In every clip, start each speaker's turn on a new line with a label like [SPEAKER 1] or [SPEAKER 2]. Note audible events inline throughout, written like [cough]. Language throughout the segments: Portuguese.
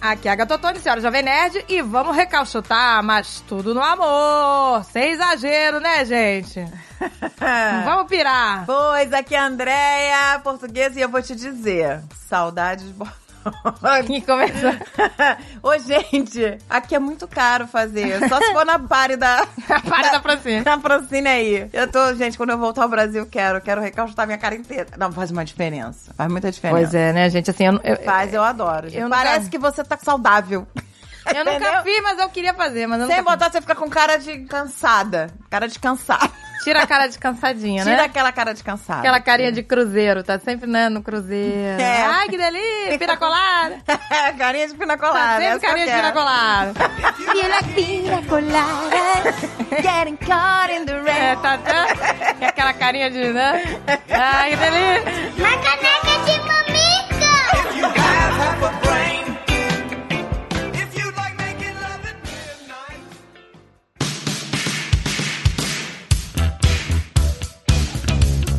[SPEAKER 1] Aqui é a Gatotone, senhora Jovem Nerd, e vamos recalchutar, mas tudo no amor. Sem exagero, né, gente?
[SPEAKER 2] É.
[SPEAKER 1] Não vamos pirar.
[SPEAKER 2] [laughs] Pois, aqui é a Andréia, portuguesa, e eu vou te dizer, saudades boas.
[SPEAKER 1] Aqui começou.
[SPEAKER 2] [laughs] Ô, gente, aqui é muito caro fazer. Só se for na pare da.
[SPEAKER 1] A para da Francine.
[SPEAKER 2] Na Francine aí. Eu tô, gente, quando eu voltar ao Brasil, quero, quero recalchutar minha cara inteira. Não, faz uma diferença. Faz muita diferença.
[SPEAKER 1] Pois é, né, gente? Assim, eu, eu,
[SPEAKER 2] Faz, eu adoro. gente.
[SPEAKER 1] Eu nunca-
[SPEAKER 2] Parece que você tá saudável.
[SPEAKER 1] eu nunca
[SPEAKER 2] Entendeu?
[SPEAKER 1] fiz, mas eu queria fazer. Mas eu
[SPEAKER 2] Sem
[SPEAKER 1] nunca fiz.
[SPEAKER 2] botar, você fica com cara de cansada. Cara de cansada.
[SPEAKER 1] Tira a cara de cansadinha,
[SPEAKER 2] Tira
[SPEAKER 1] né?
[SPEAKER 2] aquela cara de cansada.
[SPEAKER 1] Aquela carinha de cruzeiro, tá sempre né, no cruzeiro.
[SPEAKER 2] É. né,
[SPEAKER 1] Ai, que delícia! Piracolada!
[SPEAKER 2] [laughs] carinha de é
[SPEAKER 1] Tá
[SPEAKER 2] pinacolada.
[SPEAKER 1] sempre carinha de piracolada.
[SPEAKER 2] Getting caught in the rain.
[SPEAKER 1] É, tá até. Aquela carinha de. né? Ai, que delícia!
[SPEAKER 3] Uma caneca de mamica!
[SPEAKER 4] You guys have a brain. If you'd like making love at midnight.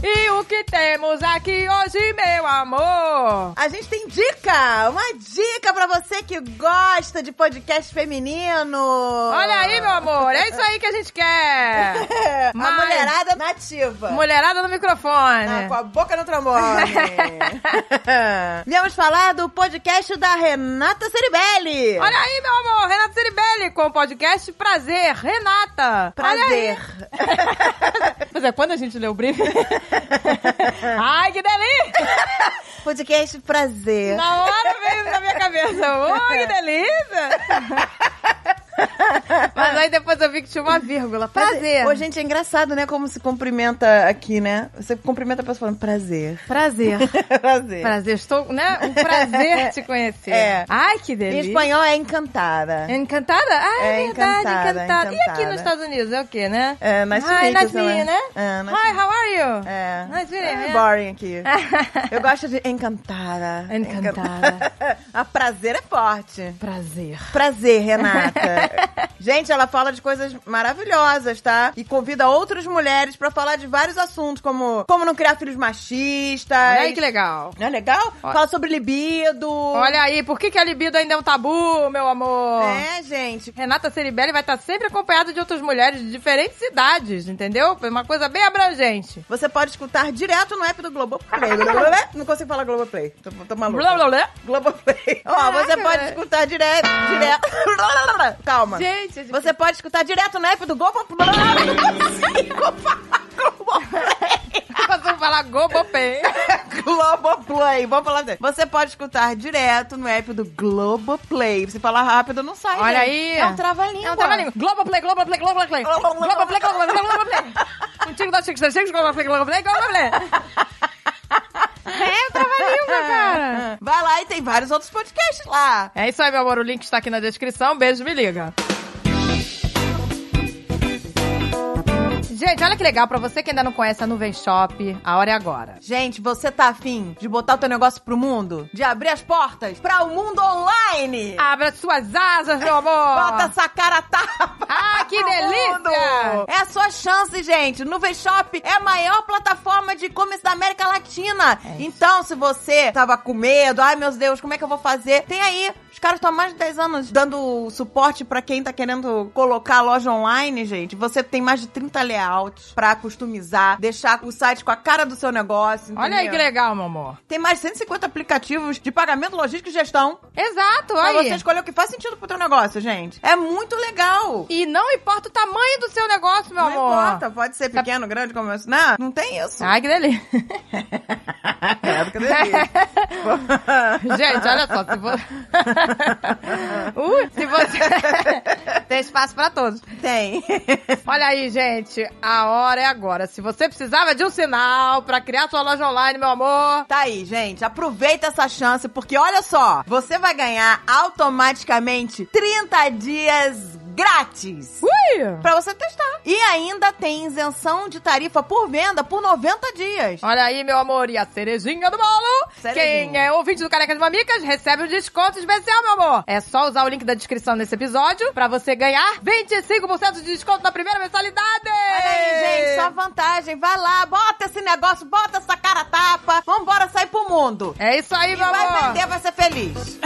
[SPEAKER 1] E o que temos aqui hoje, meu amor?
[SPEAKER 2] A gente tem dica! Uma dica pra você que gosta de podcast feminino!
[SPEAKER 1] Olha aí, meu amor, é isso aí que a gente quer!
[SPEAKER 2] É,
[SPEAKER 1] Mas-
[SPEAKER 2] [laughs]
[SPEAKER 1] né?
[SPEAKER 2] A mulherada nativa!
[SPEAKER 1] Mulherada no
[SPEAKER 2] Ah,
[SPEAKER 1] microfone.
[SPEAKER 2] com a boca
[SPEAKER 1] [laughs]
[SPEAKER 2] no trombone! Viemos falar do podcast da Renata Ceribelli!
[SPEAKER 1] Olha aí, meu amor, Renata Ceribelli, com o podcast Prazer, Renata.
[SPEAKER 2] Prazer!
[SPEAKER 1] Pois é, quando a gente lê o
[SPEAKER 2] [laughs]
[SPEAKER 1] briefing... Ai, que delícia!
[SPEAKER 2] Podcast Prazer!
[SPEAKER 1] Na hora veio na minha cabeça, oh, que
[SPEAKER 2] [laughs]
[SPEAKER 1] delícia! Mas aí depois eu vi que tinha uma vírgula, prazer.
[SPEAKER 2] Ô, gente, é engraçado, né? Como se cumprimenta aqui, né? Você cumprimenta a pessoa falando prazer. [laughs]
[SPEAKER 1] Prazer.
[SPEAKER 2] prazer.
[SPEAKER 1] Prazer, estou, né? Um prazer te conhecer.
[SPEAKER 2] É.
[SPEAKER 1] Ai, que
[SPEAKER 2] Em
[SPEAKER 1] delícia.
[SPEAKER 2] espanhol é encantada.
[SPEAKER 1] Encantada? Ah, é,
[SPEAKER 2] É,
[SPEAKER 1] verdade, encantada,
[SPEAKER 2] encantada,
[SPEAKER 1] E aqui
[SPEAKER 2] encantada.
[SPEAKER 1] nos Estados Unidos é o quê, né?
[SPEAKER 2] É, nice to
[SPEAKER 1] Hi,
[SPEAKER 2] meet you,
[SPEAKER 1] nice to meet you,
[SPEAKER 2] sei lá.
[SPEAKER 1] né?
[SPEAKER 2] É, nice
[SPEAKER 1] Hi, how are you?
[SPEAKER 2] É.
[SPEAKER 1] Nice né? to meet you,
[SPEAKER 2] é
[SPEAKER 1] yeah.
[SPEAKER 2] boring
[SPEAKER 1] [laughs]
[SPEAKER 2] aqui. Eu gosto de encantada.
[SPEAKER 1] Encantada.
[SPEAKER 2] [laughs] A prazer é forte.
[SPEAKER 1] Prazer.
[SPEAKER 2] Prazer, Renata.
[SPEAKER 1] [laughs]
[SPEAKER 2] Gente, ela fala de coisas maravilhosas, tá? E convida outras mulheres pra falar de vários assuntos, como como não criar filhos machistas.
[SPEAKER 1] Olha aí que legal.
[SPEAKER 2] Não é legal?
[SPEAKER 1] Ó.
[SPEAKER 2] Fala sobre libido.
[SPEAKER 1] Olha aí, por que, que a libido ainda é um tabu, meu amor?
[SPEAKER 2] É, gente.
[SPEAKER 1] Renata Ceribelli vai estar sempre acompanhada de outras mulheres de diferentes idades, entendeu? Foi uma coisa bem abrangente.
[SPEAKER 2] Você pode escutar direto no app do Globoplay. [laughs] não consigo falar Globoplay. Tô, tô maluca.
[SPEAKER 1] Blá, blá, blá.
[SPEAKER 2] Globoplay. [laughs] Ó,
[SPEAKER 1] Caraca,
[SPEAKER 2] você pode
[SPEAKER 1] velho.
[SPEAKER 2] escutar direto. Direto. [laughs] Calma.
[SPEAKER 1] Gente,
[SPEAKER 2] Você pode escutar direto no app do Globoplay. [laughs] Eu Não consigo falar
[SPEAKER 1] [laughs]
[SPEAKER 2] Globoplay.
[SPEAKER 1] passou a falar Gobopê.
[SPEAKER 2] Globoplay. Vamos falar dele. Você pode escutar direto no app do Globoplay. Se falar rápido, não sai.
[SPEAKER 1] Olha
[SPEAKER 2] gente.
[SPEAKER 1] aí.
[SPEAKER 2] É um trava-língua.
[SPEAKER 1] É um
[SPEAKER 2] [laughs]
[SPEAKER 1] trabalhinho. Globoplay, Globoplay, Globoplay. Globoplay, Globoplay, Globoplay. Contigo dá 666, Globoplay, Globoplay, Globoplay. É um [laughs] trabalhinho, cara.
[SPEAKER 2] é. Vai lá e tem vários outros podcasts lá.
[SPEAKER 1] É isso aí, meu amor. O link está aqui na descrição. Beijo, me liga. Gente, olha que legal. Pra você que ainda não conhece a Nuvem Shop, a hora é agora.
[SPEAKER 2] Gente, você tá afim de botar o teu negócio pro mundo? De abrir as portas pra o mundo online?
[SPEAKER 1] Abra suas asas, meu amor.
[SPEAKER 2] Bota essa cara a tapa!
[SPEAKER 1] Ah, que
[SPEAKER 2] pro
[SPEAKER 1] delícia!
[SPEAKER 2] mundo! É a sua chance, gente! Nuvem Shop é a maior plataforma de e-commerce da América Latina.
[SPEAKER 1] É
[SPEAKER 2] então, se você tava com medo, ai meu Deus, como é que eu vou fazer? Tem aí, os caras estão há mais de 10 anos dando suporte pra quem tá querendo colocar a loja online, gente. Você tem mais de 30 layouts pra customizar, deixar o site com a cara do seu negócio.
[SPEAKER 1] Olha aí
[SPEAKER 2] entendeu?
[SPEAKER 1] que legal, meu amor.
[SPEAKER 2] Tem mais de 150 aplicativos de pagamento, logística e gestão.
[SPEAKER 1] Exato,
[SPEAKER 2] Pra
[SPEAKER 1] aí.
[SPEAKER 2] você escolher o que faz sentido pro teu negócio, gente. É muito legal.
[SPEAKER 1] E não importa o tamanho do seu negócio, meu
[SPEAKER 2] Não
[SPEAKER 1] amor.
[SPEAKER 2] importa, pode ser pequeno, grande, como eu ensinar. Não tem isso.
[SPEAKER 1] Ai, que delícia.
[SPEAKER 2] [laughs] É,
[SPEAKER 1] [laughs]
[SPEAKER 2] porque delícia.
[SPEAKER 1] Gente, olha só, se você... [laughs] uh, se você... [laughs] Tem espaço pra todos.
[SPEAKER 2] tem. [laughs]
[SPEAKER 1] Olha aí, gente, a hora é agora. Se você precisava de um sinal pra criar sua loja online, meu amor,
[SPEAKER 2] Tá aí, gente. Aproveita essa chance, porque olha só, você vai ganhar automaticamente 30 dias grátis.
[SPEAKER 1] Uh! ui!
[SPEAKER 2] Pra você testar. E ainda tem isenção de tarifa por venda por 90 dias.
[SPEAKER 1] Olha aí, meu amor, e a cerejinha do bolo?
[SPEAKER 2] Cerejinha.
[SPEAKER 1] Quem é ouvinte do Careca de Mamicas recebe um desconto especial, meu amor. É só usar o link da descrição nesse episódio pra você ganhar 25% de desconto na primeira mensalidade!
[SPEAKER 2] Olha aí, gente, só vantagem. Vai lá, bota esse negócio, bota essa cara a tapa. Vambora sair pro mundo.
[SPEAKER 1] É isso aí,
[SPEAKER 2] E
[SPEAKER 1] meu
[SPEAKER 2] vai
[SPEAKER 1] amor.
[SPEAKER 2] vender, vai ser feliz.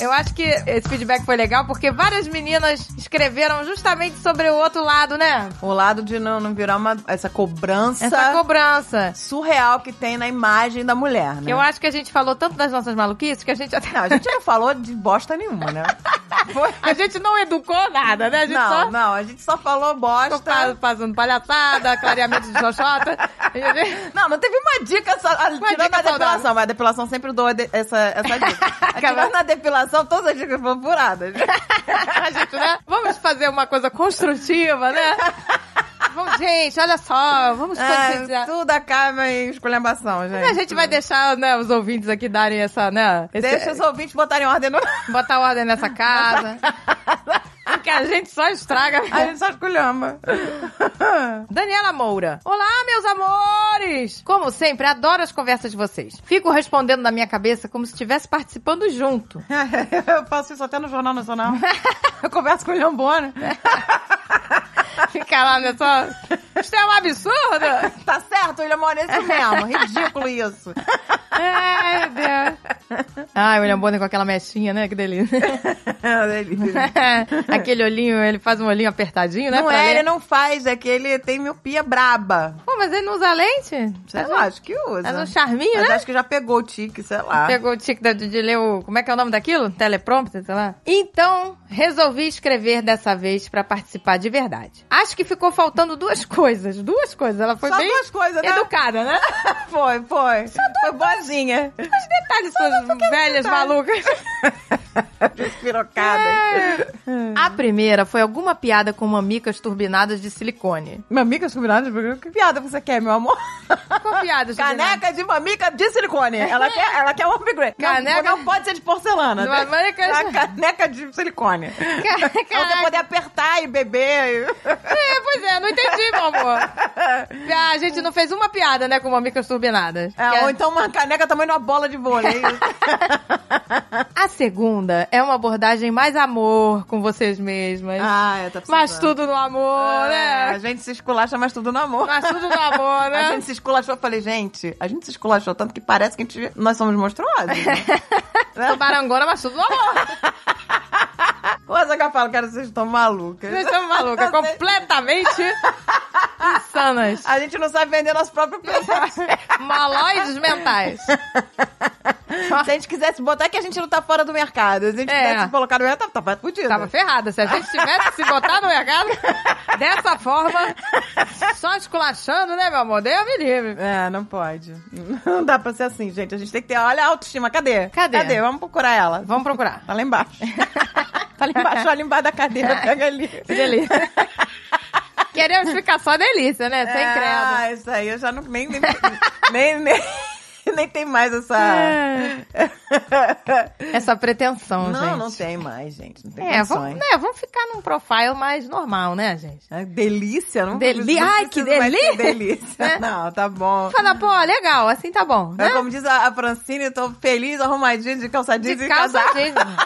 [SPEAKER 1] Eu acho que esse feedback foi legal porque várias meninas escreveram justamente sobre o outro lado, né?
[SPEAKER 2] O lado de não, não virar uma, essa cobrança
[SPEAKER 1] Essa cobrança.
[SPEAKER 2] surreal que tem na imagem da mulher, né?
[SPEAKER 1] Eu acho que a gente falou tanto das nossas maluquices que a gente até.
[SPEAKER 2] Não, a gente não falou de bosta
[SPEAKER 1] [laughs]
[SPEAKER 2] nenhuma, né? Foi-
[SPEAKER 1] A gente não educou nada, né? A gente
[SPEAKER 2] Não,
[SPEAKER 1] só
[SPEAKER 2] não, a gente só falou bosta.
[SPEAKER 1] ficou pa- passando palhaçada, clareamento de xoxota. E a gente-
[SPEAKER 2] Não, não teve uma dica só, a- tirando
[SPEAKER 1] dica
[SPEAKER 2] a depilação,
[SPEAKER 1] saudável.
[SPEAKER 2] mas a depilação sempre dou a de- essa, essa
[SPEAKER 1] [laughs]
[SPEAKER 2] dica. tirando a depilação, todas as dicas foram furadas.
[SPEAKER 1] a gente, né? Vamos fazer uma coisa construtiva, né? Vamos, gente, olha só, vamos
[SPEAKER 2] É,
[SPEAKER 1] conscientizar.
[SPEAKER 2] tudo acaba em esculhambação, gente.
[SPEAKER 1] A gente vai deixar né, os ouvintes aqui darem essa, né? esse-
[SPEAKER 2] Deixa os ouvintes botarem
[SPEAKER 1] [laughs]
[SPEAKER 2] ordem no...
[SPEAKER 1] botar ordem nessa casa. Porque a gente só estraga.
[SPEAKER 2] A gente só esculhamba. [laughs]
[SPEAKER 1] Daniela Moura. Olá, meus amores! Como sempre, adoro as conversas de vocês. Fico respondendo na minha cabeça como se estivesse participando junto.
[SPEAKER 2] [laughs] Eu faço isso até no Jornal [laughs] Nacional. Eu converso com o Leão Bono.
[SPEAKER 1] Fica lá, né? Só... Isso é um absurdo!
[SPEAKER 2] [laughs] Tá certo, William Bonner, é isso mesmo. Ridículo [laughs] isso.
[SPEAKER 1] Ai, meu É, Deus. Ai, o William Bonner com aquela mechinha, né? Que delícia. [laughs] Aquele olhinho, ele faz um olhinho apertadinho, né?
[SPEAKER 2] Não
[SPEAKER 1] pra
[SPEAKER 2] é,
[SPEAKER 1] ler.
[SPEAKER 2] ele não faz, é que ele tem miopia braba.
[SPEAKER 1] Pô, mas ele não usa lente?
[SPEAKER 2] Sei lá, acho que usa.
[SPEAKER 1] Faz um charminho,
[SPEAKER 2] é- Mas
[SPEAKER 1] né?
[SPEAKER 2] acho que já pegou o tique, sei lá.
[SPEAKER 1] Pegou o tique da- de, de ler o. Como é que é o nome daquilo? Teleprompter, sei lá. Então, resolvi escrever dessa vez pra participar de verdade. Acho que ficou faltando duas [laughs] coisas. Duas coisas. Ela foi
[SPEAKER 2] Só
[SPEAKER 1] bem
[SPEAKER 2] duas coisas, né?
[SPEAKER 1] educada, né?
[SPEAKER 2] [laughs] Foi, foi. Foi boazinha.
[SPEAKER 1] Os detalhes, suas velhas malucas.
[SPEAKER 2] [laughs] Despirocada.
[SPEAKER 1] A primeira foi alguma piada com mamicas turbinadas de silicone.
[SPEAKER 2] Mamicas combinadas? Que piada você quer, meu amor?
[SPEAKER 1] Com
[SPEAKER 2] [laughs]
[SPEAKER 1] piadas turbinadas.
[SPEAKER 2] Caneca de mamica de silicone. Ela quer, ela quer um upgrade. Não,
[SPEAKER 1] Caneca-
[SPEAKER 2] Não, pode ser de porcelana.
[SPEAKER 1] De mamica-
[SPEAKER 2] É a caneca de silicone. [laughs] É Pra você
[SPEAKER 1] Caraca.
[SPEAKER 2] poder apertar e beber. e-
[SPEAKER 1] É, pois é, não entendi, meu
[SPEAKER 2] [laughs]
[SPEAKER 1] amor. Ah, A gente não fez uma piada, né, com mamicas turbinadas.
[SPEAKER 2] É,
[SPEAKER 1] Que
[SPEAKER 2] ou
[SPEAKER 1] é-
[SPEAKER 2] então uma caneca também numa bola de
[SPEAKER 1] [laughs]
[SPEAKER 2] vôlei.
[SPEAKER 1] A segunda é uma abordagem mais amor com vocês mesmas.
[SPEAKER 2] ah, é, tá precisando.
[SPEAKER 1] Mas tudo no amor,
[SPEAKER 2] É, A
[SPEAKER 1] né?
[SPEAKER 2] gente se esculacha, mas tudo no amor.
[SPEAKER 1] Mas
[SPEAKER 2] [laughs]
[SPEAKER 1] tudo no amor, né?
[SPEAKER 2] A gente se esculachou, eu falei, gente, a gente se esculachou tanto que parece que a gente, nós somos monstruosos. né?
[SPEAKER 1] [laughs]
[SPEAKER 2] é.
[SPEAKER 1] Sou barangona, mas tudo no amor.
[SPEAKER 2] Mas é que eu falo, cara, vocês estão malucas.
[SPEAKER 1] Vocês estão malucas, é completamente insanas.
[SPEAKER 2] A gente não sabe vender nosso próprio [laughs] presente.
[SPEAKER 1] Malóides mentais.
[SPEAKER 2] Se a gente quisesse botar, é que a gente não tá fora do mercado. Se a gente
[SPEAKER 1] É.
[SPEAKER 2] quisesse colocar no mercado, tava fudido.
[SPEAKER 1] Tava ferrada. Se a gente tivesse se botar no mercado dessa forma, só esculachando, né, meu amor? Deus me livre.
[SPEAKER 2] É, não pode. Não dá pra ser assim, gente. A gente tem que ter. Olha a autoestima, cadê?
[SPEAKER 1] Cadê?
[SPEAKER 2] Cadê? Vamos procurar ela.
[SPEAKER 1] Vamos procurar.
[SPEAKER 2] Tá
[SPEAKER 1] [laughs]
[SPEAKER 2] lá embaixo. tá lá embaixo, olha embaixo da cadeira,
[SPEAKER 1] É.
[SPEAKER 2] pega ali.
[SPEAKER 1] Que
[SPEAKER 2] [laughs]
[SPEAKER 1] delícia. Queremos ficar só delícia, né? Sem credo.
[SPEAKER 2] Ah, isso aí eu já não, nem, nem, nem, nem, [laughs] nem tem mais essa.
[SPEAKER 1] É. Essa pretensão,
[SPEAKER 2] não,
[SPEAKER 1] gente.
[SPEAKER 2] não tem mais, gente. Não tem
[SPEAKER 1] É, vamos,
[SPEAKER 2] condições.
[SPEAKER 1] né, vamos ficar num profile mais normal, né, gente?
[SPEAKER 2] Ai, Delícia, não
[SPEAKER 1] Deli-
[SPEAKER 2] não
[SPEAKER 1] Ai, que
[SPEAKER 2] preciso mais ter
[SPEAKER 1] delícia.
[SPEAKER 2] delícia.
[SPEAKER 1] [laughs] Né?
[SPEAKER 2] Não, tá bom.
[SPEAKER 1] Fala, pô, legal, assim tá bom,
[SPEAKER 2] É [laughs]
[SPEAKER 1] né?
[SPEAKER 2] como diz a, a Francine, eu tô feliz, arrumadinha de calça jeans
[SPEAKER 1] De
[SPEAKER 2] e
[SPEAKER 1] calça
[SPEAKER 2] casaco.
[SPEAKER 1] jeans. né?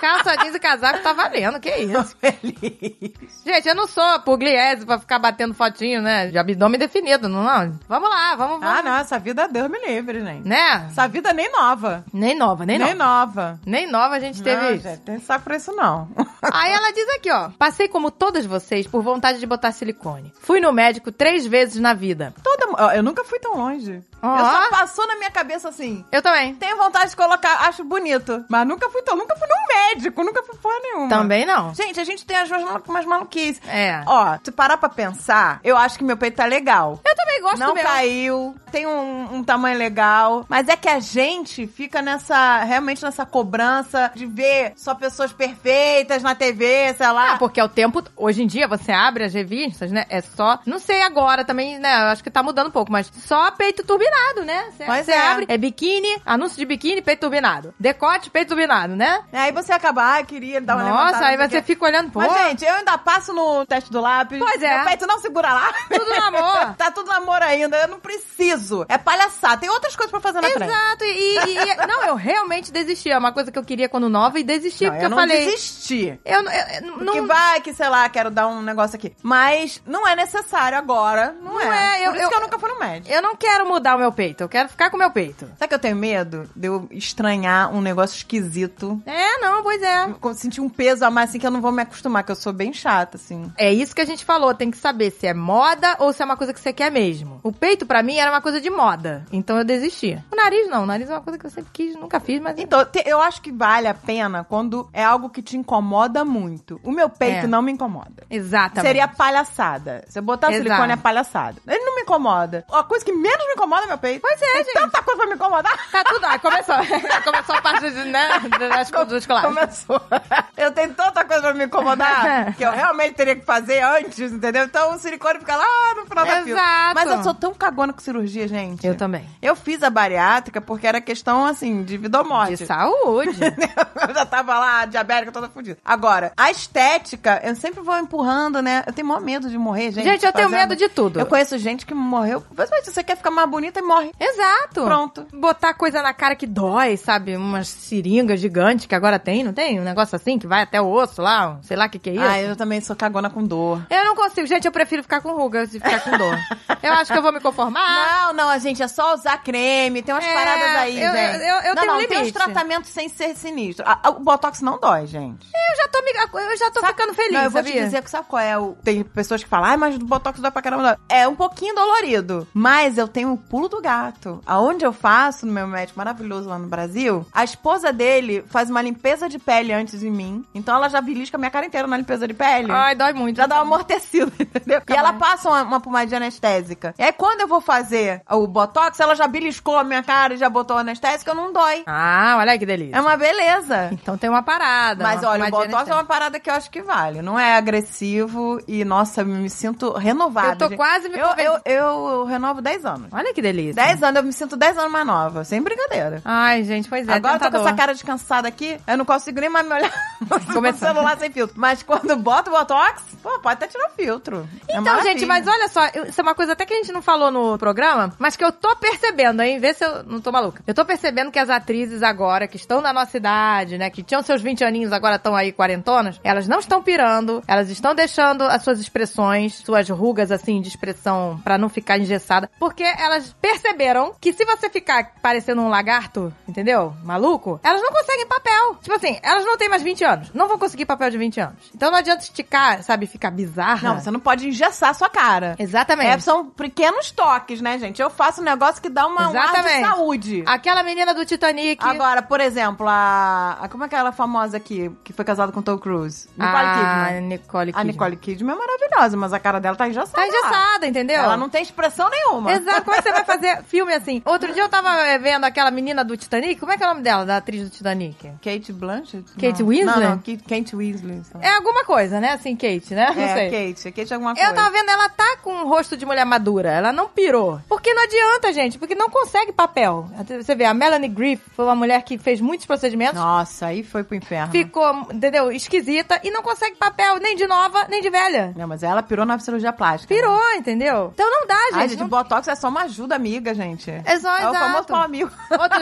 [SPEAKER 1] Calça jeans e casaco tá valendo, que
[SPEAKER 2] [laughs] Tô
[SPEAKER 1] isso.
[SPEAKER 2] feliz.
[SPEAKER 1] Gente, eu não sou pugliese pra ficar batendo fotinho, né? De abdômen definido, não, não. Vamos lá, vamos, vamos.
[SPEAKER 2] Ah, não, essa vida Deus me livre, né?
[SPEAKER 1] Né?
[SPEAKER 2] Essa vida nem nova.
[SPEAKER 1] Nem nova, nem,
[SPEAKER 2] Nem
[SPEAKER 1] nova.
[SPEAKER 2] nova.
[SPEAKER 1] Nem nova a gente teve
[SPEAKER 2] não,
[SPEAKER 1] isso.
[SPEAKER 2] gente, não sabe por isso, não. [laughs]
[SPEAKER 1] Aí ela diz aqui, ó. Passei como todas vocês por vontade de botar silicone. Fui no médico três vezes na vida.
[SPEAKER 2] Toda, ó, eu nunca fui tão longe.
[SPEAKER 1] Ó.
[SPEAKER 2] Eu só passou na minha cabeça assim.
[SPEAKER 1] Eu também.
[SPEAKER 2] Tenho vontade de colocar, acho bonito. Mas nunca fui tão, nunca fui num médico, nunca fui porra nenhuma.
[SPEAKER 1] Também não.
[SPEAKER 2] Gente, a gente tem as umas, malu- umas maluquices.
[SPEAKER 1] É.
[SPEAKER 2] Ó, se parar pra pensar, eu acho que meu peito tá legal.
[SPEAKER 1] Eu também gosto
[SPEAKER 2] Não
[SPEAKER 1] do meu.
[SPEAKER 2] caiu, tem um, um tamanho legal. Mas é que a gente fica nessa, realmente nessa cobrança de ver só pessoas perfeitas na TV, sei lá.
[SPEAKER 1] Ah, porque é o tempo. Hoje em dia você abre as revistas, né? É só. Não sei agora também, né? Eu acho que tá mudando um pouco, mas só peito turbinado, né? Você
[SPEAKER 2] Pois
[SPEAKER 1] você
[SPEAKER 2] é.
[SPEAKER 1] abre. É biquíni, anúncio de biquíni, peito turbinado. Decote, peito turbinado, né?
[SPEAKER 2] Aí você acaba, ah, queria dar uma
[SPEAKER 1] Nossa,
[SPEAKER 2] levantada,
[SPEAKER 1] aí
[SPEAKER 2] não sei
[SPEAKER 1] você
[SPEAKER 2] o quê.
[SPEAKER 1] fica olhando, pô.
[SPEAKER 2] Mas, gente, eu ainda passo no teste do lápis.
[SPEAKER 1] Pois é.
[SPEAKER 2] Meu peito não segura lá.
[SPEAKER 1] Tudo no amor.
[SPEAKER 2] [laughs] tá tudo no amor ainda. Eu não preciso. É palhaçada. Tem outras coisas pra fazer na frente.
[SPEAKER 1] Exato, e, e- e- não, eu eu realmente desisti. É uma coisa que eu queria quando nova e desisti,
[SPEAKER 2] Não,
[SPEAKER 1] porque
[SPEAKER 2] eu
[SPEAKER 1] Tipo eu,
[SPEAKER 2] não
[SPEAKER 1] falei.
[SPEAKER 2] desisti.
[SPEAKER 1] Eu, não- eu- eu
[SPEAKER 2] Que
[SPEAKER 1] não.
[SPEAKER 2] vai que, sei lá, quero dar um negócio aqui. Mas não é necessário agora. Não,
[SPEAKER 1] Não
[SPEAKER 2] é.
[SPEAKER 1] é, eu-
[SPEAKER 2] Por isso
[SPEAKER 1] eu-
[SPEAKER 2] que eu nunca fui no médico.
[SPEAKER 1] Eu não quero mudar o meu peito, eu quero ficar com o meu peito.
[SPEAKER 2] Sabe que eu tenho medo de eu estranhar um negócio esquisito?
[SPEAKER 1] É, não, pois é.
[SPEAKER 2] Eu Sentir um peso a mais, assim, que eu não vou me acostumar, que eu sou bem chata, assim.
[SPEAKER 1] É isso que a gente falou, tem que saber se é moda ou se é uma coisa que você quer mesmo. O peito, pra mim, era uma coisa de moda, então eu desisti. O nariz, não, o nariz é uma coisa que eu sempre quis, nunca fiz, mas.
[SPEAKER 2] Então, te- eu acho que vale a pena quando é algo que te incomoda muito. O meu peito
[SPEAKER 1] É.
[SPEAKER 2] não me incomoda.
[SPEAKER 1] Exatamente.
[SPEAKER 2] Seria palhaçada. Se eu botar
[SPEAKER 1] Exato.
[SPEAKER 2] silicone é palhaçada. Ele não me incomoda. A coisa que menos me incomoda é meu peito. Pois é, Tem gente. Tanta coisa pra me incomodar.
[SPEAKER 1] Tá tudo. Aí começou. [laughs] começou a parte de, né, das coisas clássicas.
[SPEAKER 2] Começou. [laughs] Eu tenho tanta coisa pra
[SPEAKER 1] [laughs]
[SPEAKER 2] me incomodar que eu realmente teria que fazer antes, entendeu? Então o silicone fica lá no final da fila.
[SPEAKER 1] Exato.
[SPEAKER 2] Mas eu sou tão cagona com cirurgia, gente.
[SPEAKER 1] Eu também.
[SPEAKER 2] Eu fiz a bariátrica porque era questão, assim, de vida ou morte.
[SPEAKER 1] De saúde.
[SPEAKER 2] [laughs] eu já tava lá, diabética, toda fodida. Agora, a estética, eu sempre vou empurrando, né? Eu tenho maior medo de morrer, gente.
[SPEAKER 1] Gente, eu tenho
[SPEAKER 2] fazendo.
[SPEAKER 1] medo de tudo.
[SPEAKER 2] Eu conheço gente que morreu. Mas, mas você quer ficar mais bonita e morre.
[SPEAKER 1] Exato.
[SPEAKER 2] Pronto.
[SPEAKER 1] Botar coisa na cara que dói, sabe? Umas seringas gigantes que agora tem, não tem? Um negócio assim que vai até o osso lá, um- sei lá o que que é isso.
[SPEAKER 2] Ah, eu também sou cagona com dor.
[SPEAKER 1] Eu não consigo, gente, eu prefiro ficar com rugas e ficar com
[SPEAKER 2] [laughs]
[SPEAKER 1] dor. eu acho que eu vou me conformar.
[SPEAKER 2] Não, não, gente, é só usar creme, tem umas
[SPEAKER 1] É,
[SPEAKER 2] paradas aí,
[SPEAKER 1] eu-
[SPEAKER 2] gente.
[SPEAKER 1] eu- eu- eu
[SPEAKER 2] não,
[SPEAKER 1] tenho um
[SPEAKER 2] não, tem uns
[SPEAKER 1] limite.
[SPEAKER 2] tratamentos sem ser sinistro. A- a- O Botox não dói, gente.
[SPEAKER 1] Eu já tô, me- eu já tô ficando feliz,
[SPEAKER 2] não, eu vou
[SPEAKER 1] sabia?
[SPEAKER 2] te dizer que sabe qual é o... Tem pessoas que falam, ai, mas o Botox dói pra caramba. Dói. É um pouquinho dolorido, mas eu tenho o pulo do gato. Aonde eu faço, no meu médico maravilhoso lá no Brasil, a esposa dele faz uma limpeza de pele antes em mim, então ela já belisca a minha cara inteira na limpeza de pele.
[SPEAKER 1] Ai, dói muito. então.
[SPEAKER 2] Já dá uma amortecida, [laughs] entendeu? E
[SPEAKER 1] Calma
[SPEAKER 2] ela
[SPEAKER 1] aí.
[SPEAKER 2] passa uma, uma pomadinha anestésica. E aí, quando eu vou fazer o botox, ela já beliscou a minha cara e já botou a anestésica, não dói.
[SPEAKER 1] Ah, olha aí que delícia.
[SPEAKER 2] É
[SPEAKER 1] [laughs]
[SPEAKER 2] uma beleza.
[SPEAKER 1] Então tem uma parada.
[SPEAKER 2] Mas
[SPEAKER 1] uma
[SPEAKER 2] olha,
[SPEAKER 1] pomadinha
[SPEAKER 2] o botox é
[SPEAKER 1] anestésica.
[SPEAKER 2] uma parada que eu acho que vale. Não é agressivo e, nossa, me sinto renovada.
[SPEAKER 1] Eu tô
[SPEAKER 2] gente.
[SPEAKER 1] quase me
[SPEAKER 2] eu, eu,
[SPEAKER 1] convencendo.
[SPEAKER 2] eu renovo 10 anos.
[SPEAKER 1] Olha que delícia.
[SPEAKER 2] 10 anos, eu me sinto 10 anos mais nova. Sem brincadeira.
[SPEAKER 1] Ai, gente, pois é.
[SPEAKER 2] Agora eu tô com
[SPEAKER 1] tentador.
[SPEAKER 2] essa cara descansada aqui, eu não consigo nem mais me olhar [laughs] no
[SPEAKER 1] Começou.
[SPEAKER 2] celular sem filtro. Mas quando bota o Botox, pô, pode até tirar o filtro. É
[SPEAKER 1] Então,
[SPEAKER 2] maravilha.
[SPEAKER 1] gente, mas olha só, eu- isso é uma coisa até que a gente não falou no programa, mas que eu tô percebendo, hein? Vê se eu não tô maluca. Eu tô percebendo que as atrizes agora, que estão na nossa idade, né, que tinham seus 20 aninhos, agora estão aí quarentonas, elas não estão pirando, elas estão deixando as suas expressões, suas rugas, assim, de expressão, pra não ficar engessada, porque elas perceberam que se você ficar parecendo um lagarto, entendeu? Maluco, elas não conseguem papel. Tipo assim, elas não têm mais 20 anos, não vão conseguir papel de 20 anos. Então não adianta esticar, sabe, ficar bizarra.
[SPEAKER 2] [laughs] Não, você não pode engessar a sua cara.
[SPEAKER 1] Exatamente.
[SPEAKER 2] É, são pequenos toques, né, gente? Eu faço um negócio que dá uma, um ar de
[SPEAKER 1] Exatamente.
[SPEAKER 2] saúde.
[SPEAKER 1] Aquela menina do Titanic.
[SPEAKER 2] Agora, por exemplo, a, a- Como é aquela famosa aqui que foi casada com o Tom Cruise? Nicole
[SPEAKER 1] a
[SPEAKER 2] Kidman.
[SPEAKER 1] Ah, Nicole
[SPEAKER 2] A
[SPEAKER 1] Kidman.
[SPEAKER 2] Nicole Kidman é maravilhosa, mas a cara dela tá engessada.
[SPEAKER 1] Tá engessada, entendeu?
[SPEAKER 2] Ela não tá tem expressão nenhuma.
[SPEAKER 1] Exato, como é que você vai fazer filme assim? Outro dia eu tava eh, vendo aquela menina do Titanic, como é que é o nome dela, da atriz do Titanic?
[SPEAKER 2] Kate Blanchett?
[SPEAKER 1] Kate
[SPEAKER 2] Não.
[SPEAKER 1] Winslet?
[SPEAKER 2] Não, não, Kate, Kate Winslet. sei lá.
[SPEAKER 1] É alguma coisa, né? Assim, Kate, né? Não sei.
[SPEAKER 2] É, Kate. Kate é alguma coisa.
[SPEAKER 1] Eu tava vendo, ela tá com um rosto de mulher madura. Ela não pirou. Porque não adianta, gente. Porque não consegue papel. Você vê, a Melanie Griffith foi uma mulher que fez muitos procedimentos.
[SPEAKER 2] Nossa, aí foi pro inferno.
[SPEAKER 1] Ficou, entendeu? Esquisita. E não consegue papel nem de nova, nem de velha.
[SPEAKER 2] Não, mas ela pirou na cirurgia plástica.
[SPEAKER 1] Pirou, entendeu? Então não dá, gente.
[SPEAKER 2] Ai, gente,
[SPEAKER 1] não
[SPEAKER 2] Botox é só uma ajuda amiga, gente.
[SPEAKER 1] É só
[SPEAKER 2] É o
[SPEAKER 1] exato.
[SPEAKER 2] famoso pau amigo.
[SPEAKER 1] [laughs]
[SPEAKER 2] [laughs]
[SPEAKER 1] Outro...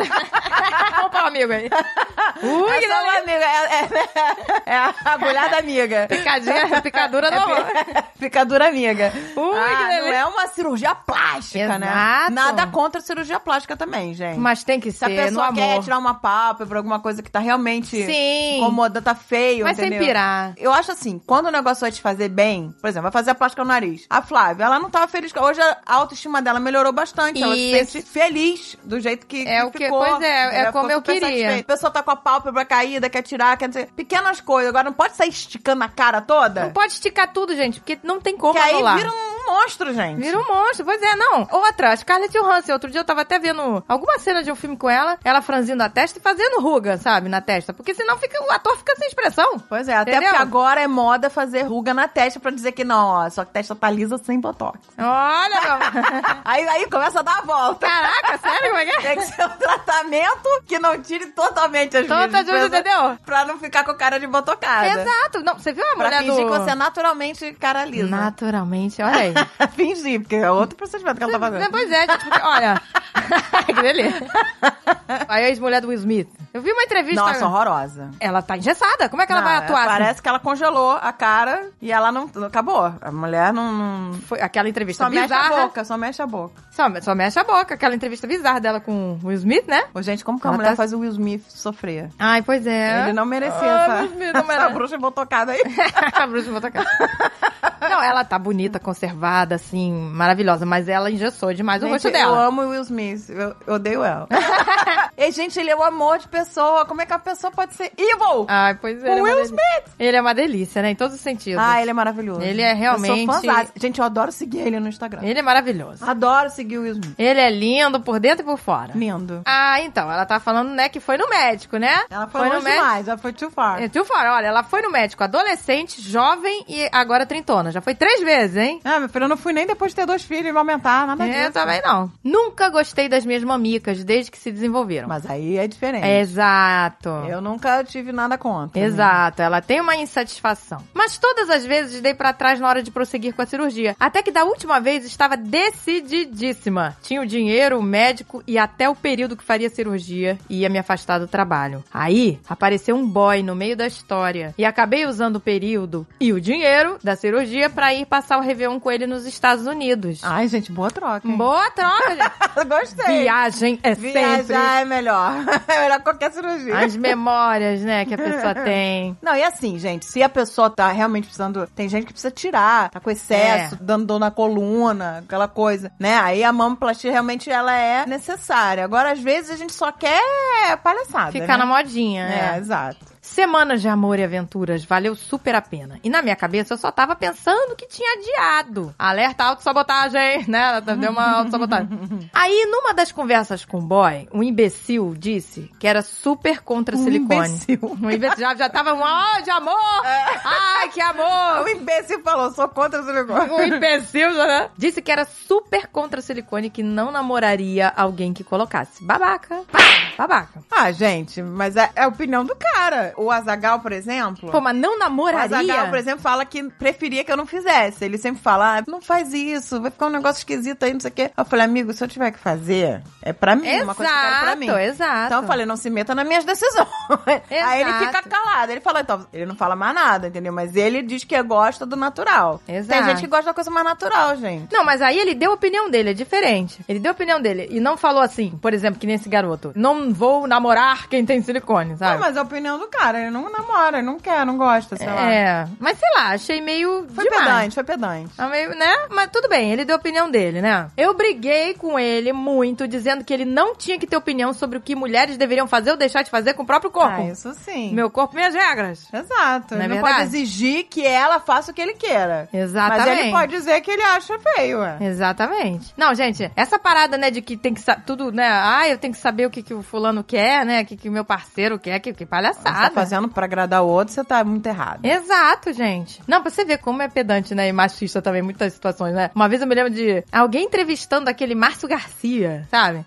[SPEAKER 1] Vamos pro amigo aí. Ui,
[SPEAKER 2] é
[SPEAKER 1] que
[SPEAKER 2] só uma
[SPEAKER 1] delícia.
[SPEAKER 2] amiga.
[SPEAKER 1] né? [laughs]
[SPEAKER 2] É, é, é a É agulhada amiga. [laughs]
[SPEAKER 1] Picadinha, picadura não.
[SPEAKER 2] Picadura amiga.
[SPEAKER 1] Ui, que
[SPEAKER 2] ah, não
[SPEAKER 1] delícia.
[SPEAKER 2] é uma cirurgia plástica, né?
[SPEAKER 1] Exato.
[SPEAKER 2] Nada contra a cirurgia plástica também, gente.
[SPEAKER 1] Mas tem que
[SPEAKER 2] se a
[SPEAKER 1] ser, no
[SPEAKER 2] pessoa quer
[SPEAKER 1] amor.
[SPEAKER 2] tirar uma pálpebra, alguma coisa que tá realmente
[SPEAKER 1] Sim.
[SPEAKER 2] incomodando, tá feio,
[SPEAKER 1] Mas sem
[SPEAKER 2] entendeu?
[SPEAKER 1] pirar.
[SPEAKER 2] Eu acho assim, quando o negócio vai te fazer bem, por exemplo, vai fazer a plástica no nariz. A Flávia, ela não tava feliz. com- Hoje a autoestima dela melhorou bastante. Ela se
[SPEAKER 1] Isso.
[SPEAKER 2] sente feliz do jeito que,
[SPEAKER 1] É o que-
[SPEAKER 2] ficou.
[SPEAKER 1] pois é, é
[SPEAKER 2] Ela
[SPEAKER 1] como
[SPEAKER 2] ficou
[SPEAKER 1] eu
[SPEAKER 2] super
[SPEAKER 1] queria.
[SPEAKER 2] satisfeita. A pessoa tá com a pálpebra caída, quer tirar, quer dizer, pequenas coisas. Agora não pode sair esticando a cara toda.
[SPEAKER 1] Não pode esticar tudo, gente, porque não tem como
[SPEAKER 2] Que aí
[SPEAKER 1] anular.
[SPEAKER 2] vira um monstro, gente.
[SPEAKER 1] Vira um monstro, pois é, não. Outra, a Scarlett Johansson, outro dia eu tava até vendo alguma cena de um filme com ela, ela franzindo a testa e fazendo ruga, sabe, na testa, porque senão fica, o ator fica sem expressão.
[SPEAKER 2] Pois é, até
[SPEAKER 1] Entendeu?
[SPEAKER 2] porque agora é moda fazer ruga na testa pra dizer que não, ó, sua testa tá lisa
[SPEAKER 1] [laughs]
[SPEAKER 2] sem botox.
[SPEAKER 1] Olha, meu... [laughs]
[SPEAKER 2] aí, aí começa a dar a volta.
[SPEAKER 1] caraca, sério, como é que é?
[SPEAKER 2] Tem que ser um tratamento que não tire totalmente as
[SPEAKER 1] Todas
[SPEAKER 2] minhas
[SPEAKER 1] as vezes,
[SPEAKER 2] expressões
[SPEAKER 1] entendeu?
[SPEAKER 2] Pra não ficar com cara de botocada.
[SPEAKER 1] Exato. Não, você viu a
[SPEAKER 2] Pra
[SPEAKER 1] mulher
[SPEAKER 2] fingir
[SPEAKER 1] do...
[SPEAKER 2] que você é naturalmente cara lisa.
[SPEAKER 1] Naturalmente, olha aí.
[SPEAKER 2] [laughs] Fingir, porque é outro procedimento que ela tá
[SPEAKER 1] Né,
[SPEAKER 2] fazendo.
[SPEAKER 1] Pois é, tipo, porque,
[SPEAKER 2] [laughs]
[SPEAKER 1] olha. que beleza. Aí a ex-mulher do Will Smith. Eu vi uma entrevista.
[SPEAKER 2] Nossa, horrorosa.
[SPEAKER 1] Ela tá engessada. Como é que ela
[SPEAKER 2] Não,
[SPEAKER 1] vai atuar? assim?
[SPEAKER 2] Parece que ela congelou a cara e ela não. Acabou. A mulher não. não-
[SPEAKER 1] Foi aquela entrevista
[SPEAKER 2] Só mexe
[SPEAKER 1] bizarra.
[SPEAKER 2] a boca, só mexe a boca.
[SPEAKER 1] Só, só mexe a boca. Aquela entrevista bizarra dela com o Will Smith, né?
[SPEAKER 2] Ô, gente, como que a
[SPEAKER 1] Ela
[SPEAKER 2] mulher
[SPEAKER 1] tá-
[SPEAKER 2] faz o Will Smith sofrer?
[SPEAKER 1] Ai, pois é.
[SPEAKER 2] Ele não merecia
[SPEAKER 1] Ah,
[SPEAKER 2] essa,
[SPEAKER 1] Will Smith não
[SPEAKER 2] [laughs] essa
[SPEAKER 1] merece.
[SPEAKER 2] bruxa botocada aí.
[SPEAKER 1] [laughs] a bruxa Botox. Não, ela tá bonita, conservada, assim, maravilhosa, mas ela engessou demais o
[SPEAKER 2] Gente,
[SPEAKER 1] rosto dela.
[SPEAKER 2] Eu amo o Will Smith. Eu, eu odeio ela. [laughs] e, gente, ele é o amor de pessoa. Como é que a pessoa pode ser evil?
[SPEAKER 1] Ai, pois é.
[SPEAKER 2] Com
[SPEAKER 1] ele é uma
[SPEAKER 2] Will
[SPEAKER 1] delícia. Ele é uma delícia, né? Em todos os sentidos.
[SPEAKER 2] Ah, ele é maravilhoso.
[SPEAKER 1] Ele é realmente-
[SPEAKER 2] Eu sou fãzaça. gente, eu adoro seguir ele no Instagram.
[SPEAKER 1] Ele é maravilhoso.
[SPEAKER 2] Adoro seguir o Will Smith.
[SPEAKER 1] Ele é lindo por dentro e por fora.
[SPEAKER 2] Lindo.
[SPEAKER 1] Ah, então, ela tá falando, né, que foi no médico, né?
[SPEAKER 2] Ela foi, longe demais. Ela foi too far.
[SPEAKER 1] É, Tu fora, olha, ela foi no médico adolescente, jovem e agora trintona. Já foi três vezes, hein?
[SPEAKER 2] Ah, meu filho, eu não fui nem depois de ter dois filhos e me aumentar, nada disso.
[SPEAKER 1] Eu É, também não. Nunca gostei das minhas mamicas desde que se desenvolveram.
[SPEAKER 2] Mas aí é diferente.
[SPEAKER 1] Exato.
[SPEAKER 2] Eu nunca tive nada contra. né?
[SPEAKER 1] Exato, ela tem uma insatisfação. Mas todas as vezes dei pra trás na hora de prosseguir com a cirurgia. Até que da última vez estava decididíssima. Tinha o dinheiro, o médico e até o período que faria a cirurgia e ia me afastar do trabalho. Aí apareceu um boy no meio da história e acabei usando o período e o dinheiro da cirurgia pra ir passar o Réveillon com ele nos Estados Unidos.
[SPEAKER 2] Ai, gente, boa troca. hein?
[SPEAKER 1] Boa troca, gente.
[SPEAKER 2] [laughs] Gostei.
[SPEAKER 1] Viagem é sempre.
[SPEAKER 2] Viajar é melhor. [laughs] É melhor que qualquer cirurgia.
[SPEAKER 1] As memórias, né, que a pessoa tem.
[SPEAKER 2] [laughs] Não, e assim, gente, se a pessoa tá realmente precisando. Tem gente que precisa tirar, tá com excesso,
[SPEAKER 1] É.
[SPEAKER 2] dando dor na coluna, aquela coisa, né? Aí a mamoplastia realmente ela é necessária. Agora, às vezes, a gente só quer palhaçada.
[SPEAKER 1] Ficar na
[SPEAKER 2] né?
[SPEAKER 1] modinha, né?
[SPEAKER 2] É, exato.
[SPEAKER 1] Semanas de amor e aventuras, valeu super a pena. E na minha cabeça eu só tava pensando que tinha adiado. Alerta autossabotagem, [laughs] né? Ela Deu uma
[SPEAKER 2] [laughs]
[SPEAKER 1] autossabotagem. Aí, numa das conversas com o boy, um imbecil disse que era super contra
[SPEAKER 2] Um
[SPEAKER 1] silicone.
[SPEAKER 2] imbecil. [laughs] É.
[SPEAKER 1] Um imbecil. Já, já tava um, ó, de amor! Ai, que amor!
[SPEAKER 2] [laughs] O Um imbecil falou, sou contra esse
[SPEAKER 1] Um
[SPEAKER 2] negócio.
[SPEAKER 1] imbecil, né? Disse que era super contra silicone e que não namoraria alguém que colocasse. Babaca. Pá, Babaca.
[SPEAKER 2] [laughs] Ah, gente, mas é, é a opinião do cara. O Azagal, por exemplo.
[SPEAKER 1] Pô, mas não
[SPEAKER 2] O Azagal,
[SPEAKER 1] namoraria?
[SPEAKER 2] por exemplo, fala que preferia que eu não fizesse. Ele sempre fala, ah, não faz isso, vai ficar um negócio esquisito aí, não sei o quê. Eu falei, amigo, se eu tiver que fazer, é pra mim, é uma coisa que eu quero pra mim.
[SPEAKER 1] Exato, exato.
[SPEAKER 2] Então eu falei, não se meta nas minhas decisões. [laughs] Aí ele fica
[SPEAKER 1] Exato.
[SPEAKER 2] calado. Ele fala, então, ele não fala mais nada, entendeu? Mas ele diz que gosta do natural.
[SPEAKER 1] Exato.
[SPEAKER 2] Tem gente que gosta da coisa mais natural, gente.
[SPEAKER 1] Não, mas aí ele deu a opinião dele, é diferente. Ele deu a opinião dele e não falou assim, por exemplo, que nem esse garoto. Não vou namorar quem tem silicone, sabe?
[SPEAKER 2] Não, mas é a opinião do cara. Ele não namora, ele não quer, não gosta, sei lá.
[SPEAKER 1] É, mas sei lá, achei meio
[SPEAKER 2] Foi
[SPEAKER 1] demais.
[SPEAKER 2] pedante, foi pedante.
[SPEAKER 1] Ah, meio, né? Mas tudo bem, ele deu a opinião dele, né? Eu briguei com ele muito, dizendo que ele não tinha que ter opinião sobre o que mulheres deveriam fazer ou deixar de fazer com o próprio corpo.
[SPEAKER 2] Ah, isso sim.
[SPEAKER 1] Meu corpo, minhas regras.
[SPEAKER 2] Exato.
[SPEAKER 1] Não é
[SPEAKER 2] ele não
[SPEAKER 1] verdade?
[SPEAKER 2] pode exigir que ela faça o que ele queira. Mas
[SPEAKER 1] Exatamente.
[SPEAKER 2] ele pode dizer que ele acha feio, é. ué.
[SPEAKER 1] Exatamente. Não, gente, essa parada, né, de que tem que saber tudo, né? Ah, eu tenho que saber o que, que o fulano quer, né? O que, que o meu parceiro quer, que, que
[SPEAKER 2] Você tá
[SPEAKER 1] palhaçada.
[SPEAKER 2] fazendo pra agradar o outro, você tá muito errado.
[SPEAKER 1] Exato, gente. Não, pra você ver como é pedante, né? E machista também, muitas situações, né? Uma vez eu me lembro de alguém entrevistando aquele Márcio Garcia, sabe?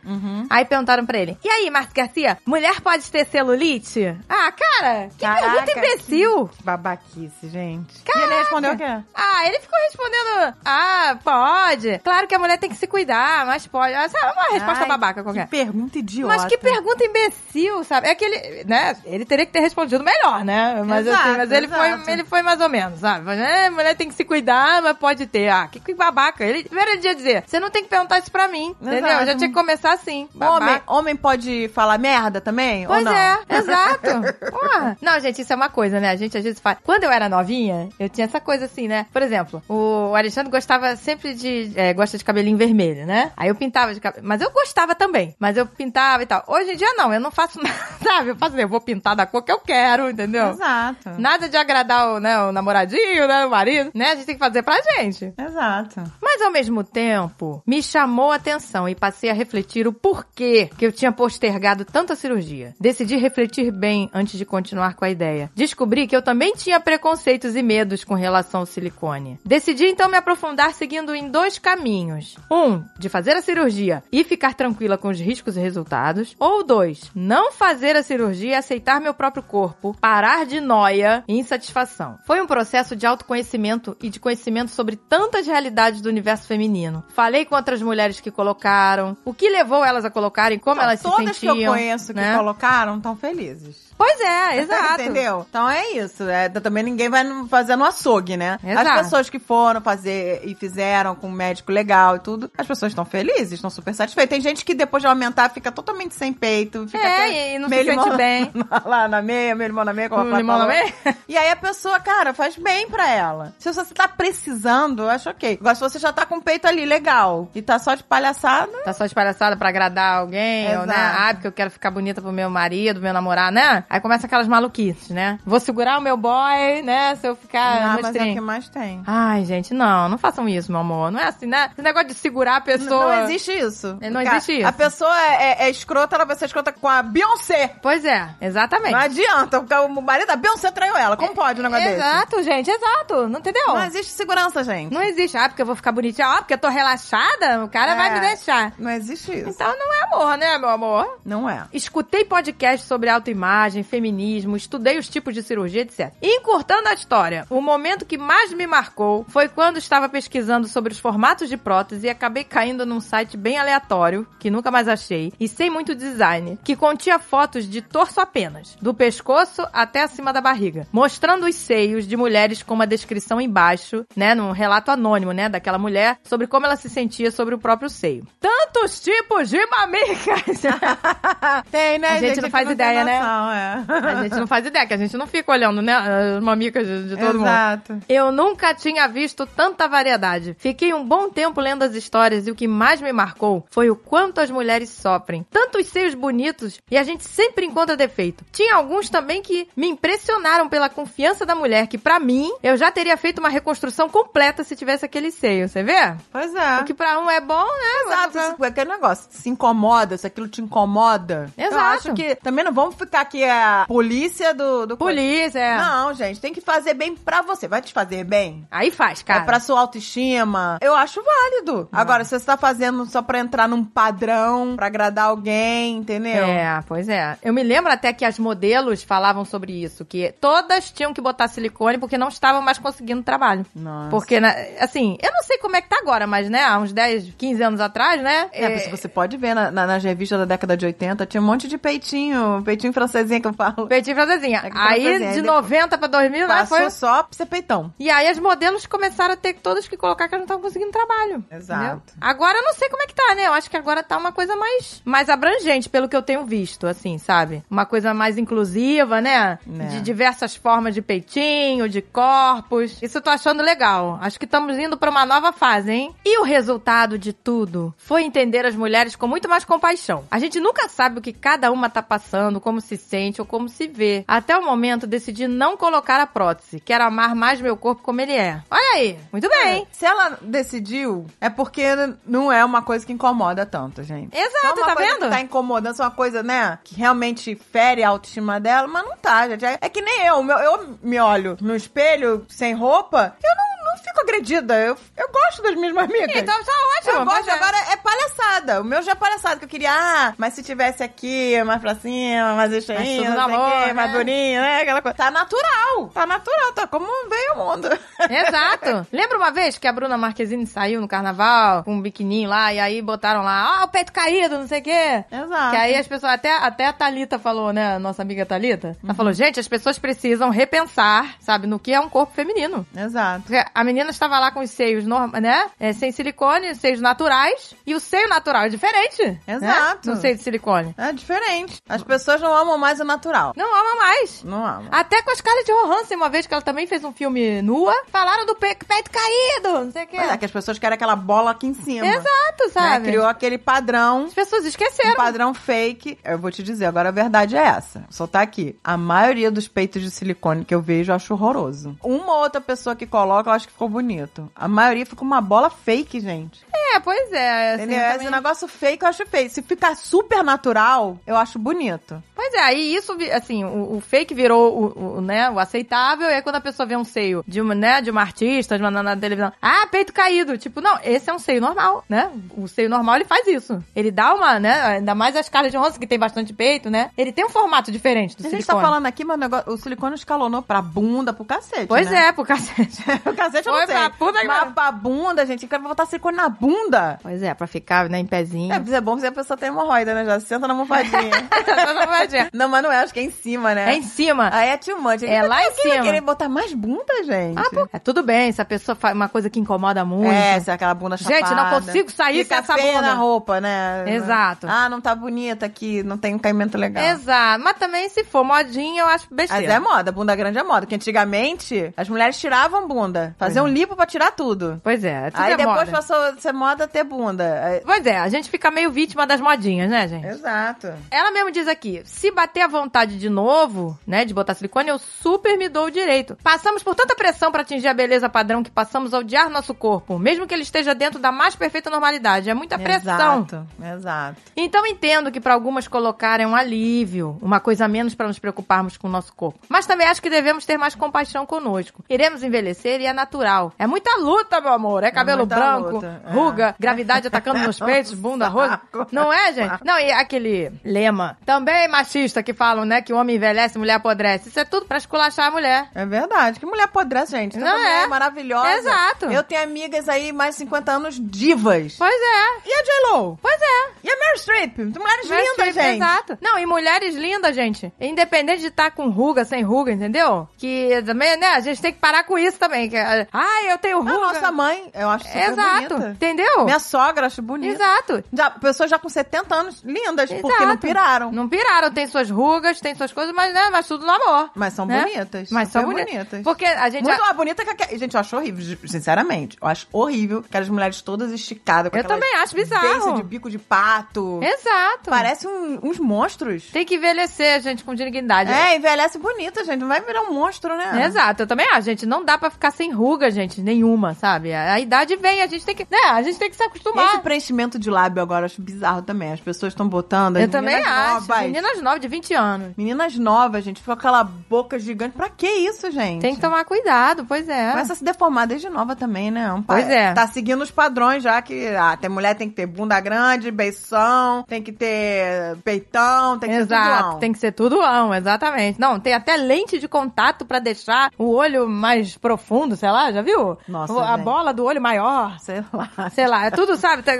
[SPEAKER 1] Aí perguntaram pra ele: E aí, Márcio Garcia, mulher pode ter celulite? Ah, cara, que pergunta imbecil!
[SPEAKER 2] que Babaquice, gente. E ele respondeu o quê?
[SPEAKER 1] Ah, ele ficou respondendo: Ah, pode. Claro que a mulher tem que se cuidar, mas pode. Ah, sabe, uma resposta
[SPEAKER 2] Ai,
[SPEAKER 1] babaca qualquer.
[SPEAKER 2] Que pergunta idiota.
[SPEAKER 1] Mas que pergunta imbecil, sabe? É que ele, né? Ele teria que ter respondido melhor, né? Mas,
[SPEAKER 2] Exato,
[SPEAKER 1] assim, mas ele,
[SPEAKER 2] exato.
[SPEAKER 1] foi, ele foi mais ou menos, sabe? Mas, É, mulher tem que se cuidar, mas pode ter. Ah, que, que babaca. Ele, primeiro ele ia dizer, você não tem que perguntar isso pra mim, entendeu? Eu já tinha que começar assim.
[SPEAKER 2] Homem,
[SPEAKER 1] babaca.
[SPEAKER 2] homem pode falar merda também?
[SPEAKER 1] Pois
[SPEAKER 2] ou não? [laughs]
[SPEAKER 1] é, exato. Porra. Não, gente, isso é uma coisa, né? A gente às vezes fala. Quando eu era novinha, eu tinha essa coisa assim, né? Por exemplo, o Alexandre gostava sempre de. é, gosta de cabelinho vermelho, né? Aí eu pintava de cabelo. Mas eu gostava também. Mas eu pintava e tal. Hoje em dia não, eu não faço [laughs] nada, sabe? Eu faço, eu vou pintar da cor que eu quero, entendeu?
[SPEAKER 2] Exato.
[SPEAKER 1] Nada de agradar o, né, o namoradinho, né? O marido, né? A gente tem que fazer pra gente.
[SPEAKER 2] Exato.
[SPEAKER 1] Mas ao mesmo tempo, me chamou a atenção e passei a refletir o porquê que eu tinha postergado tanta cirurgia. Decidi refletir bem antes de continuar com a ideia. Descobri que eu também tinha preconceitos e medos com relação ao silicone. Decidi então me aprofundar seguindo em dois caminhos: um, de fazer a cirurgia e ficar tranquila com os riscos e resultados, ou dois, não fazer a cirurgia e aceitar meu próprio corpo, parar de noia e insatisfação. Foi um processo de autoconhecimento e de conhecimento sobre tantas realidades do universo feminino. Falei com outras mulheres que colocaram, o que levou elas a colocarem, como
[SPEAKER 2] Então,
[SPEAKER 1] elas se
[SPEAKER 2] todas
[SPEAKER 1] sentiam.
[SPEAKER 2] que eu conheço que
[SPEAKER 1] né?
[SPEAKER 2] colocaram estão felizes.
[SPEAKER 1] Pois
[SPEAKER 2] [laughs]
[SPEAKER 1] é, [laughs] exato.
[SPEAKER 2] Entendeu? Então é isso. É, também ninguém vai no- fazer no açougue, né?
[SPEAKER 1] Exato.
[SPEAKER 2] As pessoas que foram fazer e fizeram com um médico legal e tudo, as pessoas estão felizes, estão super satisfeitas. Tem gente que depois de aumentar fica totalmente sem peito, fica
[SPEAKER 1] É,
[SPEAKER 2] até
[SPEAKER 1] e não se
[SPEAKER 2] meio
[SPEAKER 1] sente
[SPEAKER 2] limão na-
[SPEAKER 1] bem.
[SPEAKER 2] lá [laughs] na meia, meio limão na meia, como a
[SPEAKER 1] Um
[SPEAKER 2] Flá
[SPEAKER 1] limão na
[SPEAKER 2] falou.
[SPEAKER 1] meia?
[SPEAKER 2] E aí a pessoa, cara, faz bem pra ela. Se você tá precisando, eu acho ok. Agora, se você já tá com o peito ali legal e tá só de palhaçada,
[SPEAKER 1] Tá só de palhaçada pra agradar alguém, ou, né?
[SPEAKER 2] Exato.
[SPEAKER 1] Ah, porque eu quero ficar bonita pro meu marido, meu namorado, né? Aí começa aquelas maluquices, né? Vou segurar o meu boy, né? Se eu ficar
[SPEAKER 2] ah,
[SPEAKER 1] no
[SPEAKER 2] mas é o
[SPEAKER 1] string.
[SPEAKER 2] que mais tem.
[SPEAKER 1] Ai, gente, não, não façam isso, meu amor. Não é assim, né? Esse negócio de segurar a
[SPEAKER 2] N-
[SPEAKER 1] pessoa.
[SPEAKER 2] Não existe isso.
[SPEAKER 1] É, não
[SPEAKER 2] Cara,
[SPEAKER 1] existe isso.
[SPEAKER 2] A pessoa é, é- é escrota, ela vai ser escrota com a Beyoncé.
[SPEAKER 1] Pois é, exatamente.
[SPEAKER 2] Não adianta, porque o marido da Beyoncé traiu ela. Como pode um negócio desse?
[SPEAKER 1] Exato, gente, exato. Não entendeu?
[SPEAKER 2] Não existe segurança, gente.
[SPEAKER 1] Não existe. Ah, porque eu vou ficar bonitinha. Ah, porque eu tô relaxada, o cara
[SPEAKER 2] É.
[SPEAKER 1] vai me deixar.
[SPEAKER 2] Não existe isso.
[SPEAKER 1] Então não é amor, né, meu amor?
[SPEAKER 2] Não é.
[SPEAKER 1] Escutei podcast sobre autoimagem, feminismo, estudei os tipos de cirurgia, etc. E Encurtando a história, o momento que mais me marcou foi quando estava pesquisando sobre os formatos de prótese e acabei caindo num site bem aleatório, que nunca mais achei, e sem muito design, que continha fotos de torso apenas, do pescoço até acima da barriga, mostrando os seios de mulheres com uma descrição embaixo, né, num relato anônimo, né, daquela mulher, sobre como ela se sentia sobre o próprio seio. Tantos tipos de mamicas! [laughs]
[SPEAKER 2] Tem, né,
[SPEAKER 1] A gente não
[SPEAKER 2] que
[SPEAKER 1] faz
[SPEAKER 2] tem
[SPEAKER 1] ideia, né?
[SPEAKER 2] noção, é.
[SPEAKER 1] A gente não faz ideia, que a gente não fica olhando, né? As mamicas de, de todo mundo.
[SPEAKER 2] Exato.
[SPEAKER 1] Eu nunca tinha visto tanta variedade. Fiquei um bom tempo lendo as histórias e o que mais me marcou foi o quanto as mulheres sofrem. Tantos seios bonitos e a gente sempre encontra defeito. Tinha alguns também que me impressionaram pela confiança da mulher, que pra mim eu já teria feito uma reconstrução completa se tivesse aquele seio, você vê?
[SPEAKER 2] Pois é.
[SPEAKER 1] O que pra um é bom, né?
[SPEAKER 2] Exato, isso é aquele negócio. Se incomoda, se aquilo te incomoda. Eu
[SPEAKER 1] Exato.
[SPEAKER 2] acho que também não vamos ficar aqui é, a polícia do. do coisa.
[SPEAKER 1] Polícia, é.
[SPEAKER 2] Não, gente, tem que fazer bem pra você. Vai te fazer bem?
[SPEAKER 1] Aí faz, cara.
[SPEAKER 2] É pra sua autoestima. Eu acho válido. Agora, se você tá fazendo só pra entrar num padrão, pra agradar alguém, entendeu?
[SPEAKER 1] É, pois é. Eu me lembro até que as modelos falavam sobre isso, que todas tinham que botar silicone porque não estavam mais conseguindo trabalho.
[SPEAKER 2] Nossa.
[SPEAKER 1] Porque, né, assim, eu não sei como é que tá agora, mas, né, há uns 10, 15 anos atrás, né?
[SPEAKER 2] É, mas você pode ver na, na- nas revistas da década de 80, tinha um monte de peitinho, peitinho francesinha que eu falo.
[SPEAKER 1] Peitinho francesinha.
[SPEAKER 2] É que
[SPEAKER 1] Aí,
[SPEAKER 2] francesinha, aí
[SPEAKER 1] de
[SPEAKER 2] depois-
[SPEAKER 1] 90 pra 2000, né,
[SPEAKER 2] Passou
[SPEAKER 1] foi...
[SPEAKER 2] só pra ser peitão.
[SPEAKER 1] E aí as modelos começaram a ter todas que colocar que elas não estavam conseguindo trabalho.
[SPEAKER 2] Exato.
[SPEAKER 1] entendeu? Agora eu não sei como é que tá, né? Eu acho que agora tá uma coisa mais, mais abrangente, pelo que eu tenho visto, assim, sabe? Uma coisa mais inclusiva, né?
[SPEAKER 2] Né.
[SPEAKER 1] De diversas formas de peitinho, de corpos. Isso eu tô achando legal. Acho que estamos indo pra uma nova fase, hein? E o resultado de tudo foi entender as mulheres com muito mais compaixão. A gente nunca sabe o que cada uma tá passando, como se sente ou como se vê. Até o momento decidi não colocar a prótese. Quero amar mais meu corpo como ele é. Olha aí. Muito bem.
[SPEAKER 2] Se ela decidiu, é porque não é uma coisa que incomoda tanto, gente.
[SPEAKER 1] Exato,
[SPEAKER 2] é uma
[SPEAKER 1] tá
[SPEAKER 2] coisa
[SPEAKER 1] vendo?
[SPEAKER 2] Que tá incomodando, se é uma coisa, né, que realmente fere a autoestima dela, mas não tá, gente. É é que nem eu, meu- eu me olho no espelho, sem roupa, eu não, não fico agredida, eu, eu gosto das minhas amigas.
[SPEAKER 1] Então tá ótimo.
[SPEAKER 2] É. eu gosto,
[SPEAKER 1] pois é.
[SPEAKER 2] agora é palhaçada. O meu já é palhaçada, que eu queria, ah, mas se tivesse aqui, mais pra cima, mais
[SPEAKER 1] tudo
[SPEAKER 2] esteinho,
[SPEAKER 1] na
[SPEAKER 2] mais,
[SPEAKER 1] mão, né?
[SPEAKER 2] mais boninho, né, aquela coisa. Tá natural, tá natural, tá como veio
[SPEAKER 1] [laughs]
[SPEAKER 2] o mundo. [laughs]
[SPEAKER 1] Exato. Lembra uma vez que a Bruna Marquezine saiu no carnaval com um biquininho lá e aí botaram lá, ó, o peito caído, não sei o quê.
[SPEAKER 2] Exato.
[SPEAKER 1] Que aí as pessoas, até, até a Thalita falou, né? a Nossa amiga Thalita.
[SPEAKER 2] Uhum.
[SPEAKER 1] Ela falou, gente, as pessoas precisam repensar, sabe, no que é um corpo feminino.
[SPEAKER 2] Exato.
[SPEAKER 1] Porque a menina estava lá com os seios, norma- né? é, sem silicone, os seios naturais. E o seio natural é diferente. né,
[SPEAKER 2] Exato.
[SPEAKER 1] Do seio de silicone.
[SPEAKER 2] É diferente. As pessoas não amam mais o natural.
[SPEAKER 1] Não ama mais.
[SPEAKER 2] Não amam.
[SPEAKER 1] Até com a Scarlett Johansson, uma vez que ela também fez um filme nua, falaram do pe- peito caído, não sei o quê.
[SPEAKER 2] Mas é que as pessoas querem aquela bola aqui em cima.
[SPEAKER 1] Exato,
[SPEAKER 2] né?
[SPEAKER 1] sabe?
[SPEAKER 2] Criou aquele padrão.
[SPEAKER 1] As pessoas
[SPEAKER 2] Um
[SPEAKER 1] esqueceram.
[SPEAKER 2] padrão fake. Eu vou te dizer, agora a verdade é essa. Só tá aqui. A maioria dos peitos de silicone que eu vejo, eu acho horroroso. Uma outra pessoa que coloca, eu acho ficou bonito. A maioria ficou uma bola fake, gente.
[SPEAKER 1] É, pois é. assim,
[SPEAKER 2] Entendeu? Esse
[SPEAKER 1] também-
[SPEAKER 2] negócio fake eu acho feio. Se ficar super natural, eu acho bonito.
[SPEAKER 1] Pois é, aí isso, vi- assim, o, o fake virou o, o, né, o aceitável, e aí quando a pessoa vê um seio de uma, né, de uma artista, de uma na, na televisão, ah, peito caído. Tipo, não, esse é um seio normal, né? O seio normal, ele faz isso. Ele dá uma, né, ainda mais as caras de onça que tem bastante peito, né? Ele tem um formato diferente do
[SPEAKER 2] A
[SPEAKER 1] silicone.
[SPEAKER 2] gente tá falando aqui, mas o, negócio- o silicone escalonou pra bunda, pro cacete.
[SPEAKER 1] Pois
[SPEAKER 2] né?
[SPEAKER 1] é, por cacete.
[SPEAKER 2] [laughs] O cacete eu não
[SPEAKER 1] Foi
[SPEAKER 2] sei.
[SPEAKER 1] pra puta que
[SPEAKER 2] mas
[SPEAKER 1] pariu.
[SPEAKER 2] pra bunda, gente, eu quero botar silicone na bunda.
[SPEAKER 1] [laughs] Pois é, pra ficar, né, em pezinho. [laughs]
[SPEAKER 2] É, mas é bom que a pessoa tem hemorroida, né? Já senta na almofadinha. não, mas não é, acho que é em cima, né?
[SPEAKER 1] é em cima.
[SPEAKER 2] Aí é too much.
[SPEAKER 1] É lá em
[SPEAKER 2] Quem vai
[SPEAKER 1] cima.
[SPEAKER 2] querer botar mais bunda, gente?
[SPEAKER 1] Ah, pô, é tudo bem, se a pessoa faz uma coisa que incomoda muito.
[SPEAKER 2] É, se é aquela bunda
[SPEAKER 1] Gente,
[SPEAKER 2] chapada.
[SPEAKER 1] não consigo sair
[SPEAKER 2] Fica
[SPEAKER 1] com essa
[SPEAKER 2] feia
[SPEAKER 1] bunda.
[SPEAKER 2] na roupa, né?
[SPEAKER 1] Exato.
[SPEAKER 2] Ah, não tá bonita aqui, não tem um caimento legal.
[SPEAKER 1] Exato. Mas também, se for modinha, eu acho
[SPEAKER 2] Mas
[SPEAKER 1] besteira.
[SPEAKER 2] é moda, bunda grande é moda. Porque antigamente, as mulheres tiravam bunda. Faziam lipo pra tirar tudo.
[SPEAKER 1] Pois é, tudo
[SPEAKER 2] Aí
[SPEAKER 1] é
[SPEAKER 2] depois
[SPEAKER 1] moda.
[SPEAKER 2] passou a ser moda ter bunda. Aí-
[SPEAKER 1] Pois é, a gente fica meio vítima das modinhas, né, gente?
[SPEAKER 2] Exato.
[SPEAKER 1] Ela mesmo diz aqui, se bater à vontade de novo, né, de botar silicone, eu super me dou o direito. Passamos por tanta pressão pra atingir a beleza padrão que passamos a odiar nosso corpo, mesmo que ele esteja dentro da mais perfeita normalidade. É muita pressão.
[SPEAKER 2] Exato, exato.
[SPEAKER 1] Então entendo que pra algumas colocarem um alívio, uma coisa a menos pra nos preocuparmos com o nosso corpo. Mas também acho que devemos ter mais compaixão conosco. Iremos envelhecer e é natural. É muita luta, meu amor. É cabelo
[SPEAKER 2] muita
[SPEAKER 1] branco,
[SPEAKER 2] luta, é. um
[SPEAKER 1] ruga, gravidade atacando nos
[SPEAKER 2] [laughs]
[SPEAKER 1] peitos, bunda rosa.
[SPEAKER 2] Saco.
[SPEAKER 1] Não é, gente? Não, e aquele lema também machista que falam, né, que homem envelhece, mulher apodrece. Isso é tudo pra esculachar a mulher.
[SPEAKER 2] É verdade. Que mulher podrece, gente. Tanta
[SPEAKER 1] Não
[SPEAKER 2] mulher
[SPEAKER 1] é.
[SPEAKER 2] maravilhosa.
[SPEAKER 1] Exato.
[SPEAKER 2] Eu tenho amigas aí, mais de 50 anos, divas.
[SPEAKER 1] Pois é.
[SPEAKER 2] E a J-Lo?
[SPEAKER 1] Pois é.
[SPEAKER 2] E a Meryl Streep? Mulheres
[SPEAKER 1] Mas
[SPEAKER 2] lindas,
[SPEAKER 1] que-
[SPEAKER 2] gente.
[SPEAKER 1] Exato. Não, e mulheres lindas, gente. Independente de estar com ruga, sem ruga, entendeu? Que também, né, a gente tem que parar com isso também. Que, ah, ai, eu tenho
[SPEAKER 2] A
[SPEAKER 1] ruga.
[SPEAKER 2] nossa mãe, eu acho super
[SPEAKER 1] Exato.
[SPEAKER 2] bonita.
[SPEAKER 1] Entendeu?
[SPEAKER 2] Minha sogra, acho bonita.
[SPEAKER 1] Exato.
[SPEAKER 2] Já, pessoas já com 70 anos, lindas, porque
[SPEAKER 1] Exato.
[SPEAKER 2] não piraram.
[SPEAKER 1] Não piraram, tem suas rugas, tem suas coisas, mas, né, mas tudo no amor.
[SPEAKER 2] Mas são
[SPEAKER 1] né?
[SPEAKER 2] bonitas.
[SPEAKER 1] Mas são
[SPEAKER 2] super
[SPEAKER 1] boni-
[SPEAKER 2] bonitas.
[SPEAKER 1] Porque a gente...
[SPEAKER 2] Muito mais bonita que aquela. Gente, eu acho horrível, ju- sinceramente. Eu acho horrível aquelas mulheres todas esticadas. Com
[SPEAKER 1] Eu
[SPEAKER 2] aquelas
[SPEAKER 1] também acho bizarro.
[SPEAKER 2] beiças de bico de pato.
[SPEAKER 1] Exato.
[SPEAKER 2] Parece um- uns monstros.
[SPEAKER 1] Tem que envelhecer, gente, com dignidade.
[SPEAKER 2] É, envelhece bonita, gente. Não vai virar um monstro, né?
[SPEAKER 1] Exato, eu também acho, gente. Não dá pra ficar sem ruga, gente, nenhuma, sabe? A a idade vem, a gente tem que. Né, a gente tem que se acostumar.
[SPEAKER 2] Esse preenchimento de lábio agora eu acho bizarro também. As pessoas estão botando. as
[SPEAKER 1] Eu também
[SPEAKER 2] meninas
[SPEAKER 1] acho.
[SPEAKER 2] novas.
[SPEAKER 1] Meninas novas de 20 anos.
[SPEAKER 2] Meninas novas, gente, com aquela boca gigante. Pra que isso, gente?
[SPEAKER 1] Tem que tomar cuidado, pois é.
[SPEAKER 2] Começa a se deformar desde nova também, né? É Um pa-
[SPEAKER 1] Pois é.
[SPEAKER 2] Tá seguindo os padrões já que ah, tem mulher tem que ter bunda grande, beição, tem que ter peitão, tem que ter
[SPEAKER 1] Exato,
[SPEAKER 2] tudão.
[SPEAKER 1] tem que ser tudo ão, exatamente. Não, tem até lente de contato pra deixar o olho mais profundo, sei lá, já viu?
[SPEAKER 2] Nossa,
[SPEAKER 1] O- a
[SPEAKER 2] gente.
[SPEAKER 1] bola do olho maior,
[SPEAKER 2] Sei lá. [laughs]
[SPEAKER 1] sei lá, é tudo, sabe? Tá-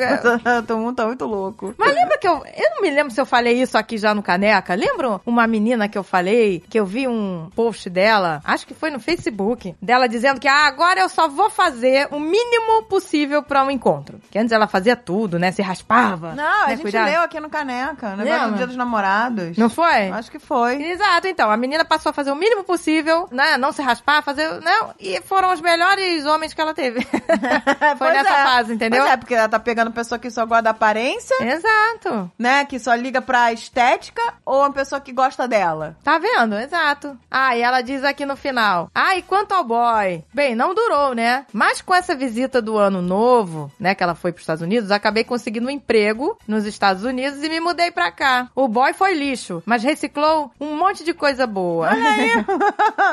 [SPEAKER 2] Todo mundo tá muito louco.
[SPEAKER 1] Mas lembra que eu. Eu não me lembro se eu falei isso aqui já no Caneca. Lembra uma menina que eu falei, que eu vi um post dela, acho que foi no Facebook, dela dizendo que ah, agora eu só vou fazer o mínimo possível pra um encontro. Que antes ela fazia tudo, né? Se raspava.
[SPEAKER 2] Não, a
[SPEAKER 1] né?
[SPEAKER 2] gente
[SPEAKER 1] Cuidado.
[SPEAKER 2] leu aqui no Caneca, o negócio
[SPEAKER 1] Lembra?
[SPEAKER 2] do Dia dos Namorados.
[SPEAKER 1] Não foi?
[SPEAKER 2] Acho que foi.
[SPEAKER 1] Exato, então. A menina passou a fazer o mínimo possível, né? Não se raspar, fazer. Não, e foram os melhores homens que ela teve. [laughs]
[SPEAKER 2] [laughs]
[SPEAKER 1] foi
[SPEAKER 2] Pois
[SPEAKER 1] nessa
[SPEAKER 2] é.
[SPEAKER 1] fase, entendeu?
[SPEAKER 2] Pois é, porque ela tá pegando pessoa que só guarda aparência,
[SPEAKER 1] Exato.
[SPEAKER 2] né? Que só liga pra estética ou uma pessoa que gosta dela. [laughs]
[SPEAKER 1] Tá vendo? Exato. Ah, e ela diz aqui no final. Ah, e quanto ao boy? Bem, não durou, né? Mas com essa visita do ano novo, né, que ela foi pros Estados Unidos, acabei conseguindo um emprego nos Estados Unidos e me mudei pra cá. O boy foi lixo, mas reciclou um monte de coisa boa.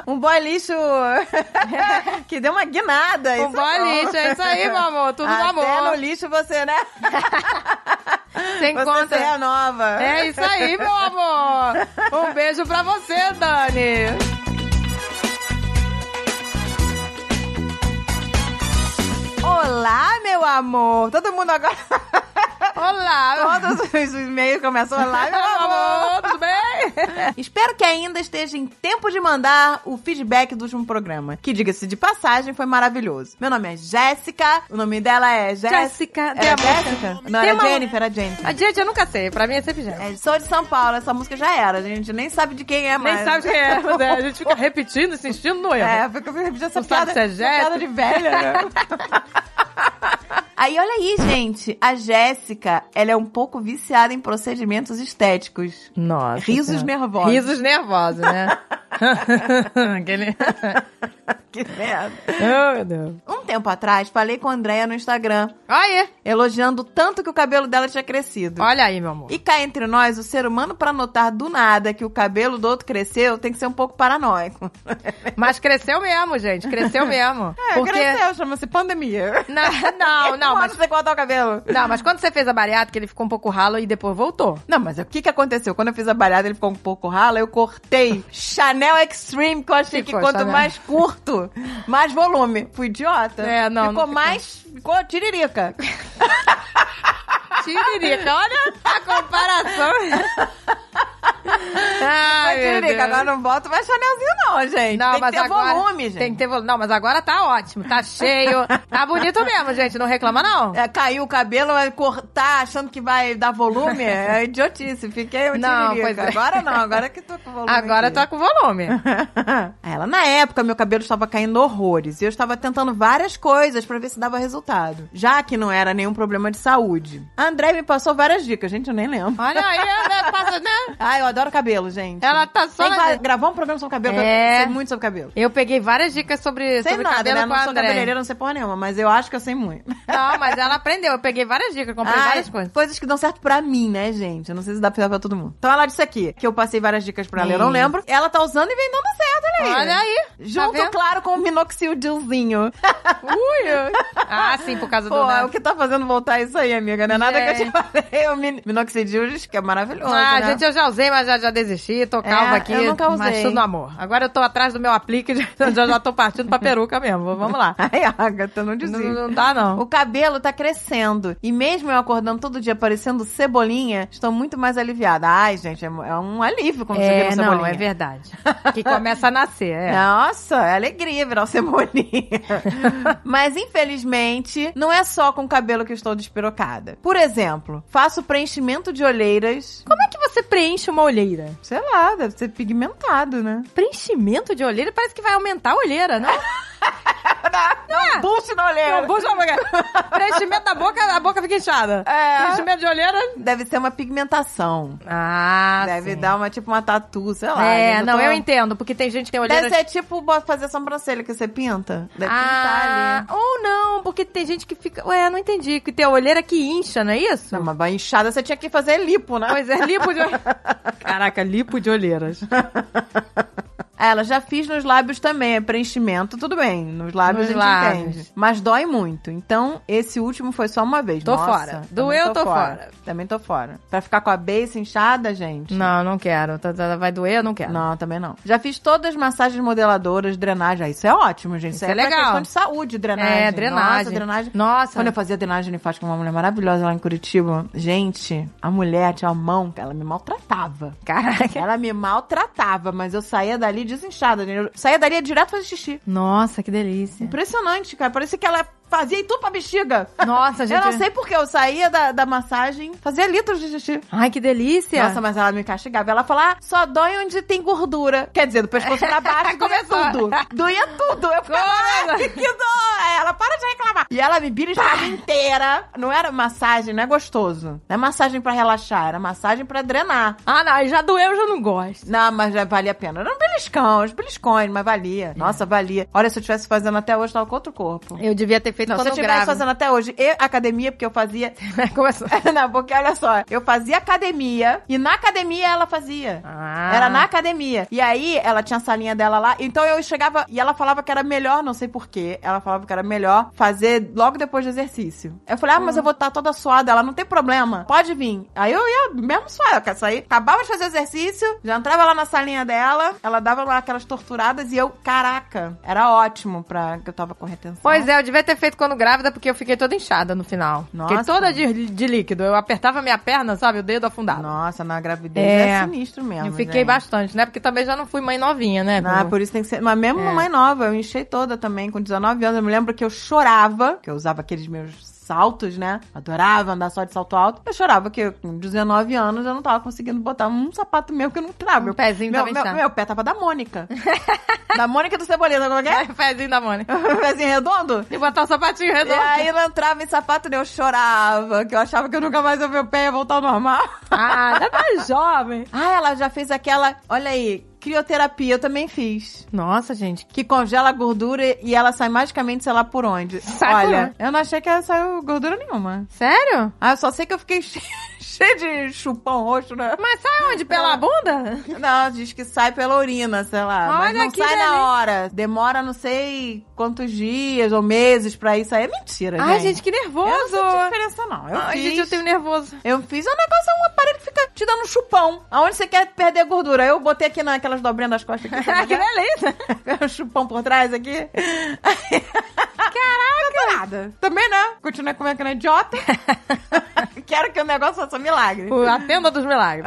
[SPEAKER 2] Um boy lixo [laughs] que deu uma guinada.
[SPEAKER 1] [laughs] Um
[SPEAKER 2] isso
[SPEAKER 1] boy
[SPEAKER 2] é bom.
[SPEAKER 1] lixo, é isso aí, meu
[SPEAKER 2] [laughs]
[SPEAKER 1] amor. Tudo
[SPEAKER 2] Até
[SPEAKER 1] no amor.
[SPEAKER 2] no lixo você, né?
[SPEAKER 1] Sem
[SPEAKER 2] Você
[SPEAKER 1] conta.
[SPEAKER 2] se renova.
[SPEAKER 1] É isso aí, meu amor. Um beijo pra você, Dani.
[SPEAKER 2] Olá, meu amor. Todo mundo agora... [laughs]
[SPEAKER 1] Olá.
[SPEAKER 2] Todos os e-mails começam
[SPEAKER 1] [laughs]
[SPEAKER 2] olá, meu amor.
[SPEAKER 1] Tudo bem?
[SPEAKER 2] Espero que ainda esteja em tempo de mandar o feedback do último programa. Que, diga-se de passagem, foi maravilhoso. Meu nome é Jéssica. O nome dela é Jéssica.
[SPEAKER 1] Jéssica.
[SPEAKER 2] É Jéssica? Não,
[SPEAKER 1] Tem
[SPEAKER 2] era
[SPEAKER 1] uma-
[SPEAKER 2] Jennifer, era Jennifer.
[SPEAKER 1] Ah, Gente, eu nunca sei. Pra mim é sempre gente.
[SPEAKER 2] É, sou de São Paulo, essa música já era. A gente nem sabe de quem é
[SPEAKER 1] Nem
[SPEAKER 2] mais.
[SPEAKER 1] sabe quem é, mas é, a gente
[SPEAKER 2] [laughs]
[SPEAKER 1] fica repetindo, insistindo no erro.
[SPEAKER 2] É, fica repetindo essa
[SPEAKER 1] Não sabe
[SPEAKER 2] piada,
[SPEAKER 1] se é
[SPEAKER 2] essa piada
[SPEAKER 1] Jéssica.
[SPEAKER 2] de velha,
[SPEAKER 1] [laughs]
[SPEAKER 2] né? Aí, olha aí, gente. A Jéssica, ela é um pouco viciada em procedimentos estéticos.
[SPEAKER 1] Nossa.
[SPEAKER 2] Risos
[SPEAKER 1] Senhora. [laughs]
[SPEAKER 2] nervosos.
[SPEAKER 1] Risos nervosos, né? Aquele...
[SPEAKER 2] que merda.
[SPEAKER 1] Ai, Oh, meu Deus.
[SPEAKER 2] Um tempo atrás, falei com a Andrea no Instagram,
[SPEAKER 1] Aí,
[SPEAKER 2] elogiando o tanto que o cabelo dela tinha crescido.
[SPEAKER 1] olha aí, meu
[SPEAKER 2] [laughs]
[SPEAKER 1] amor.
[SPEAKER 2] E cá entre nós, o ser humano, pra notar do nada que o cabelo do outro cresceu, tem que ser um pouco
[SPEAKER 1] [laughs]
[SPEAKER 2] paranoico.
[SPEAKER 1] Mas cresceu mesmo, gente. Cresceu mesmo.
[SPEAKER 2] É,
[SPEAKER 1] Porque...
[SPEAKER 2] cresceu, chama-se pandemia.
[SPEAKER 1] Não, não, não,
[SPEAKER 2] Como
[SPEAKER 1] mas
[SPEAKER 2] você cortar o cabelo?
[SPEAKER 1] Não, mas quando você fez a bariátrica, ele ficou um pouco ralo e depois voltou.
[SPEAKER 2] Não, mas o que que aconteceu? Quando eu fiz a balhada, ele ficou um pouco ralo, eu cortei Chanel Extreme, que eu achei
[SPEAKER 1] Ficou
[SPEAKER 2] que quanto
[SPEAKER 1] Chanel.
[SPEAKER 2] mais curto, mais volume. Fui idiota.
[SPEAKER 1] É, não,
[SPEAKER 2] Ficou
[SPEAKER 1] não ficou.
[SPEAKER 2] mais... Ficou tiririca.
[SPEAKER 1] Tiririca, olha a
[SPEAKER 2] [laughs]
[SPEAKER 1] comparação. Ai,
[SPEAKER 2] Foi
[SPEAKER 1] meu
[SPEAKER 2] tiririca.
[SPEAKER 1] Deus.
[SPEAKER 2] Agora não boto mais Chanelzinho não, gente. tem que ter volume, gente.
[SPEAKER 1] Tem que ter volume. Não, mas agora tá ótimo, tá cheio. Tá bonito mesmo, gente. Não reclama, não.
[SPEAKER 2] É, caiu o cabelo, vai cortar achando que vai
[SPEAKER 1] [laughs]
[SPEAKER 2] dar volume, é idiotice. Fiquei um
[SPEAKER 1] Não,
[SPEAKER 2] tiririca.
[SPEAKER 1] pois é.
[SPEAKER 2] Agora não, agora que tô com volume.
[SPEAKER 1] [laughs] Agora
[SPEAKER 2] aqui.
[SPEAKER 1] tá com volume.
[SPEAKER 2] Aí Ela, na época, meu cabelo estava caindo horrores. E eu estava tentando várias coisas pra ver se dava resultado. Já que não era nenhum problema de saúde. A André me passou várias dicas, gente, eu nem lembro.
[SPEAKER 1] Olha
[SPEAKER 2] [laughs]
[SPEAKER 1] aí, né? Passa, né?
[SPEAKER 2] Ai, eu adoro cabelo, gente.
[SPEAKER 1] Ela tá só
[SPEAKER 2] Tem que
[SPEAKER 1] na-
[SPEAKER 2] fa- gravar um programa sobre cabelo,
[SPEAKER 1] É.
[SPEAKER 2] que eu sei muito sobre cabelo.
[SPEAKER 1] Eu peguei várias dicas sobre,
[SPEAKER 2] Sei
[SPEAKER 1] sobre
[SPEAKER 2] nada,
[SPEAKER 1] cabelo
[SPEAKER 2] né?
[SPEAKER 1] com
[SPEAKER 2] Não
[SPEAKER 1] a
[SPEAKER 2] sou
[SPEAKER 1] André.
[SPEAKER 2] cabeleireira, não sei porra nenhuma, mas eu acho que eu sei muito.
[SPEAKER 1] Não, mas ela aprendeu. Eu peguei várias dicas, comprei
[SPEAKER 2] Ah,
[SPEAKER 1] várias coisas.
[SPEAKER 2] que dão certo pra mim, né, gente? Eu não sei se dá pra pra todo mundo. Então ela disse aqui, que eu passei várias dicas pra ela, eu não
[SPEAKER 1] Hum.
[SPEAKER 2] lembro. Ela tá usando e vem dando certo, olha aí.
[SPEAKER 1] Olha aí.
[SPEAKER 2] Junto,
[SPEAKER 1] tá vendo? Tá
[SPEAKER 2] claro, com o minoxidilzinho.
[SPEAKER 1] Ui. Ah, sim, por causa do...
[SPEAKER 2] Pô,
[SPEAKER 1] né?
[SPEAKER 2] é o que tá fazendo voltar isso aí, amiga? Não é nada que eu te
[SPEAKER 1] Gente.
[SPEAKER 2] falei. O min- minoxidil diz que é maravilhoso,
[SPEAKER 1] Ah,
[SPEAKER 2] né? É,
[SPEAKER 1] gente, eu já usei, mas já, já desisti. Tô calva aqui.
[SPEAKER 2] eu nunca usei.
[SPEAKER 1] Mas tudo no amor. Agora eu tô atrás do meu aplique. [laughs] Já, já tô partindo pra peruca mesmo. Vamos lá.
[SPEAKER 2] Ai, Agatha, não
[SPEAKER 1] Não,
[SPEAKER 2] desiste.
[SPEAKER 1] não dá, não.
[SPEAKER 2] O cabelo tá crescendo. E mesmo eu acordando todo dia parecendo cebolinha, estou muito mais aliviada. Ai, gente, é, mo- é um alívio quando você vira
[SPEAKER 1] É,
[SPEAKER 2] um
[SPEAKER 1] não,
[SPEAKER 2] cebolinha.
[SPEAKER 1] é verdade. Que começa a nascer, é.
[SPEAKER 2] Nossa, é alegria virar
[SPEAKER 1] [laughs]
[SPEAKER 2] um cebolinha. Mas, infelizmente, não é só com o cabelo que eu estou despirocada. Por exemplo, faço preenchimento de olheiras.
[SPEAKER 1] Como é que você preenche uma olheira?
[SPEAKER 2] Sei lá, deve ser pigmentado, né?
[SPEAKER 1] Preenchimento de olheira parece que vai aumentar a olheira,
[SPEAKER 2] [laughs]
[SPEAKER 1] né?
[SPEAKER 2] Não, bucho na olheira.
[SPEAKER 1] Ah, Não, puxa a boca. [laughs] Preenchimento da boca, a boca fica inchada.
[SPEAKER 2] É.
[SPEAKER 1] Preenchimento de olheira.
[SPEAKER 2] Deve ser uma pigmentação.
[SPEAKER 1] Ah,
[SPEAKER 2] Deve
[SPEAKER 1] sim.
[SPEAKER 2] dar uma, tipo, uma tatu, sei lá.
[SPEAKER 1] É,
[SPEAKER 2] gente,
[SPEAKER 1] não,
[SPEAKER 2] tô-
[SPEAKER 1] eu entendo, porque tem gente que tem olheira.
[SPEAKER 2] Deve ser tipo bo- fazer sobrancelha que você pinta. Deve pintar
[SPEAKER 1] Ah,
[SPEAKER 2] ali.
[SPEAKER 1] ou não, porque tem gente que fica. Ué, não entendi. Que tem a olheira que incha, não é isso?
[SPEAKER 2] Não, mas inchada você tinha que fazer lipo, né?
[SPEAKER 1] Pois é, lipo de
[SPEAKER 2] [laughs]
[SPEAKER 1] olheiras. Caraca, lipo de olheiras.
[SPEAKER 2] Ah, Ela já fiz nos lábios também, é preenchimento, tudo bem. Nos lábios
[SPEAKER 1] Nos
[SPEAKER 2] a gente
[SPEAKER 1] lábios.
[SPEAKER 2] entende. Mas dói muito. Então, esse último foi só uma vez.
[SPEAKER 1] Tô
[SPEAKER 2] Nossa,
[SPEAKER 1] fora.
[SPEAKER 2] também
[SPEAKER 1] Doeu, tô fora.
[SPEAKER 2] Também tô fora. Pra ficar com a base inchada, gente?
[SPEAKER 1] Não, não quero. Tá- tá- Vai doer, eu não quero.
[SPEAKER 2] Não, também não. Já fiz todas as massagens modeladoras, drenagem. Ah, Isso é ótimo, gente. Isso,
[SPEAKER 1] Isso é
[SPEAKER 2] pra
[SPEAKER 1] legal.
[SPEAKER 2] questão de saúde, drenagem.
[SPEAKER 1] É, drenagem.
[SPEAKER 2] Nossa, drenagem.
[SPEAKER 1] Nossa.
[SPEAKER 2] Quando eu fazia drenagem linfática com uma mulher maravilhosa lá em Curitiba, gente, a mulher tinha uma mão que ela me maltratava.
[SPEAKER 1] Caraca.
[SPEAKER 2] [laughs] Ela me maltratava, mas eu saía dali desinchada. né? Eu saía dali direto fazer xixi.
[SPEAKER 1] Nossa, que delícia.
[SPEAKER 2] Impressionante, cara. Parecia que ela fazia tudo pra bexiga.
[SPEAKER 1] [laughs] Nossa, gente. é
[SPEAKER 2] Eu não sei porque eu saía da, da massagem, fazia litros de xixi.
[SPEAKER 1] Ai, que delícia.
[SPEAKER 2] Nossa, mas ela me castigava. Ela falava, ah, só dói onde tem gordura. Quer dizer, do pescoço
[SPEAKER 1] [laughs]
[SPEAKER 2] pra baixo, doía
[SPEAKER 1] Começou.
[SPEAKER 2] tudo. Doía tudo. Eu ficava,
[SPEAKER 1] Como?
[SPEAKER 2] ai, que dor. Aí Ela, para de reclamar. E ela me beliscava inteira. Não era massagem, não é gostoso. Não é massagem pra relaxar, era massagem pra drenar.
[SPEAKER 1] Ah, não, aí já doeu, eu já não gosto.
[SPEAKER 2] Não, mas já valia a pena. Era um beliscão, uns beliscões, mas valia. Nossa, valia. Olha, se eu estivesse fazendo até hoje, tava com outro corpo.
[SPEAKER 1] Eu devia ter feito
[SPEAKER 2] Não, se eu
[SPEAKER 1] É. quando
[SPEAKER 2] estivesse
[SPEAKER 1] grave.
[SPEAKER 2] fazendo até hoje e academia, porque eu fazia. [laughs]
[SPEAKER 1] [laughs] Começou.
[SPEAKER 2] Não, porque olha só, eu fazia academia e na academia ela fazia.
[SPEAKER 1] Ah.
[SPEAKER 2] Era na academia. E aí ela tinha a salinha dela lá, então eu chegava e ela falava que era melhor, não sei porquê, ela falava que era melhor fazer logo depois do exercício. Eu falei, ah, mas eu vou estar toda suada, ela não tem problema, pode vir. Aí eu ia mesmo suada, eu sair. Acabava de fazer exercício, já entrava lá na salinha dela, ela dava lá aquelas torturadas e eu, caraca, era ótimo pra que eu tava com retenção.
[SPEAKER 1] Pois é, eu devia ter feito quando grávida, porque eu fiquei toda inchada no final.
[SPEAKER 2] Nossa.
[SPEAKER 1] Fiquei toda de, de líquido. Eu apertava minha perna, sabe? O dedo afundado.
[SPEAKER 2] Nossa, na gravidez é,
[SPEAKER 1] É.
[SPEAKER 2] sinistro mesmo.
[SPEAKER 1] eu fiquei
[SPEAKER 2] gente.
[SPEAKER 1] bastante, né? Porque também já não fui mãe novinha, né?
[SPEAKER 2] Ah,
[SPEAKER 1] Bubu?
[SPEAKER 2] por isso tem que ser. Mas mesmo mãe nova, eu enchei toda também, com 19 anos. Eu me lembro que eu chorava, que eu usava aqueles meus saltos, né? Adorava andar só de salto alto. Eu chorava que eu, com 19 anos eu não tava conseguindo botar um sapato meu que eu não trava.
[SPEAKER 1] Um
[SPEAKER 2] Meu-
[SPEAKER 1] pezinho
[SPEAKER 2] meu,
[SPEAKER 1] tava
[SPEAKER 2] meu,
[SPEAKER 1] inchado.
[SPEAKER 2] meu pé tava da [laughs] Mônica. da Mônica do Cebolinha, sabe como é
[SPEAKER 1] [laughs]
[SPEAKER 2] que é?
[SPEAKER 1] Pezinho da Mônica.
[SPEAKER 2] [laughs] Pezinho redondo?
[SPEAKER 1] E botar o sapatinho
[SPEAKER 2] E
[SPEAKER 1] redondo.
[SPEAKER 2] aí não entrava em sapato, né? Eu chorava, que eu achava que eu nunca mais ia ver o pé ia voltar ao normal.
[SPEAKER 1] Ah, ainda mais tá jovem.
[SPEAKER 2] Ah, ela já fez aquela. Olha aí, Crioterapia eu também fiz.
[SPEAKER 1] Nossa, gente.
[SPEAKER 2] Que congela a gordura e ela sai magicamente, sei lá por onde.
[SPEAKER 1] Sai por
[SPEAKER 2] Olha,
[SPEAKER 1] onde?
[SPEAKER 2] eu não achei que ela saiu gordura nenhuma.
[SPEAKER 1] Sério?
[SPEAKER 2] Ah, eu só sei que eu fiquei [laughs] che- cheia de chupão roxo, né?
[SPEAKER 1] Mas sai onde? Pela bunda?
[SPEAKER 2] Não, diz que sai pela urina, sei lá. mas
[SPEAKER 1] Olha
[SPEAKER 2] não
[SPEAKER 1] que
[SPEAKER 2] sai
[SPEAKER 1] delícia.
[SPEAKER 2] na hora. Demora não sei quantos dias ou meses pra isso. Aí é mentira, gente.
[SPEAKER 1] Ai, gente, que
[SPEAKER 2] Eu
[SPEAKER 1] nervoso.
[SPEAKER 2] não senti diferença, não. Eu
[SPEAKER 1] Ai,
[SPEAKER 2] fiz.
[SPEAKER 1] gente, eu tenho nervoso.
[SPEAKER 2] Eu fiz um negócio, é um aparelho que fica te dando chupão. Aonde você quer perder gordura? Eu botei aqui naquelas dobrinhas das costas
[SPEAKER 1] [laughs]
[SPEAKER 2] aqui.
[SPEAKER 1] que
[SPEAKER 2] sabe?
[SPEAKER 1] beleza.
[SPEAKER 2] [laughs] um chupão por trás
[SPEAKER 1] [laughs]
[SPEAKER 2] aqui.
[SPEAKER 1] Caraca.
[SPEAKER 2] Nada. Também, né? Continua comendo que não é idiota. [laughs] Quero que o negócio faça um milagre.
[SPEAKER 1] O- A tenda dos
[SPEAKER 2] [laughs]
[SPEAKER 1] milagres.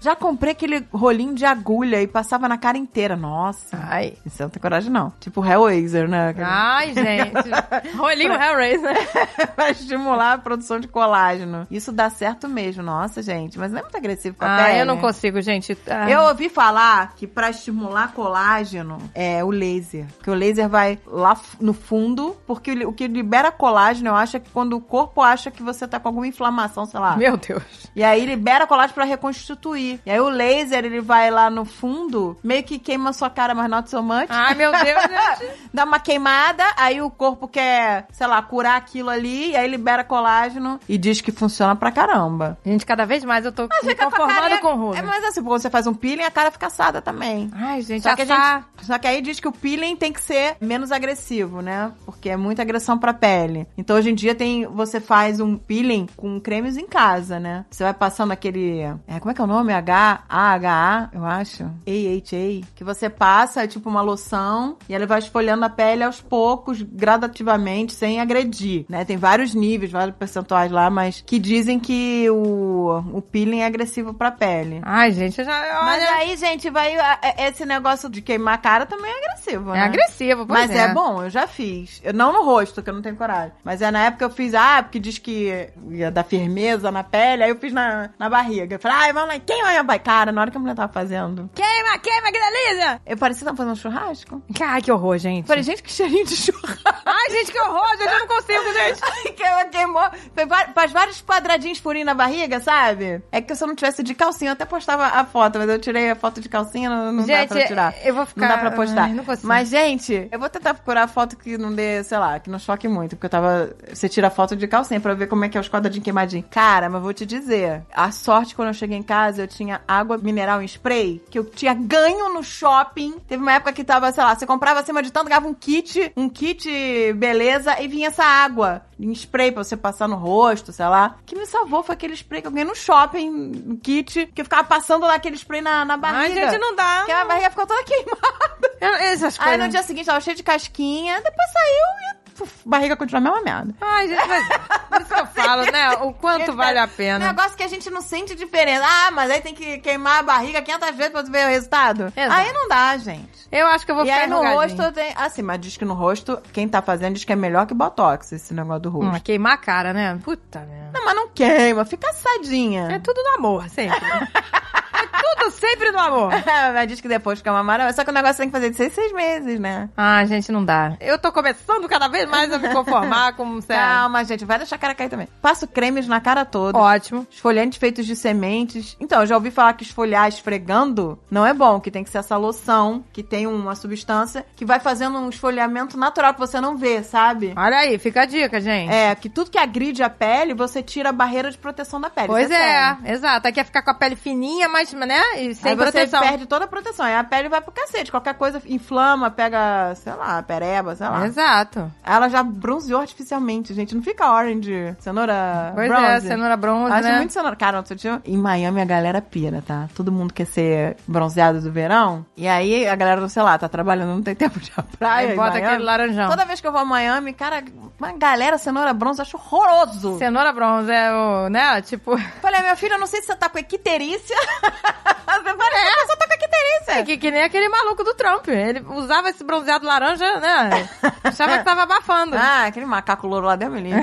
[SPEAKER 2] Já comprei aquele rolinho de agulha e passava na cara inteira. Nossa.
[SPEAKER 1] Ai.
[SPEAKER 2] Isso eu não tem coragem, não. Tipo Hellraiser, né?
[SPEAKER 1] Ai, gente. Rolinho Hellraiser.
[SPEAKER 2] [laughs] pra estimular a produção de colágeno. Isso dá certo mesmo. Nossa, gente. Mas não é muito agressivo com a
[SPEAKER 1] Ah,
[SPEAKER 2] pele.
[SPEAKER 1] eu não consigo, gente. Ah.
[SPEAKER 2] é. Eu ouvi falar que pra estimular colágeno é o laser. Que o laser vai lá f- no fundo, porque o li- o que libera colágeno, eu acho, é que quando o corpo acha que você tá com alguma inflamação, sei lá.
[SPEAKER 1] Meu Deus.
[SPEAKER 2] E aí libera colágeno pra reconstituir. E aí o laser, ele vai lá no fundo, meio que queima sua cara, mas não somante.
[SPEAKER 1] Ai, meu [laughs] Deus, gente.
[SPEAKER 2] Dá uma queimada, aí o corpo quer, sei lá, curar aquilo ali, e aí libera colágeno e diz que funciona pra caramba.
[SPEAKER 1] Gente, cada vez mais eu tô me
[SPEAKER 2] Fica com a
[SPEAKER 1] conformando
[SPEAKER 2] cara-
[SPEAKER 1] Tá com né? o ruim.
[SPEAKER 2] É, mas assim, quando você faz um peeling, a cara fica assada também.
[SPEAKER 1] Ai, gente,
[SPEAKER 2] Só que, a
[SPEAKER 1] assar.
[SPEAKER 2] gente- só que aí diz que o peeling tem que ser menos agressivo, né? Porque é muita agressão pra pele. Então hoje em dia tem, você faz um peeling com cremes em casa, né? Você vai passando aquele. é, como é que é o nome? H-A-H-A, eu acho. AHA. Que você passa, é tipo uma loção, e ela vai esfolhando a pele aos poucos, gradativamente, sem agredir, né? Tem vários níveis, vários percentuais lá, mas que dizem que o, o peeling é agressivo pra pele.
[SPEAKER 1] Ai, gente, eu já.
[SPEAKER 2] Mas é
[SPEAKER 1] olha, é
[SPEAKER 2] aí, gente, vai. a- a- Esse negócio de queimar a cara também é agressivo,
[SPEAKER 1] é
[SPEAKER 2] né?
[SPEAKER 1] agressivo, pois
[SPEAKER 2] Mas é. bom, eu já fiz. Eu, não no rosto, que eu não tenho coragem. Mas é na época eu fiz, ah, porque diz que ia dar firmeza na pele, aí eu fiz na, na barriga. Eu falei, ai, vamos lá, queima minha ba- cara, na hora que a mulher tava fazendo.
[SPEAKER 1] Queima, queima, que delícia!
[SPEAKER 2] Eu parecia que tava fazendo um churrasco.
[SPEAKER 1] Ai, que horror, gente.
[SPEAKER 2] Eu falei, gente, que cheirinho de [laughs] churrasco.
[SPEAKER 1] Ai, gente, que horror, gente, eu não consigo, gente.
[SPEAKER 2] Queimou, queimou. Foi va- Faz vários quadradinhos furinho na barriga, sabe? É que se eu não tivesse de calcinha, eu até postava a foto, mas eu tirei a foto de calcinha, não, não dá pra
[SPEAKER 1] Gente,
[SPEAKER 2] tirar.
[SPEAKER 1] eu vou ficar.
[SPEAKER 2] Não dá pra postar.
[SPEAKER 1] Ai, não consigo.
[SPEAKER 2] Mas, gente, eu vou tentar procurar foto que não dê, sei lá, que não choque muito. Porque eu tava. Você tira foto de calcinha pra ver como é que é os quadradinhos queimadinhos. Cara, mas vou te dizer. A sorte quando eu cheguei em casa, eu tinha água mineral em spray, que eu tinha ganho no shopping. Teve uma época que tava, sei lá, você comprava acima de tanto, ganhava um kit, um kit beleza, e vinha essa água em spray pra você passar no rosto, sei lá. O que me salvou foi aquele spray que eu ganhei no shopping, no kit, que eu ficava passando lá aquele spray na, na
[SPEAKER 1] Ai,
[SPEAKER 2] barriga.
[SPEAKER 1] gente, não dá.
[SPEAKER 2] Porque a barriga ficou toda queimada.
[SPEAKER 1] Eu- Essas
[SPEAKER 2] Aí
[SPEAKER 1] coisas.
[SPEAKER 2] no dia seguinte tava cheio de casquinha, depois saiu e puf, barriga continua a mesma merda.
[SPEAKER 1] Ai, gente, mas. Por isso que eu falo, né?
[SPEAKER 2] [laughs]
[SPEAKER 1] O quanto vale a pena.
[SPEAKER 2] Um Negócio que a gente não sente diferença. Ah, mas aí tem que queimar a barriga 500 vezes pra tu ver o resultado.
[SPEAKER 1] Exato.
[SPEAKER 2] Aí não dá, gente.
[SPEAKER 1] Eu acho que eu vou
[SPEAKER 2] e
[SPEAKER 1] ficar
[SPEAKER 2] aí no
[SPEAKER 1] enrugadinha.
[SPEAKER 2] rosto tem. Assim, mas diz que no rosto, quem tá fazendo diz que é melhor que botox esse negócio do rosto.
[SPEAKER 1] Hum, queimar a cara, né? Puta merda.
[SPEAKER 2] Não, mas não queima, fica assadinha.
[SPEAKER 1] É tudo no amor, sempre. é tudo sempre no amor.
[SPEAKER 2] [laughs] mas diz que depois fica uma maravilha. Só que o negócio tem que fazer de seis, em seis meses, né?
[SPEAKER 1] Ah, gente, não dá. Eu tô começando cada vez mais a me conformar com... um
[SPEAKER 2] Tá.
[SPEAKER 1] sei lá.
[SPEAKER 2] Calma, gente, vai deixar a cara cair também. Passo cremes na cara toda.
[SPEAKER 1] Ótimo.
[SPEAKER 2] Esfoliantes feitos de sementes. Então, eu já ouvi falar que esfoliar esfregando não é bom, que tem que ser essa loção, que tem uma substância que vai fazendo um esfoliamento natural que você não vê, sabe?
[SPEAKER 1] Olha aí, fica a dica, gente.
[SPEAKER 2] É, que tudo que agride a pele, você tira a barreira de proteção da pele.
[SPEAKER 1] Pois
[SPEAKER 2] isso sério.
[SPEAKER 1] é, exato. Aí quer ficar com a pele fininha, mas, né? E sem
[SPEAKER 2] Aí
[SPEAKER 1] proteção.
[SPEAKER 2] você perde toda a proteção. Aí a pele vai pro cacete. Qualquer coisa inflama, pega, sei lá, pereba, sei lá.
[SPEAKER 1] Exato.
[SPEAKER 2] Ela já bronzeou artificialmente, gente. Não fica orange, cenoura
[SPEAKER 1] Pois é,
[SPEAKER 2] bronze.
[SPEAKER 1] cenoura bronze,
[SPEAKER 2] Acho
[SPEAKER 1] né?
[SPEAKER 2] muito cenoura. Cara, outro dia, em Miami a galera pira, tá? Todo mundo quer ser bronzeado do verão. E aí a galera, sei lá, tá trabalhando, não tem tempo de ir à praia.
[SPEAKER 1] Aí
[SPEAKER 2] em
[SPEAKER 1] bota
[SPEAKER 2] Miami.
[SPEAKER 1] aquele laranjão.
[SPEAKER 2] Toda vez que eu vou a Miami, cara, uma galera cenoura bronze, eu acho horroroso.
[SPEAKER 1] Cenoura bronze é o, né? Tipo, [laughs]
[SPEAKER 2] Falei, "Ah, meu filho, eu não sei se você tá com equiterícia. [laughs] você fala, é, você tá com equiterícia.
[SPEAKER 1] é que, que nem aquele maluco do Trump. Ele usava esse bronzeado
[SPEAKER 2] [laughs]
[SPEAKER 1] laranja, né? Achava que tava abafando. [laughs]
[SPEAKER 2] Ah, aquele macaco louro lá deu me livre.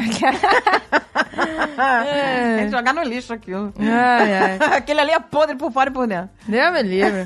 [SPEAKER 2] Tem que jogar no lixo aquilo.
[SPEAKER 1] É. Ai, ai.
[SPEAKER 2] [laughs] Aquele ali é podre por fora e por dentro.
[SPEAKER 1] [laughs] Deus me livre.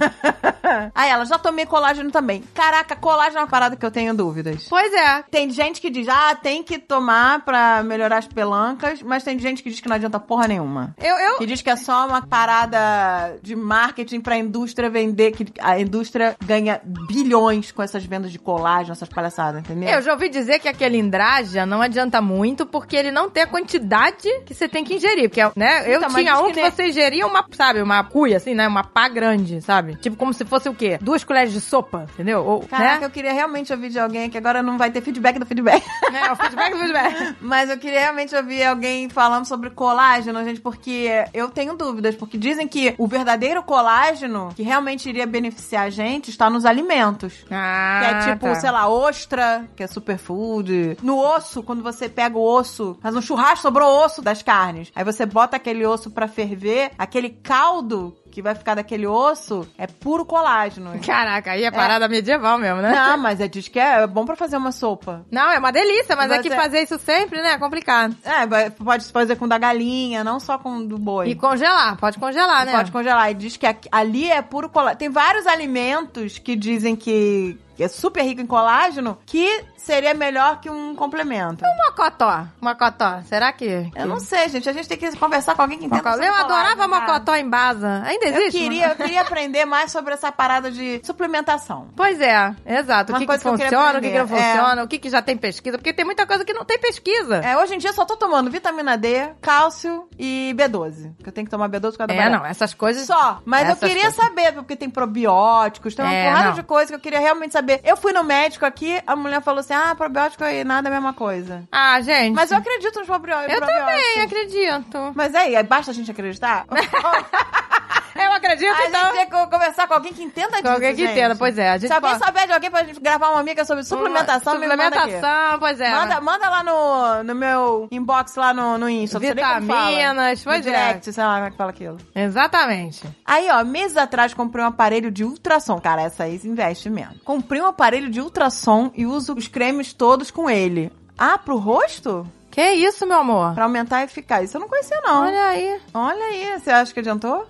[SPEAKER 2] Aí Ah, ela, já tomei colágeno também. Caraca, colágeno é uma parada que eu tenho dúvidas.
[SPEAKER 1] Pois é.
[SPEAKER 2] Tem gente que diz, ah, tem que tomar pra melhorar as pelancas, mas tem gente que diz que não adianta porra nenhuma.
[SPEAKER 1] Eu, eu,
[SPEAKER 2] Que diz que é só uma parada de marketing pra indústria vender, que a indústria ganha bilhões com essas vendas de colágeno, essas palhaçadas, entendeu?
[SPEAKER 1] eu já ouvi dizer que aquele Indraja não adianta muito porque ele não tem a quantidade que você tem que ingerir. Porque, né, eu
[SPEAKER 2] Então, mas
[SPEAKER 1] tinha
[SPEAKER 2] diz
[SPEAKER 1] um
[SPEAKER 2] que
[SPEAKER 1] que,
[SPEAKER 2] nem-
[SPEAKER 1] você ingeria uma, sabe, uma cuia, assim, né? Uma pá grande, sabe? Tipo, como se fosse o quê? Duas colheres de sopa, entendeu? Ou,
[SPEAKER 2] Caraca,
[SPEAKER 1] né?
[SPEAKER 2] eu queria realmente ouvir de alguém, que agora não vai ter feedback do feedback.
[SPEAKER 1] [laughs] Né, o feedback, o feedback.
[SPEAKER 2] Mas eu queria realmente ouvir alguém falando sobre colágeno, gente, porque eu tenho dúvidas. Porque dizem que o verdadeiro colágeno que realmente iria beneficiar a gente está nos alimentos.
[SPEAKER 1] Ah,
[SPEAKER 2] Que é tipo,
[SPEAKER 1] tá.
[SPEAKER 2] sei lá, ostra, que é superfood. No osso, quando você pega o osso, faz um churrasco, sobrou osso das carnes. Aí você bota aquele osso pra ferver, aquele caldo que vai ficar daquele osso é puro colágeno.
[SPEAKER 1] [laughs] Caraca, aí é parada medieval mesmo, né?
[SPEAKER 2] Não, mas é, diz que é bom pra fazer uma sopa.
[SPEAKER 1] Não, é uma delícia, mas, é
[SPEAKER 2] Mas
[SPEAKER 1] que
[SPEAKER 2] é-
[SPEAKER 1] fazer isso sempre, né, é complicado.
[SPEAKER 2] É, vai- pode fazer com da galinha, não só com do boi.
[SPEAKER 1] E congelar, pode congelar, né?
[SPEAKER 2] Pode congelar. E diz que aqui- ali é puro colágeno. Tem vários alimentos que dizem que é super rico em colágeno que seria melhor que um complemento.
[SPEAKER 1] Uma cotó, uma cotó. Será que...
[SPEAKER 2] Eu não sei, gente. A gente tem que conversar com alguém que entenda. sobre
[SPEAKER 1] Eu
[SPEAKER 2] colágeno,
[SPEAKER 1] adorava
[SPEAKER 2] cara.
[SPEAKER 1] mocotó em Baza. Ainda existe?
[SPEAKER 2] Eu queria, eu queria aprender mais sobre essa parada de suplementação.
[SPEAKER 1] Pois é, exato.
[SPEAKER 2] Uma
[SPEAKER 1] o que, que
[SPEAKER 2] coisa que eu queria
[SPEAKER 1] funciona, o que, que não
[SPEAKER 2] aprender, é.
[SPEAKER 1] funciona, o que, que já tem pesquisa, porque tem muita coisa que não tem pesquisa.
[SPEAKER 2] É, hoje em dia eu só tô tomando vitamina D, cálcio e B12. Que eu tenho que tomar B12 por causa da
[SPEAKER 1] É,
[SPEAKER 2] barriga.
[SPEAKER 1] não, essas coisas.
[SPEAKER 2] Só, mas
[SPEAKER 1] essas
[SPEAKER 2] eu queria
[SPEAKER 1] coisas.
[SPEAKER 2] saber, porque tem probióticos, tem uma
[SPEAKER 1] É,
[SPEAKER 2] porrada
[SPEAKER 1] não.
[SPEAKER 2] de coisa que eu queria realmente saber. Eu fui no médico aqui, a mulher falou assim: ah, probiótico e nada é a mesma coisa.
[SPEAKER 1] Ah, gente.
[SPEAKER 2] Mas eu acredito nos probió-
[SPEAKER 1] eu
[SPEAKER 2] probióticos.
[SPEAKER 1] também acredito.
[SPEAKER 2] [laughs] Mas é, aí, aí basta a
[SPEAKER 1] [laughs]
[SPEAKER 2] gente acreditar? a
[SPEAKER 1] Eu acredito, então.
[SPEAKER 2] gente tem que conversar com alguém que entenda disso.
[SPEAKER 1] alguém que
[SPEAKER 2] gente.
[SPEAKER 1] entenda, pois é, a gente
[SPEAKER 2] Se alguém
[SPEAKER 1] pode-
[SPEAKER 2] souber de alguém pra gente gravar uma amiga sobre suplementação, me manda aqui.
[SPEAKER 1] Suplementação, pois é.
[SPEAKER 2] Manda, manda lá no, no meu inbox, lá no, no Insta. não sei nem como fala.
[SPEAKER 1] Vitaminas,
[SPEAKER 2] No
[SPEAKER 1] pois é.
[SPEAKER 2] direct, sei lá como é que fala aquilo.
[SPEAKER 1] Exatamente.
[SPEAKER 2] Aí, ó, meses atrás comprei um aparelho de ultrassom. Cara, essa aí investe mesmo. Comprei um aparelho de ultrassom e uso os cremes todos com ele. Ah, pro rosto?
[SPEAKER 1] Que isso, meu amor?
[SPEAKER 2] Pra aumentar a eficácia. Isso eu não conhecia, não. Olha,
[SPEAKER 1] Olha aí.
[SPEAKER 2] aí, você acha que [laughs] adiantou?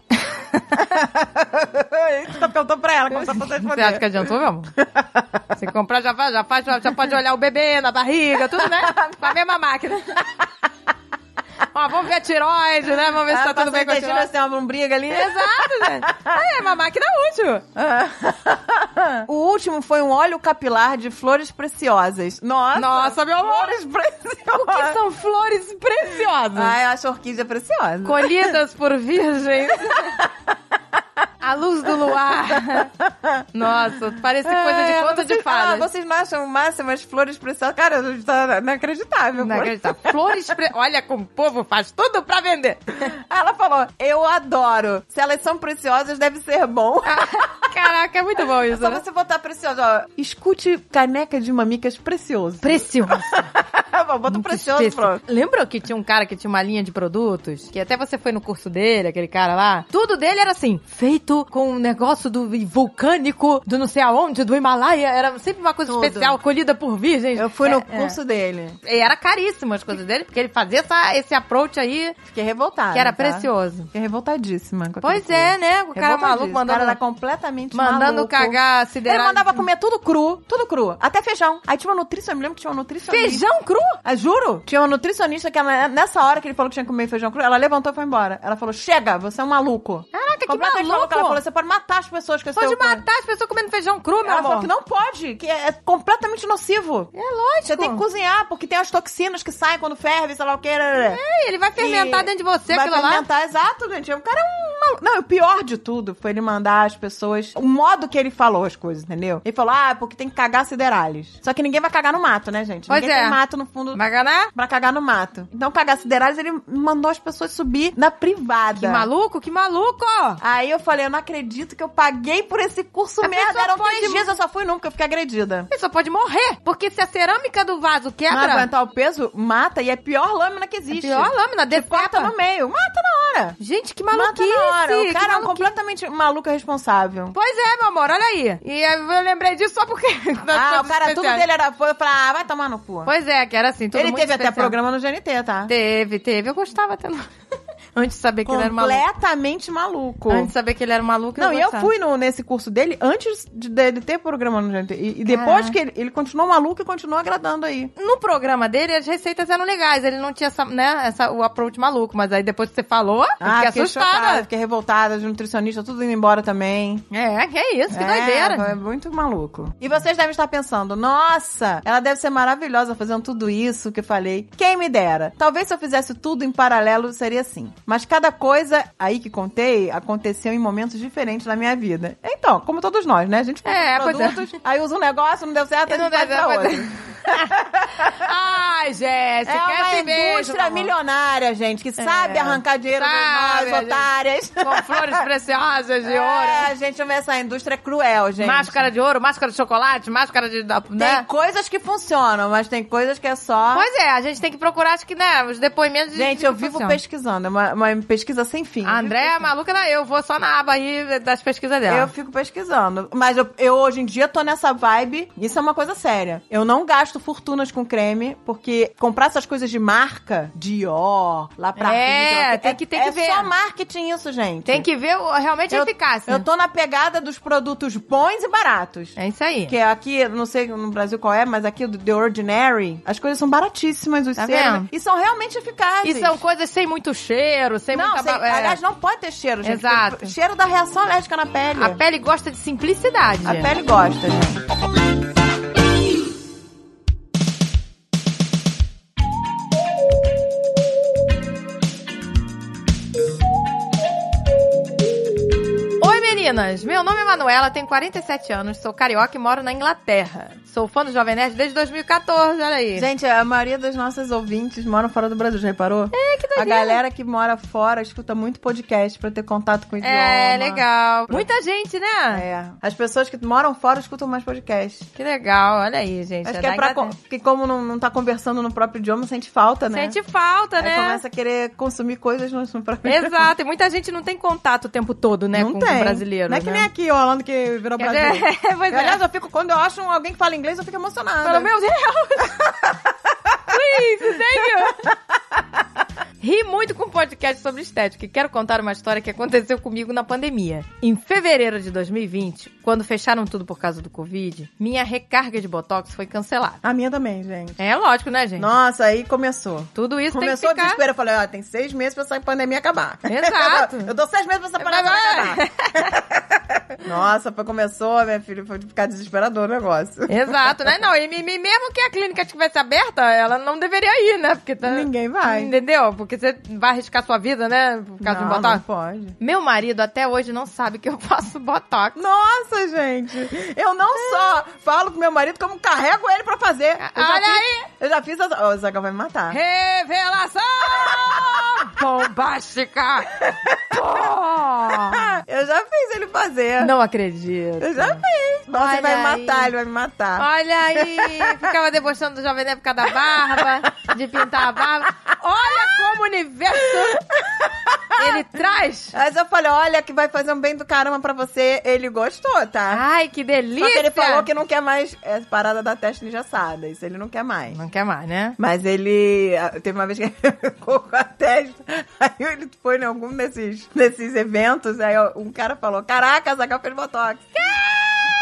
[SPEAKER 2] Você só perguntou pra ela, como tá só pra
[SPEAKER 1] Você acha que
[SPEAKER 2] responder.
[SPEAKER 1] adiantou, [laughs] meu amor? Se comprar, já faz, já faz, já já pode olhar o bebê na barriga, tudo, né? Com a mesma máquina. Ó, vamos ver a tiroide, né? Vamos ver se tá
[SPEAKER 2] Ah,
[SPEAKER 1] tudo bem com a tiroide.
[SPEAKER 2] Tem uma lombriga ali.
[SPEAKER 1] Exato, gente. Aí, é uma máquina útil.
[SPEAKER 2] [laughs] o último foi um óleo capilar de flores preciosas. Nossa!
[SPEAKER 1] Nossa, meu amor.
[SPEAKER 2] Flores preciosas!
[SPEAKER 1] O que são flores preciosas?
[SPEAKER 2] Ah, eu acho orquídea preciosa.
[SPEAKER 1] Colhidas por virgens. A luz do luar. Nossa, parece coisa de
[SPEAKER 2] É,
[SPEAKER 1] conto
[SPEAKER 2] vocês-
[SPEAKER 1] de fadas.
[SPEAKER 2] Ah, vocês não acham o máximo as flores preciosas? Cara, tá inacreditável.
[SPEAKER 1] Não
[SPEAKER 2] pô.
[SPEAKER 1] acredito. Flores pre... Olha como o povo faz tudo pra vender.
[SPEAKER 2] [laughs] Ela falou, eu adoro. Se elas são preciosas, deve ser bom.
[SPEAKER 1] Caraca, é muito bom isso.
[SPEAKER 2] [laughs] Só
[SPEAKER 1] né?
[SPEAKER 2] você botar precioso, ó. Escute caneca de mamicas precioso. [laughs]
[SPEAKER 1] Precioso.
[SPEAKER 2] Bota um
[SPEAKER 1] Muito
[SPEAKER 2] precioso,
[SPEAKER 1] específico.
[SPEAKER 2] pronto.
[SPEAKER 1] Lembra que tinha um cara que tinha uma linha de produtos? Que até você foi no curso dele, aquele cara lá. Tudo dele era assim, feito com um negócio do vulcânico, do não sei aonde, do Himalaia. Era sempre uma coisa
[SPEAKER 2] Tudo.
[SPEAKER 1] especial, colhida por virgens.
[SPEAKER 2] Eu fui no
[SPEAKER 1] É, é.
[SPEAKER 2] curso dele.
[SPEAKER 1] E era caríssimo as coisas dele, porque ele fazia essa- esse approach aí,
[SPEAKER 2] Fiquei revoltada.
[SPEAKER 1] que era
[SPEAKER 2] tá?
[SPEAKER 1] precioso.
[SPEAKER 2] Fiquei revoltadíssima. com
[SPEAKER 1] Pois
[SPEAKER 2] aquele
[SPEAKER 1] é,
[SPEAKER 2] curso.
[SPEAKER 1] né? O cara
[SPEAKER 2] Revoltadíssima.
[SPEAKER 1] maluco mandando,
[SPEAKER 2] O cara era completamente
[SPEAKER 1] mandando
[SPEAKER 2] maluco.
[SPEAKER 1] cagar
[SPEAKER 2] Ele
[SPEAKER 1] sideral.
[SPEAKER 2] mandava comer tudo cru, tudo cru. Até feijão. Aí tinha uma nutricionista, eu me lembro que tinha uma nutricionista.
[SPEAKER 1] Feijão cru?
[SPEAKER 2] Ah, juro? Tinha uma nutricionista que ela, nessa hora que ele falou que tinha que comer feijão cru, ela levantou e foi embora. Ela falou: Chega, você é um maluco.
[SPEAKER 1] Caraca, que
[SPEAKER 2] Completamente maluca. Ela
[SPEAKER 1] maluco!
[SPEAKER 2] falou: Você pode matar as pessoas com esse
[SPEAKER 1] Pode
[SPEAKER 2] teu corpo."
[SPEAKER 1] matar as pessoas comendo feijão cru, meu
[SPEAKER 2] Ela
[SPEAKER 1] amor.
[SPEAKER 2] falou que não pode, que é, é completamente nocivo.
[SPEAKER 1] É lógico.
[SPEAKER 2] Você tem que cozinhar, porque tem as toxinas que saem quando ferve, sei lá o que. É,
[SPEAKER 1] Ele vai fermentar dentro de você,
[SPEAKER 2] vai
[SPEAKER 1] aquilo lá.
[SPEAKER 2] fermentar, exato, gente. O cara é um maluco. Não, e o pior de tudo foi ele mandar as pessoas. O modo que ele falou as coisas, entendeu? Ele falou: Ah, porque tem que cagar siderales. Só que ninguém vai cagar no mato, né, gente?
[SPEAKER 1] Pois
[SPEAKER 2] ninguém
[SPEAKER 1] é.
[SPEAKER 2] tem mato no fundo
[SPEAKER 1] Vai ganhar?
[SPEAKER 2] Pra cagar no mato. Então, cagar siderais, ele mandou as pessoas subir na privada.
[SPEAKER 1] Que maluco, que maluco!
[SPEAKER 2] Aí eu falei, eu não acredito que eu paguei por esse curso
[SPEAKER 1] A
[SPEAKER 2] merda.
[SPEAKER 1] pessoa
[SPEAKER 2] Eram três
[SPEAKER 1] pode-
[SPEAKER 2] dias, eu só fui num, porque eu fiquei agredida.
[SPEAKER 1] A pessoa pode morrer, porque se a cerâmica do vaso
[SPEAKER 2] Não
[SPEAKER 1] quebra,
[SPEAKER 2] aguentar o peso, mata, e é a pior lâmina que
[SPEAKER 1] a
[SPEAKER 2] existe.
[SPEAKER 1] pior lâmina
[SPEAKER 2] Você corta
[SPEAKER 1] decepa.
[SPEAKER 2] no meio, mata na hora.
[SPEAKER 1] Gente, que
[SPEAKER 2] Mata na hora.
[SPEAKER 1] Esse,
[SPEAKER 2] o cara é um
[SPEAKER 1] que maluquice.
[SPEAKER 2] completamente maluco e responsável.
[SPEAKER 1] Pois é, meu amor, olha aí. E eu lembrei disso só porque. [laughs]
[SPEAKER 2] Ah, o cara, tudo dele era. Foi falar, ah, vai tomar no cu.
[SPEAKER 1] Pois é, que era assim, tudo
[SPEAKER 2] Ele
[SPEAKER 1] muito
[SPEAKER 2] teve
[SPEAKER 1] especial.
[SPEAKER 2] até programa no GNT, tá?
[SPEAKER 1] Teve, teve. Eu gostava até. no- [laughs] Antes de saber que ele era um maluco.
[SPEAKER 2] Completamente maluco.
[SPEAKER 1] Antes de saber que ele era um maluco,
[SPEAKER 2] Não, e eu
[SPEAKER 1] gostava.
[SPEAKER 2] fui no- nesse curso dele antes de, dele ter programa no GNT. E, e depois
[SPEAKER 1] Caraca.
[SPEAKER 2] que ele, ele continuou maluco e continuou agradando aí.
[SPEAKER 1] No programa dele, as receitas eram legais. Ele não tinha essa, né, essa, o approach maluco. Mas aí depois que você falou, eu fiquei
[SPEAKER 2] chocada,
[SPEAKER 1] assustada.
[SPEAKER 2] Ah, Fiquei revoltada, os nutricionistas tudo indo embora também.
[SPEAKER 1] É, que isso, que
[SPEAKER 2] é,
[SPEAKER 1] doideira.
[SPEAKER 2] É muito maluco. E vocês devem estar pensando, nossa, ela deve ser maravilhosa fazendo tudo isso que eu falei. Quem me dera. Talvez se eu fizesse tudo em paralelo, seria assim. Mas cada coisa aí que contei aconteceu em momentos diferentes na minha vida. Então, como todos nós, né? A gente
[SPEAKER 1] É,
[SPEAKER 2] compra
[SPEAKER 1] pois é.
[SPEAKER 2] produtos, aí usa um negócio, não deu certo, aí
[SPEAKER 1] não
[SPEAKER 2] não deu
[SPEAKER 1] deu certo,
[SPEAKER 2] certo.
[SPEAKER 1] mas- [laughs] Ai, Jéssica,
[SPEAKER 2] É uma
[SPEAKER 1] esse beijo,
[SPEAKER 2] indústria
[SPEAKER 1] meu amor.
[SPEAKER 2] milionária, gente, que sabe arrancar dinheiro
[SPEAKER 1] Sabe,
[SPEAKER 2] de nós,
[SPEAKER 1] gente.
[SPEAKER 2] otárias.
[SPEAKER 1] Com
[SPEAKER 2] [laughs]
[SPEAKER 1] flores preciosas de ouro.
[SPEAKER 2] É, gente, essa indústria é cruel, gente.
[SPEAKER 1] Máscara de ouro, máscara de chocolate, máscara de. da-
[SPEAKER 2] Tem
[SPEAKER 1] Né?
[SPEAKER 2] coisas que funcionam, mas tem coisas que é só.
[SPEAKER 1] Pois é, a gente tem que procurar, acho que, né, os depoimentos de.
[SPEAKER 2] gente, eu vivo
[SPEAKER 1] pesquisando.
[SPEAKER 2] pesquisando. É uma, uma pesquisa sem fim.
[SPEAKER 1] A Andréia é maluca, né? eu vou só na aba aí das pesquisas dela.
[SPEAKER 2] Eu fico pesquisando. Mas eu, eu, hoje em dia tô nessa vibe. Isso é uma coisa séria. Eu não gasto fortunas com creme, porque comprar essas coisas de marca, Dior, lá pra
[SPEAKER 1] É,
[SPEAKER 2] Rica, lá-
[SPEAKER 1] tem que- tem que
[SPEAKER 2] é
[SPEAKER 1] ver.
[SPEAKER 2] só marketing isso, gente.
[SPEAKER 1] Tem que ver o- realmente a
[SPEAKER 2] eu,
[SPEAKER 1] eficácia.
[SPEAKER 2] Eu tô na pegada dos produtos bons e baratos.
[SPEAKER 1] É isso aí.
[SPEAKER 2] Que aqui, não sei no Brasil qual é, mas aqui do The Ordinary, as coisas são baratíssimas, os
[SPEAKER 1] Tá
[SPEAKER 2] serums.
[SPEAKER 1] vendo?
[SPEAKER 2] E são realmente eficazes.
[SPEAKER 1] E são coisas sem muito cheiro, sem
[SPEAKER 2] Assim. Não,
[SPEAKER 1] muita...
[SPEAKER 2] sem-
[SPEAKER 1] ba- é.
[SPEAKER 2] aliás, não pode ter cheiro, gente.
[SPEAKER 1] Exato.
[SPEAKER 2] porque Cheiro da reação alérgica na pele.
[SPEAKER 1] A pele gosta de simplicidade.
[SPEAKER 2] A pele gosta, gente.
[SPEAKER 1] Oi, meninas! Meu nome é Manuela, tenho 47 anos, sou carioca e moro na Inglaterra. Sou fã do Jovem Nerd desde 2014, olha aí.
[SPEAKER 2] Gente, a maioria dos nossos ouvintes moram fora do Brasil, já reparou? É, que A galera que mora fora escuta muito podcast pra ter contato com o idioma.
[SPEAKER 1] é, legal. Muita gente, né?
[SPEAKER 2] É. As pessoas que moram fora escutam mais podcast.
[SPEAKER 1] Que legal, olha aí, gente.
[SPEAKER 2] Acho
[SPEAKER 1] é
[SPEAKER 2] que é
[SPEAKER 1] da
[SPEAKER 2] pra.
[SPEAKER 1] Inglaterra.
[SPEAKER 2] co- que como não, não tá conversando no próprio idioma, sente falta, né?
[SPEAKER 1] Sente falta,
[SPEAKER 2] Aí
[SPEAKER 1] né?
[SPEAKER 2] começa a [laughs] querer consumir coisas no no próprio idioma.
[SPEAKER 1] Exato, e muita gente não tem contato o tempo todo, [laughs] né,
[SPEAKER 2] Não
[SPEAKER 1] com
[SPEAKER 2] tem.
[SPEAKER 1] o brasileiro. né?
[SPEAKER 2] Não é que nem aqui, o Orlando que virou
[SPEAKER 1] Quer
[SPEAKER 2] brasileiro.
[SPEAKER 1] dizer, [laughs] pois é.
[SPEAKER 2] Aliás, eu fico, quando eu acho um- alguém que fala inglês, eu fico emocionada.
[SPEAKER 1] Pelo meu Deus!
[SPEAKER 2] [laughs]
[SPEAKER 1] Please, thank you! Ri muito com um podcast sobre estética e quero contar uma história que aconteceu comigo na pandemia. Em fevereiro de 2020, quando fecharam tudo por causa do Covid, minha recarga de Botox foi cancelada.
[SPEAKER 2] A minha também, gente.
[SPEAKER 1] É lógico, né, gente?
[SPEAKER 2] Nossa, aí começou.
[SPEAKER 1] Tudo isso
[SPEAKER 2] começou o
[SPEAKER 1] tem que ficar...
[SPEAKER 2] desespero. Eu falei, ó, tem seis meses pra essa pandemia acabar. [laughs]
[SPEAKER 1] Exato.
[SPEAKER 2] eu dou seis meses pra essa
[SPEAKER 1] Vai,
[SPEAKER 2] pandemia
[SPEAKER 1] vai.
[SPEAKER 2] acabar. Nossa, foi, começou, minha filha, foi ficar desesperador
[SPEAKER 1] [laughs]
[SPEAKER 2] o negócio.
[SPEAKER 1] [laughs] Exato, né? Não, e, me- me- mesmo que a clínica estivesse aberta, ela não deveria ir, né? Porque tá-
[SPEAKER 2] Ninguém vai.
[SPEAKER 1] Entendeu? Porque você vai arriscar sua vida, né? Por causa
[SPEAKER 2] não,
[SPEAKER 1] de um botox.
[SPEAKER 2] não pode.
[SPEAKER 1] Meu marido até hoje não sabe que eu faço botox.
[SPEAKER 2] Nossa, gente! Eu não só falo com meu marido, como carrego ele pra fazer. Eu já
[SPEAKER 1] Olha
[SPEAKER 2] fiz-
[SPEAKER 1] aí!
[SPEAKER 2] Eu já fiz as... Ó, o Zagal vai me matar.
[SPEAKER 1] Revelação bombástica! Pô!
[SPEAKER 2] Ah, [laughs] eu já fiz ele fazer.
[SPEAKER 1] Não acredito.
[SPEAKER 2] Eu já fiz. Nossa,
[SPEAKER 1] Olha
[SPEAKER 2] ele vai me
[SPEAKER 1] aí.
[SPEAKER 2] matar, ele vai me matar.
[SPEAKER 1] Olha aí, ficava debochando do Jovem Nerd por causa da barba, de pintar a barba. Olha como o universo ele traz.
[SPEAKER 2] Mas eu falei, olha, que vai fazer um bem do caramba pra você. Ele gostou, tá?
[SPEAKER 1] Ai, que delícia!
[SPEAKER 2] Só que ele falou que não quer mais é, parada da testa engessada. Isso ele não quer mais.
[SPEAKER 1] Não quer mais, né?
[SPEAKER 2] Mas ele. ah, Teve uma vez que ele [laughs] ficou com a testa. Aí ele foi em algum desses, desses eventos. Aí um cara falou: Caraca, Zagal fez botox.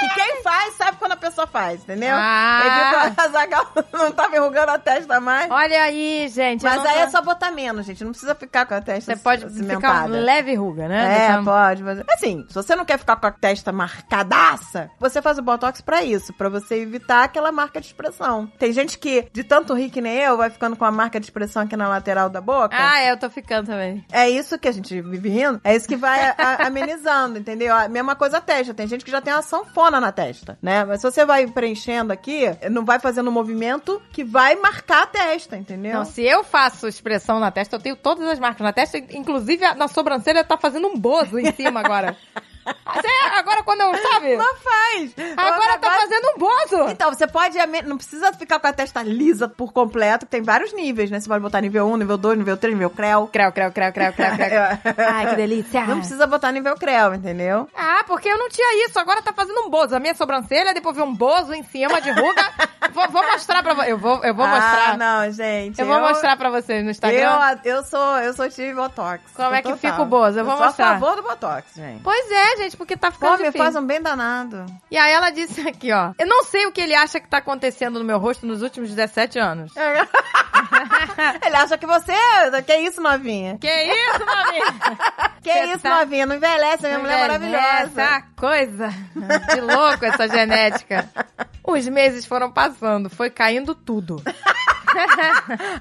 [SPEAKER 2] E quem faz sabe quando a pessoa faz, entendeu?
[SPEAKER 1] Ah.
[SPEAKER 2] Ele viu que a Zagal [laughs] não tava enrugando a testa mais.
[SPEAKER 1] Olha aí, gente. eu
[SPEAKER 2] Mas
[SPEAKER 1] não
[SPEAKER 2] aí
[SPEAKER 1] tô-
[SPEAKER 2] é só botar menos, gente. Não precisa ficar com a testa
[SPEAKER 1] Você pode ficar
[SPEAKER 2] cimentada.
[SPEAKER 1] um leve ruga, né?
[SPEAKER 2] É,
[SPEAKER 1] Dessa-
[SPEAKER 2] pode, mas assim, se você não quer ficar com a testa marcadaça, você faz o botox pra isso, pra você evitar aquela marca de expressão. Tem gente que de tanto rir que nem eu vai ficando com a marca de expressão aqui na lateral da boca.
[SPEAKER 1] Ah, é, eu tô ficando também.
[SPEAKER 2] É isso que a gente vive rindo, é isso que vai
[SPEAKER 1] [laughs]
[SPEAKER 2] a- a- amenizando, entendeu? A mesma coisa a testa. Tem gente que já tem uma sanfona na testa, né? Mas se você vai preenchendo aqui, não vai fazendo um movimento que vai marcar a testa, entendeu?
[SPEAKER 1] Não, se eu faço expressão
[SPEAKER 2] [laughs]
[SPEAKER 1] na testa, eu tenho todas as marcas na testa, inclusive a- na sobrancelha tá fazendo um bozo em cima agora. Você, agora quando eu, sabe?
[SPEAKER 2] Não faz.
[SPEAKER 1] Agora tá fazendo um bozo.
[SPEAKER 2] Então, você pode. ame- Não precisa ficar com a testa lisa por completo, tem vários níveis, né? Você pode botar nível 1, nível 2, nível 3,
[SPEAKER 1] [laughs]
[SPEAKER 2] nível creu.
[SPEAKER 1] Creu, creu, creu, creu, creu, creu. Ai, que delícia.
[SPEAKER 2] [laughs] Não precisa botar nível creu, entendeu?
[SPEAKER 1] Ah, porque eu não tinha isso. Agora tá fazendo um bozo. A minha sobrancelha, depois vi um bozo em cima de ruga. vou, vou mostrar pra vocês. Eu vou, eu vou
[SPEAKER 2] Ah,
[SPEAKER 1] mostrar.
[SPEAKER 2] não, gente.
[SPEAKER 1] eu vou mostrar pra vocês no Instagram.
[SPEAKER 2] Eu, eu sou, eu sou time Botox.
[SPEAKER 1] Como é que
[SPEAKER 2] Total.
[SPEAKER 1] fica o Bozo? Eu vou
[SPEAKER 2] sou
[SPEAKER 1] mostrar.
[SPEAKER 2] a favor do Botox, gente.
[SPEAKER 1] Pois é, gente, porque tá ficando
[SPEAKER 2] Pô, me
[SPEAKER 1] difícil.
[SPEAKER 2] faz um
[SPEAKER 1] [laughs]
[SPEAKER 2] bem danado.
[SPEAKER 1] E aí ela disse aqui, ó. Eu não sei o que ele acha que tá acontecendo no meu rosto nos últimos 17 anos.
[SPEAKER 2] Ele acha que você. Que isso, novinha?
[SPEAKER 1] Que isso, mami?
[SPEAKER 2] Que
[SPEAKER 1] Você
[SPEAKER 2] isso,
[SPEAKER 1] tá-
[SPEAKER 2] novinha? Não envelhece, [laughs] minha mulher é maravilhosa.
[SPEAKER 1] Essa coisa. Que louco essa genética. Os meses foram passando, foi caindo tudo.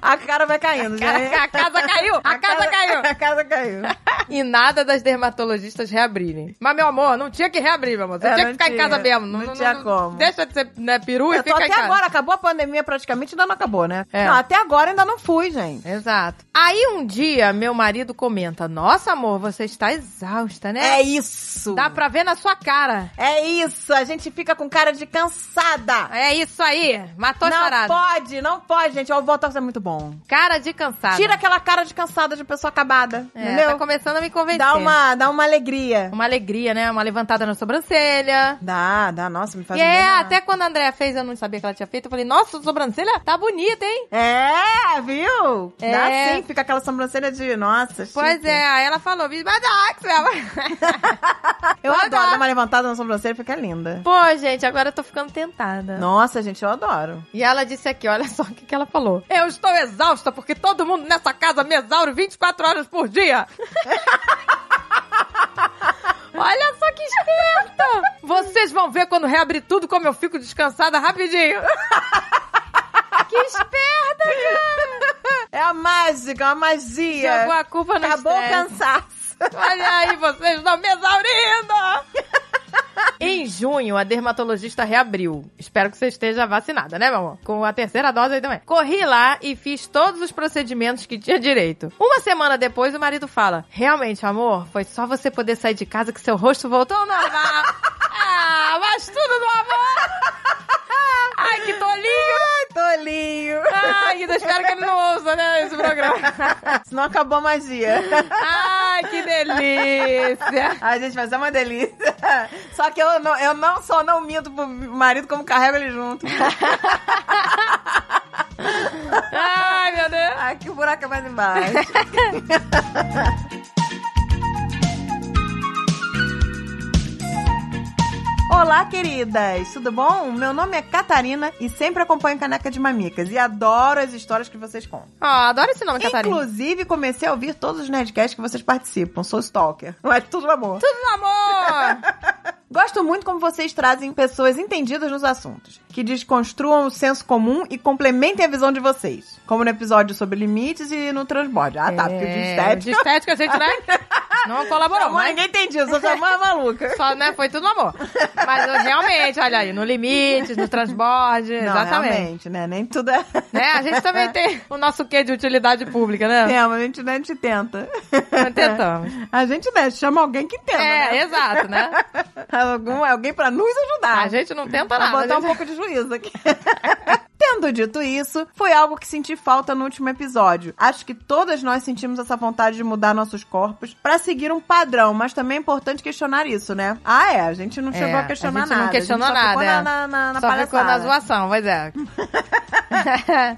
[SPEAKER 2] A cara vai caindo, gente.
[SPEAKER 1] Caraca, [laughs] a casa caiu! A casa caiu!
[SPEAKER 2] [laughs] A casa caiu.
[SPEAKER 1] E nada das dermatologistas reabrirem. Mas, meu amor, não tinha que reabrir, meu amor. Você
[SPEAKER 2] É,
[SPEAKER 1] tinha
[SPEAKER 2] não
[SPEAKER 1] que ficar em
[SPEAKER 2] tinha.
[SPEAKER 1] casa mesmo.
[SPEAKER 2] Não tinha como.
[SPEAKER 1] Deixa de ser né, peru e
[SPEAKER 2] Eu tô
[SPEAKER 1] fica em
[SPEAKER 2] até
[SPEAKER 1] casa.
[SPEAKER 2] agora, acabou a pandemia praticamente, ainda não acabou, né?
[SPEAKER 1] É.
[SPEAKER 2] Não, até agora ainda não fui, gente.
[SPEAKER 1] Exato. Aí um dia, meu marido comenta: Nossa, amor, você está exausta, né?
[SPEAKER 2] É isso!
[SPEAKER 1] Dá pra ver na sua cara.
[SPEAKER 2] É isso! A gente fica com cara de cansada!
[SPEAKER 1] É isso aí. Matou
[SPEAKER 2] não
[SPEAKER 1] charada.
[SPEAKER 2] pode, não pode, gente. Ó, O Botox é muito bom.
[SPEAKER 1] Cara de cansado.
[SPEAKER 2] Tira aquela cara de cansada de pessoa acabada,
[SPEAKER 1] É, tá
[SPEAKER 2] entendeu?
[SPEAKER 1] começando a me convencer.
[SPEAKER 2] dá, uma, dá uma alegria.
[SPEAKER 1] Uma alegria, né? Uma levantada na sobrancelha.
[SPEAKER 2] Dá, dá. Nossa, me faz
[SPEAKER 1] E
[SPEAKER 2] bem
[SPEAKER 1] é,
[SPEAKER 2] danado.
[SPEAKER 1] até quando a Andrea fez, eu não sabia que ela tinha feito. Eu falei, nossa, sua sobrancelha tá bonita, hein?
[SPEAKER 2] É, viu?
[SPEAKER 1] É.
[SPEAKER 2] Dá sim, fica aquela sobrancelha de... Nossa,
[SPEAKER 1] Pois
[SPEAKER 2] chique.
[SPEAKER 1] é, aí ela falou, "Vixe, mas dá, [laughs] Axel."
[SPEAKER 2] Eu
[SPEAKER 1] Pode
[SPEAKER 2] adoro
[SPEAKER 1] dar.
[SPEAKER 2] dar uma levantada na sobrancelha, fica linda.
[SPEAKER 1] Pô, gente, agora eu tô ficando tentada.
[SPEAKER 2] Nossa, gente, eu adoro.
[SPEAKER 1] E ela disse aqui, olha só o que, que ela falou. Eu estou exausta porque todo mundo nessa casa me exaure 24 horas por dia. [laughs] olha só que esperta. Vocês vão ver quando reabrir tudo como eu fico descansada rapidinho. [laughs] que esperta, cara.
[SPEAKER 2] É a mágica, a magia.
[SPEAKER 1] Jogou a culpa no
[SPEAKER 2] Acabou o
[SPEAKER 1] estresse.
[SPEAKER 2] cansaço. [laughs]
[SPEAKER 1] Olha aí, vocês estão me exaurindo! Em junho, a dermatologista reabriu. Espero que você esteja vacinada, né, meu amor? Com a terceira dose aí também. Corri lá e fiz todos os procedimentos que tinha direito. Uma semana depois, o marido fala: Realmente, amor, foi só você poder sair de casa que seu rosto voltou ao [laughs] normal. ah, mas tudo do amor! Ai, que tolinho!
[SPEAKER 2] [laughs] Tolinho.
[SPEAKER 1] Ai, eu espero que ele não ouça, né, esse [laughs] programa.
[SPEAKER 2] Senão acabou a [laughs] magia.
[SPEAKER 1] Ai, que delícia!
[SPEAKER 2] Ai, gente, mas é uma delícia. Só que eu não, eu não só não minto pro marido, como carrego ele junto.
[SPEAKER 1] Ai, meu Deus!
[SPEAKER 2] Ai, que buraco é mais embaixo. [laughs] Olá, queridas! Tudo bom? Meu nome é Catarina e sempre acompanho Caneca de Mamicas e adoro as histórias que vocês contam.
[SPEAKER 1] Ó, adoro esse nome, Catarina.
[SPEAKER 2] Inclusive, comecei a ouvir todos os Nerdcasts que vocês participam. Sou stalker. Mas tudo amor.
[SPEAKER 1] Tudo no amor!
[SPEAKER 2] Gosto muito como vocês trazem pessoas entendidas nos assuntos, que desconstruam o senso comum e complementem a visão de vocês. Como no episódio sobre limites e no transbordo. Ah, tá, porque o de
[SPEAKER 1] É, de
[SPEAKER 2] estética... [laughs]
[SPEAKER 1] estética a gente, né? Não colaborou,
[SPEAKER 2] Chamou,
[SPEAKER 1] mas
[SPEAKER 2] ninguém entendiu, só chamou a maluca.
[SPEAKER 1] só, né, foi tudo no amor. Mas eu, realmente, olha aí, no limite, no transborde,
[SPEAKER 2] [laughs] Não,
[SPEAKER 1] exatamente.
[SPEAKER 2] realmente, né? Nem tudo é...
[SPEAKER 1] Né? A gente também tem o nosso quê de utilidade pública,
[SPEAKER 2] [laughs]
[SPEAKER 1] né?
[SPEAKER 2] Temos, a gente, né, a gente tenta.
[SPEAKER 1] Nós
[SPEAKER 2] [laughs]
[SPEAKER 1] Tentamos.
[SPEAKER 2] A gente, né, chama alguém que tenta,
[SPEAKER 1] É,
[SPEAKER 2] né?
[SPEAKER 1] exato, né?
[SPEAKER 2] Algum, alguém pra nos ajudar.
[SPEAKER 1] A gente não tenta
[SPEAKER 2] Pra
[SPEAKER 1] nada.
[SPEAKER 2] botar
[SPEAKER 1] a
[SPEAKER 2] um
[SPEAKER 1] gente-
[SPEAKER 2] pouco de juízo aqui. [laughs] Tendo dito isso, foi algo que senti falta no último episódio. Acho que todas nós sentimos essa vontade de mudar nossos corpos pra seguir um padrão, mas também é importante questionar isso, né? Ah, é, a gente não
[SPEAKER 1] É,
[SPEAKER 2] chegou a questionar
[SPEAKER 1] a gente
[SPEAKER 2] nada.
[SPEAKER 1] não questionou
[SPEAKER 2] a gente só
[SPEAKER 1] nada.
[SPEAKER 2] Ficou
[SPEAKER 1] é.
[SPEAKER 2] na, na, na, na
[SPEAKER 1] só ficou na
[SPEAKER 2] palhaçada.
[SPEAKER 1] zoação, pois é.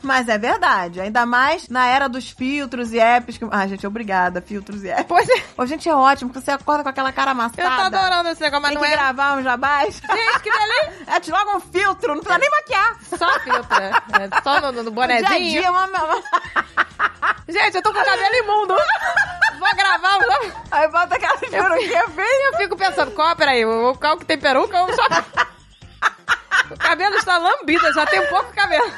[SPEAKER 2] [laughs] Mas é verdade, ainda mais na era dos filtros e apps. Que... Ah, gente, obrigada, filtros e apps.
[SPEAKER 1] Pois é.
[SPEAKER 2] Ô, gente, é ótimo, porque você acorda com aquela cara amassada.
[SPEAKER 1] Eu tô adorando esse negócio, mas
[SPEAKER 2] Tem
[SPEAKER 1] não
[SPEAKER 2] que
[SPEAKER 1] é.
[SPEAKER 2] gravar um jabás.
[SPEAKER 1] Gente, que delícia!
[SPEAKER 2] [laughs] É, te logo um filtro, não
[SPEAKER 1] É.
[SPEAKER 2] precisa nem maquiar.
[SPEAKER 1] Só filtro. né? É, Só no, no- no
[SPEAKER 2] No Dia a
[SPEAKER 1] bonezinho.
[SPEAKER 2] dia, uma, uma- [laughs]
[SPEAKER 1] Gente, eu tô com o cabelo imundo. Vou gravar. vou-
[SPEAKER 2] Aí bota aquela peruquinha bem...
[SPEAKER 1] Eu fico pensando, qual, peraí, o o qual que tem peruca? Eu só... O cabelo está lambido, já tem pouco cabelo.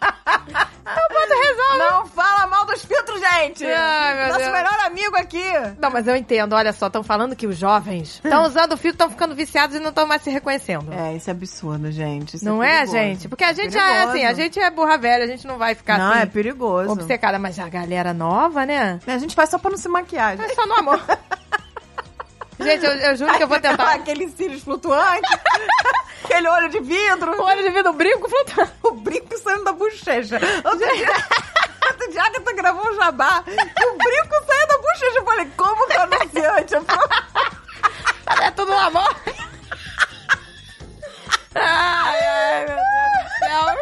[SPEAKER 1] Eu boto resolve. Não.
[SPEAKER 2] Não fala mal dos filtros, gente!
[SPEAKER 1] Ai, meu
[SPEAKER 2] Nosso
[SPEAKER 1] Deus.
[SPEAKER 2] melhor amigo aqui!
[SPEAKER 1] mas eu entendo, olha só, estão falando que os jovens estão usando o filtro, estão ficando viciados e não estão mais se reconhecendo.
[SPEAKER 2] É, isso é absurdo, gente. Isso
[SPEAKER 1] não é,
[SPEAKER 2] perigoso.
[SPEAKER 1] gente? Porque a gente já é
[SPEAKER 2] Perigoso.
[SPEAKER 1] assim, a gente é burra velha, a gente não vai ficar
[SPEAKER 2] Não,
[SPEAKER 1] assim,
[SPEAKER 2] é perigoso. É,
[SPEAKER 1] obcecada. Mas a galera nova, né? [laughs]
[SPEAKER 2] A gente faz só pra não se maquiar,
[SPEAKER 1] É
[SPEAKER 2] gente.
[SPEAKER 1] só no amor. Gente, eu, eu juro que eu vou
[SPEAKER 2] [laughs]
[SPEAKER 1] tentar.
[SPEAKER 2] Aqueles cílios flutuantes, [laughs] aquele olho de vidro,
[SPEAKER 1] O olho de vidro, o brinco flutuando.
[SPEAKER 2] o brinco saindo da bochecha. Outro
[SPEAKER 1] [laughs]
[SPEAKER 2] dia, outro dia a Agatha gravou um jabá e o brinco saiu da bochecha. Eu falei, como que o anunciante? Eu falei,
[SPEAKER 1] É tudo uma amor. Ai, ai, meu Deus do céu.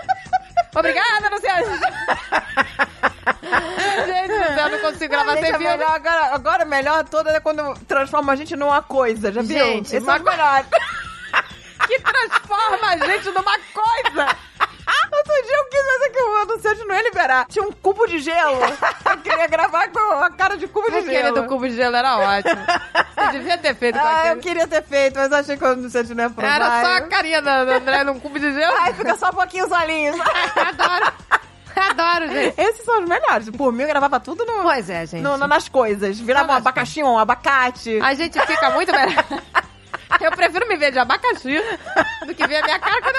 [SPEAKER 1] Obrigada, Luciana. [laughs] Gente do céu, não consigo gravar
[SPEAKER 2] gente,
[SPEAKER 1] sem
[SPEAKER 2] é
[SPEAKER 1] filme.
[SPEAKER 2] melhor, agora, agora melhor toda é quando transforma a gente numa coisa, já viu?
[SPEAKER 1] Gente,
[SPEAKER 2] Esse é
[SPEAKER 1] uma [laughs]
[SPEAKER 2] o melhor.
[SPEAKER 1] Que transforma a gente numa coisa.
[SPEAKER 2] Outro dia eu quis fazer que o anunciante não ia liberar. Tinha um cubo de gelo. Eu queria gravar com a cara de cubo de
[SPEAKER 1] Aquele
[SPEAKER 2] gelo.
[SPEAKER 1] é do cubo de gelo era ótimo. Você devia ter feito com
[SPEAKER 2] Ah, eu
[SPEAKER 1] aquele.
[SPEAKER 2] queria ter feito, mas eu achei que o anunciante não ia provar.
[SPEAKER 1] Era só a
[SPEAKER 2] Eu-
[SPEAKER 1] carinha da, da André num cubo de gelo.
[SPEAKER 2] Ai, fica só um pouquinho os olhinhos.
[SPEAKER 1] Adoro. Adoro, gente.
[SPEAKER 2] Esses são os melhores. Por mim, eu gravava tudo no,
[SPEAKER 1] Pois é, gente. Tá
[SPEAKER 2] no- no- nas coisas. Virava um
[SPEAKER 1] Não, mas-
[SPEAKER 2] abacaxi, um abacate.
[SPEAKER 1] A gente fica muito
[SPEAKER 2] [laughs]
[SPEAKER 1] melhor. Eu prefiro me ver de abacaxi do que ver a minha cara quando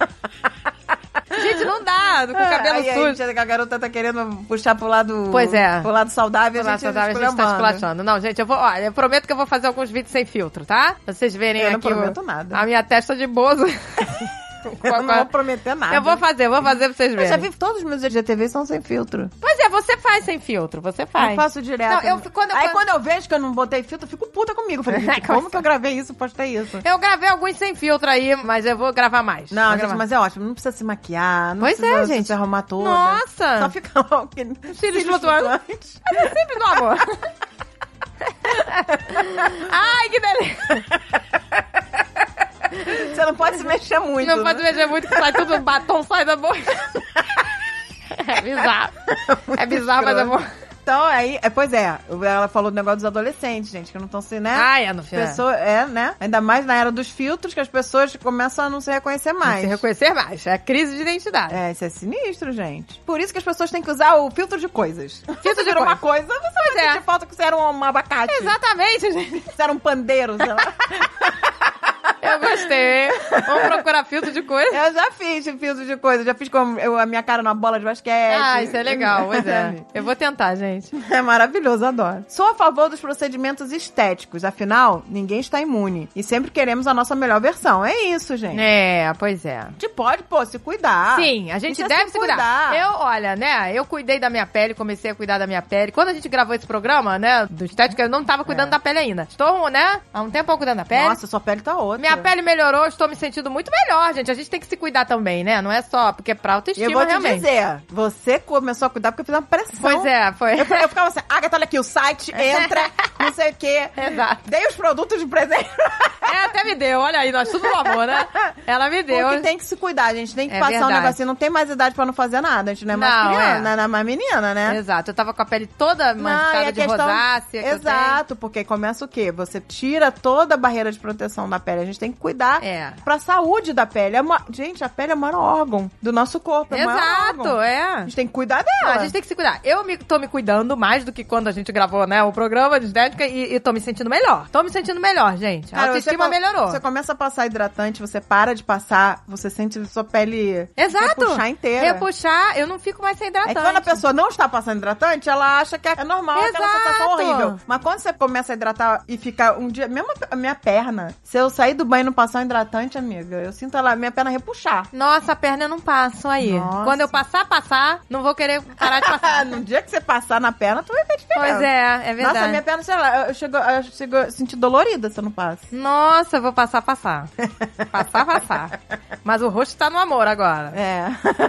[SPEAKER 1] eu acordo. Gente, não dá, com o cabelo
[SPEAKER 2] Ai, ai,
[SPEAKER 1] sujo.
[SPEAKER 2] gente, a garota tá querendo puxar pro lado...
[SPEAKER 1] Pois é.
[SPEAKER 2] Pro lado saudável, a
[SPEAKER 1] Nossa,
[SPEAKER 2] gente,
[SPEAKER 1] a gente tá
[SPEAKER 2] esculhambando.
[SPEAKER 1] esculachando. Não, gente, eu vou. Olha, eu prometo que eu vou fazer alguns vídeos sem filtro, tá? Pra vocês verem
[SPEAKER 2] Eu não
[SPEAKER 1] aqui.
[SPEAKER 2] prometo nada.
[SPEAKER 1] A minha testa de
[SPEAKER 2] [laughs]
[SPEAKER 1] bozo.
[SPEAKER 2] [laughs] Eu não vou prometer nada.
[SPEAKER 1] Eu vou fazer, eu vou fazer pra vocês
[SPEAKER 2] Eu
[SPEAKER 1] verem.
[SPEAKER 2] já vi que todos os meus IGTV são sem filtro.
[SPEAKER 1] Pois é, você faz sem filtro, você faz.
[SPEAKER 2] Eu faço direto.
[SPEAKER 1] Não, eu, quando eu,
[SPEAKER 2] Aí
[SPEAKER 1] faço-
[SPEAKER 2] quando eu vejo que eu não botei filtro, eu fico puta comigo.
[SPEAKER 1] [laughs]
[SPEAKER 2] Falei, gente, como que eu gravei isso, postei isso?
[SPEAKER 1] eu gravei alguns sem filtro aí, mas eu vou gravar mais.
[SPEAKER 2] Não,
[SPEAKER 1] Vou
[SPEAKER 2] gente,
[SPEAKER 1] gravar.
[SPEAKER 2] mas é ótimo. Não precisa se maquiar, não
[SPEAKER 1] Pois
[SPEAKER 2] precisa
[SPEAKER 1] é, gente.
[SPEAKER 2] se arrumar toda.
[SPEAKER 1] Nossa!
[SPEAKER 2] Só fica aquele
[SPEAKER 1] Cílios flutuantes. Mas é sempre do amor. Ai, que delícia!
[SPEAKER 2] Você não pode se mexer muito.
[SPEAKER 1] Não pode
[SPEAKER 2] né?
[SPEAKER 1] mexer muito que sai tudo, batom sai da boca. É bizarro. [laughs] É bizarro, mas é bom.
[SPEAKER 2] Então, aí, é, pois é, ela falou do negócio dos adolescentes, gente, que não estão se, né?
[SPEAKER 1] Ai, é no final.
[SPEAKER 2] Pessoa, é, né? Ainda mais na era dos filtros que as pessoas começam a não se reconhecer mais.
[SPEAKER 1] Se reconhecer mais. É crise de identidade.
[SPEAKER 2] É, isso é sinistro, gente. Por isso que as pessoas têm que usar o filtro de coisas. Filtro
[SPEAKER 1] de
[SPEAKER 2] você virou uma coisa, você
[SPEAKER 1] Pois
[SPEAKER 2] vai
[SPEAKER 1] é.
[SPEAKER 2] sentir falta que você era um abacate.
[SPEAKER 1] Exatamente, gente.
[SPEAKER 2] Você era um pandeiro, sei lá.
[SPEAKER 1] Eu gostei. Vamos procurar filtro de coisa.
[SPEAKER 2] [laughs] Eu já fiz filtro de coisa, já fiz com eu- a minha cara numa bola de basquete.
[SPEAKER 1] Ah, isso é legal, pois é. Eu vou tentar, gente.
[SPEAKER 2] [laughs] É maravilhoso, adoro. Sou a favor dos procedimentos estéticos, afinal, ninguém está imune. E sempre queremos a nossa melhor versão. É isso, gente.
[SPEAKER 1] É, pois é.
[SPEAKER 2] A gente pode, pô, se cuidar.
[SPEAKER 1] Sim, a gente
[SPEAKER 2] Precisa
[SPEAKER 1] deve se cuidar.
[SPEAKER 2] cuidar.
[SPEAKER 1] Eu, olha, né, eu cuidei da minha pele, comecei a cuidar da minha pele. Quando a gente gravou esse programa, né, do estética, eu não tava cuidando da pele ainda. Estou, né, há um tempão cuidando da pele.
[SPEAKER 2] É. Nossa, sua pele tá outra.
[SPEAKER 1] Minha pele melhorou, estou me sentindo muito melhor, gente. A gente tem que se cuidar também, né? Não é só porque é pra
[SPEAKER 2] E
[SPEAKER 1] autoestima,
[SPEAKER 2] eu vou te
[SPEAKER 1] realmente.
[SPEAKER 2] dizer, então- você começou a cuidar porque eu fiz uma pressão.
[SPEAKER 1] Pois é, foi.
[SPEAKER 2] Eu, eu ficava assim, Agatha, olha aqui, o site, entra, não sei o quê.
[SPEAKER 1] Exato.
[SPEAKER 2] Dei os produtos de presente.
[SPEAKER 1] [laughs] É, até me deu, olha aí, nós tudo no amor, né? Ela
[SPEAKER 2] [laughs]
[SPEAKER 1] me deu.
[SPEAKER 2] Porque tem que se cuidar, a gente tem que
[SPEAKER 1] É
[SPEAKER 2] passar um
[SPEAKER 1] verdade.
[SPEAKER 2] negocinho. Não tem mais idade pra não fazer nada. A gente não é mais
[SPEAKER 1] Não,
[SPEAKER 2] criança,
[SPEAKER 1] é.
[SPEAKER 2] não é mais menina, né?
[SPEAKER 1] Exato, eu tava com a pele toda manchada
[SPEAKER 2] e a
[SPEAKER 1] de rosácea. que eu tenho.
[SPEAKER 2] Exato, porque começa o quê? Você tira toda a barreira de proteção da pele. A gente tem que cuidar
[SPEAKER 1] É.
[SPEAKER 2] pra saúde da pele. É uma- Gente, a pele é o maior órgão do nosso corpo. É o maior
[SPEAKER 1] Exato,
[SPEAKER 2] órgão.
[SPEAKER 1] é.
[SPEAKER 2] A gente tem que cuidar
[SPEAKER 1] Não,
[SPEAKER 2] dela.
[SPEAKER 1] a gente tem que se cuidar. Eu me, tô me cuidando mais do que quando a gente gravou, né, o programa de estética e, e tô me sentindo melhor. Tô me sentindo melhor, gente. A
[SPEAKER 2] Cara,
[SPEAKER 1] autoestima
[SPEAKER 2] você co-
[SPEAKER 1] melhorou.
[SPEAKER 2] Você começa a passar hidratante, você para de passar, você sente sua pele
[SPEAKER 1] Exato.
[SPEAKER 2] repuxar inteira.
[SPEAKER 1] Repuxar, eu não fico mais sem
[SPEAKER 2] É
[SPEAKER 1] hidratante.
[SPEAKER 2] que quando a pessoa não está passando hidratante, ela acha que é normal, aquela
[SPEAKER 1] Exato.
[SPEAKER 2] sensação horrível. Mas quando você começa a hidratar e ficar um dia... Mesmo a minha perna, se eu sair do banho e não passar um hidratante, amiga, eu sinto ela, minha perna repuxar. [laughs]
[SPEAKER 1] Nossa, a perna eu não passo aí.
[SPEAKER 2] Nossa.
[SPEAKER 1] Quando eu passar, passar, não vou querer parar de
[SPEAKER 2] [laughs]
[SPEAKER 1] passar.
[SPEAKER 2] no dia que você passar na perna, tu vai ver diferença.
[SPEAKER 1] pois é, é verdade.
[SPEAKER 2] Nossa, minha perna, sei lá, eu- eu chego, eu chego a sentir dolorida se eu não passo.
[SPEAKER 1] Nossa, eu vou passar, passar. passar,
[SPEAKER 2] [laughs]
[SPEAKER 1] passar. Mas o rosto tá no amor agora.
[SPEAKER 2] É, [laughs]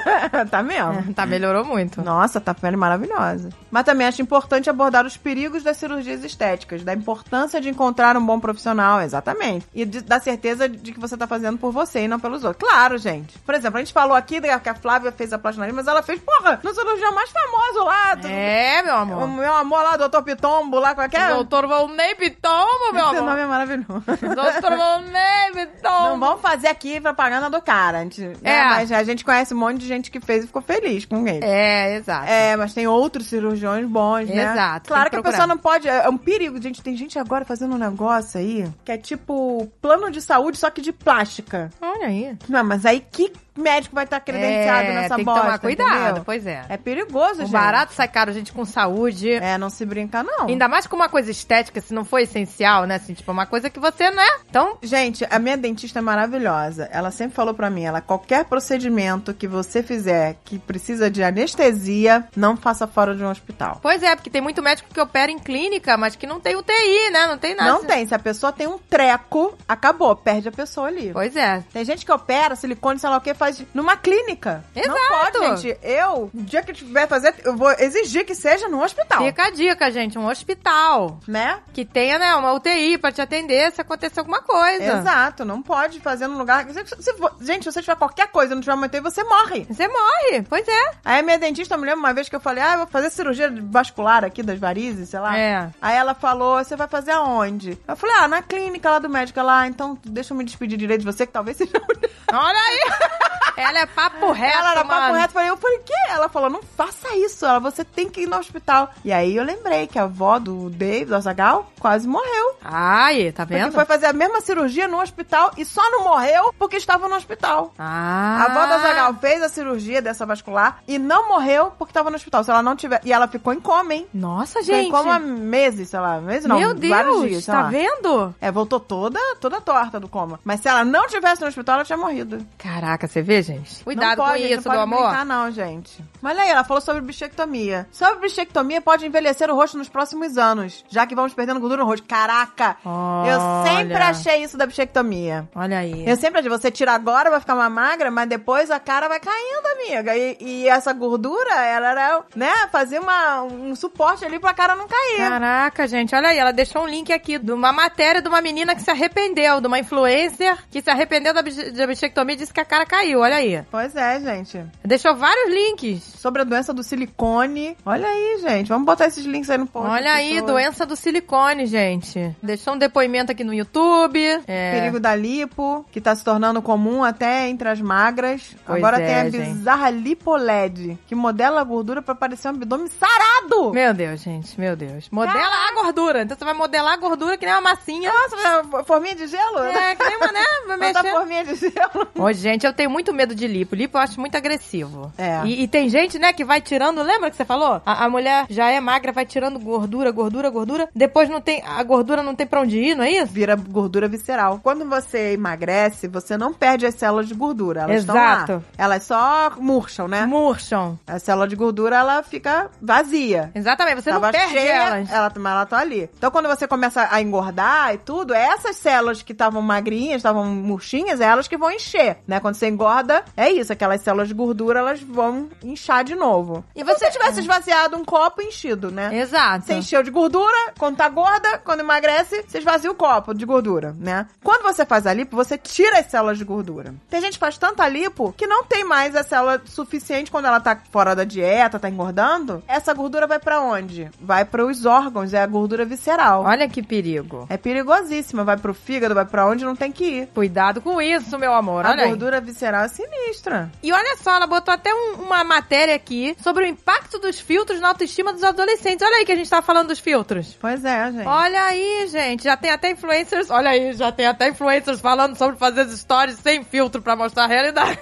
[SPEAKER 2] tá mesmo.
[SPEAKER 1] Tá, melhorou muito.
[SPEAKER 2] Nossa, tá pele maravilhosa. Mas também acho importante abordar os perigos das cirurgias estéticas, da importância de encontrar um bom profissional, exatamente. E de- da certeza de que você tá fazendo por você e não pelos outros. Claro, gente. Por exemplo, a gente falou aqui da- que a Flávia fez a plastinaria, mas ela fez, porra, no cirurgião mais famoso lá. do-
[SPEAKER 1] É, meu
[SPEAKER 2] O
[SPEAKER 1] amor.
[SPEAKER 2] meu amor lá, doutor Pitombo, lá, qualquer...
[SPEAKER 1] O doutor Volney Pitombo, meu
[SPEAKER 2] é? Esse
[SPEAKER 1] amor.
[SPEAKER 2] nome é maravilhoso.
[SPEAKER 1] [laughs] Doutor Volney
[SPEAKER 2] Não
[SPEAKER 1] Pitombo.
[SPEAKER 2] vamos fazer aqui propaganda do cara. A gente, né?
[SPEAKER 1] É.
[SPEAKER 2] Mas a gente conhece um monte de gente que fez e ficou feliz com ele.
[SPEAKER 1] É, exato.
[SPEAKER 2] É, mas tem outros cirurgiões bons, né?
[SPEAKER 1] Exato,
[SPEAKER 2] Claro
[SPEAKER 1] tem que
[SPEAKER 2] que,
[SPEAKER 1] procurar.
[SPEAKER 2] a pessoa não pode. É é um perigo, gente. Tem gente agora fazendo um negócio aí que é tipo plano de saúde, só que de plástica.
[SPEAKER 1] Olha aí.
[SPEAKER 2] Não, mas aí que médico vai estar credenciado
[SPEAKER 1] É,
[SPEAKER 2] nessa
[SPEAKER 1] tem que
[SPEAKER 2] bosta,
[SPEAKER 1] tomar cuidado,
[SPEAKER 2] entendeu?
[SPEAKER 1] pois é.
[SPEAKER 2] É perigoso,
[SPEAKER 1] O
[SPEAKER 2] gente.
[SPEAKER 1] barato sai caro, gente, com saúde.
[SPEAKER 2] É, não se brinca, não.
[SPEAKER 1] Ainda mais com uma coisa estética, se não for essencial, né? Assim, tipo, uma coisa que você, né? Então,
[SPEAKER 2] Gente, a minha dentista é maravilhosa. Ela sempre falou pra mim, ela qualquer procedimento que você fizer que precisa de anestesia, não faça fora de um hospital.
[SPEAKER 1] pois é, porque tem muito médico que opera em clínica, mas que não tem UTI, né? Não tem nada.
[SPEAKER 2] Não tem. Se a pessoa tem um treco, acabou, perde a pessoa ali.
[SPEAKER 1] Pois é.
[SPEAKER 2] Tem gente que opera silicone, sei lá o que, faz numa clínica.
[SPEAKER 1] Exato.
[SPEAKER 2] Não pode, gente. Eu, no dia que eu tiver fazer, eu vou exigir que seja num hospital.
[SPEAKER 1] Fica a dica, gente, um hospital.
[SPEAKER 2] Né?
[SPEAKER 1] Que tenha, né, uma UTI pra te atender se acontecer alguma coisa.
[SPEAKER 2] Exato, não pode fazer num lugar. Se, se, vo- gente, se você tiver qualquer coisa, não tiver uma UTI, você morre.
[SPEAKER 1] Você morre, pois é.
[SPEAKER 2] Aí a minha dentista, eu me lembro uma vez que eu falei, ah, eu vou fazer cirurgia vascular aqui das varizes, sei lá.
[SPEAKER 1] É.
[SPEAKER 2] Aí ela falou, você vai fazer aonde? Eu falei, ah, na clínica lá do médico. Ela, ah, então deixa eu me despedir direito de você, que talvez seja [laughs] mulher.
[SPEAKER 1] Olha aí! [laughs] Ela é papo reto,
[SPEAKER 2] Ela era papo
[SPEAKER 1] mano.
[SPEAKER 2] reto, falei, eu falei, o quê? Ela falou, não faça isso, ela, você tem que ir no hospital. E aí eu lembrei que a avó do Dave, do Azagal, quase morreu.
[SPEAKER 1] Ai, tá
[SPEAKER 2] Porque
[SPEAKER 1] vendo?
[SPEAKER 2] foi fazer a mesma cirurgia no hospital e só não morreu porque estava no hospital.
[SPEAKER 1] Ah.
[SPEAKER 2] A avó da Zagal fez a cirurgia dessa vascular e não morreu porque estava no hospital. Se ela não tiver. E ela ficou em coma, hein?
[SPEAKER 1] Nossa,
[SPEAKER 2] Ficou em
[SPEAKER 1] gente.
[SPEAKER 2] coma há meses, sei lá. Meses não,
[SPEAKER 1] Meu
[SPEAKER 2] vários
[SPEAKER 1] Deus,
[SPEAKER 2] dias, assim, sei
[SPEAKER 1] tá
[SPEAKER 2] lá.
[SPEAKER 1] vendo?
[SPEAKER 2] É, voltou toda, toda torta do coma. Mas se ela não tivesse no hospital, ela tinha morrido.
[SPEAKER 1] Caraca, você vê, gente? Cuidado
[SPEAKER 2] não pode,
[SPEAKER 1] com
[SPEAKER 2] gente,
[SPEAKER 1] isso,
[SPEAKER 2] não
[SPEAKER 1] meu
[SPEAKER 2] pode
[SPEAKER 1] amor.
[SPEAKER 2] Brincar, não, gente. Mas olha aí, ela falou sobre bichectomia. Sobre bichectomia, pode envelhecer o rosto nos próximos anos, já que vamos perdendo gordura no rosto. Caraca!
[SPEAKER 1] Olha.
[SPEAKER 2] Eu sempre achei isso da bichectomia.
[SPEAKER 1] Olha aí.
[SPEAKER 2] Eu sempre achei, você tira agora, vai ficar uma magra, mas depois a cara vai caindo, amiga. E, e essa gordura, ela era, né, fazia uma, um suporte ali pra cara não cair.
[SPEAKER 1] É. Caraca, gente, olha aí, ela deixou um link aqui de uma matéria de uma menina que se arrependeu, de uma influencer que se arrependeu da, bich- da bichectomia e disse que a cara caiu, olha aí.
[SPEAKER 2] Pois é, gente.
[SPEAKER 1] Deixou vários links.
[SPEAKER 2] Sobre a doença do silicone. Olha aí, gente. Vamos botar esses links aí no post.
[SPEAKER 1] olha
[SPEAKER 2] das
[SPEAKER 1] aí,
[SPEAKER 2] pessoas.
[SPEAKER 1] doença do silicone, gente. Deixou um depoimento aqui no YouTube.
[SPEAKER 2] O
[SPEAKER 1] É.
[SPEAKER 2] Perigo da lipo, que tá se tornando comum até entre as magras.
[SPEAKER 1] Pois
[SPEAKER 2] Agora
[SPEAKER 1] é,
[SPEAKER 2] tem a
[SPEAKER 1] gente.
[SPEAKER 2] bizarra lipoled, que modela a gordura pra parecer um abdômen sarado.
[SPEAKER 1] Meu Deus, gente, meu Deus. Modela a gordura. Então você vai modelar a gordura que nem uma massinha.
[SPEAKER 2] Nossa, é forminha de gelo? [laughs]
[SPEAKER 1] É, que nem uma, né? Vai
[SPEAKER 2] Botar
[SPEAKER 1] mexer.
[SPEAKER 2] forminha de [laughs] gelo.
[SPEAKER 1] Ô, gente, eu tenho muito medo de lipo. Lipo eu acho muito agressivo.
[SPEAKER 2] É.
[SPEAKER 1] E, e tem gente, né, que vai tirando. Lembra que você falou? A, a mulher já é magra, vai tirando gordura, gordura, gordura. Depois não tem. A gordura não tem pra onde ir, não é isso?
[SPEAKER 2] vira gordura visceral. Quando você emagrece, você não perde as células de gordura. Elas estão
[SPEAKER 1] Exato.
[SPEAKER 2] lá. Elas só murcham, né?
[SPEAKER 1] Murcham.
[SPEAKER 2] A célula de gordura, ela fica vazia.
[SPEAKER 1] Exatamente, você
[SPEAKER 2] Tava
[SPEAKER 1] não perde
[SPEAKER 2] Tá cheia,
[SPEAKER 1] elas.
[SPEAKER 2] Ela, mas ela tá ali. Então, quando você começa a engordar e tudo, essas células que estavam magrinhas, estavam murchinhas, é elas que vão encher, né? Quando você engorda, é isso. Aquelas células de gordura, elas vão inchar de novo.
[SPEAKER 1] E
[SPEAKER 2] E você
[SPEAKER 1] você- é.
[SPEAKER 2] tivesse esvaziado um copo e enchido, né?
[SPEAKER 1] Exato.
[SPEAKER 2] Você encheu de gordura, quando tá gorda, quando emagrece, você esvazia o copo de gordura, né? Quando você faz a lipo, você tira as células de gordura. Tem gente que faz tanta lipo que não tem mais a célula suficiente quando ela tá fora da dieta, tá engordando. Essa gordura vai pra onde? Vai pros órgãos, é a gordura visceral.
[SPEAKER 1] Olha que perigo.
[SPEAKER 2] É perigosíssima, vai pro fígado, vai pra onde não tem que ir.
[SPEAKER 1] Cuidado com isso, meu amor.
[SPEAKER 2] A
[SPEAKER 1] olha aí.
[SPEAKER 2] gordura visceral é sinistra.
[SPEAKER 1] E olha só, ela botou até um- uma matéria aqui sobre o impacto dos filtros na autoestima dos adolescentes. Olha aí que a gente tá falando dos filtros.
[SPEAKER 2] Pois é, gente.
[SPEAKER 1] Olha aí, gente, já tem até influencers, olha aí, já tem até influencers falando sobre fazer as stories sem filtro pra mostrar a realidade.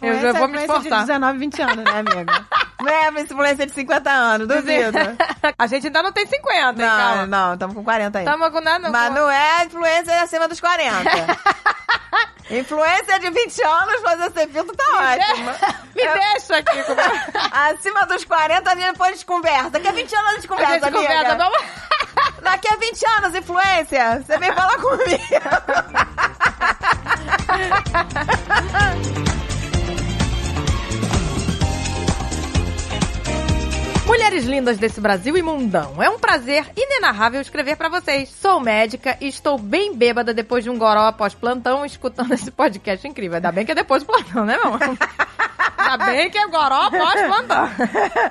[SPEAKER 1] Eu já
[SPEAKER 2] Influência
[SPEAKER 1] vou me
[SPEAKER 2] é influência
[SPEAKER 1] esforçar.
[SPEAKER 2] de 19, 20 anos, né,
[SPEAKER 1] [laughs]
[SPEAKER 2] amiga? Não é uma influência de 50 anos, duvido.
[SPEAKER 1] A gente ainda não tem 50, hein,
[SPEAKER 2] Não,
[SPEAKER 1] calma.
[SPEAKER 2] não, estamos com 40 aí.
[SPEAKER 1] Tamo com nada.
[SPEAKER 2] Mas não é influencer acima
[SPEAKER 1] [laughs]
[SPEAKER 2] dos 40. influencer de 20 anos fazer esse filtro tá ótimo.
[SPEAKER 1] [laughs] Me deixa aqui. Com...
[SPEAKER 2] [laughs] acima dos 40, ali depois de conversa. Daqui a 20 anos de
[SPEAKER 1] a
[SPEAKER 2] conversa,
[SPEAKER 1] gente
[SPEAKER 2] amiga.
[SPEAKER 1] conversa, vamos...
[SPEAKER 2] Daqui a 20 anos, influência, você vem falar comigo.
[SPEAKER 1] Mulheres lindas desse Brasil e mundão, é um prazer inenarrável escrever pra vocês. Sou médica e estou bem bêbada depois de um goró após plantão, escutando esse podcast incrível. Ainda bem que é depois do plantão, né, meu amor? Ainda bem que é goró após plantão.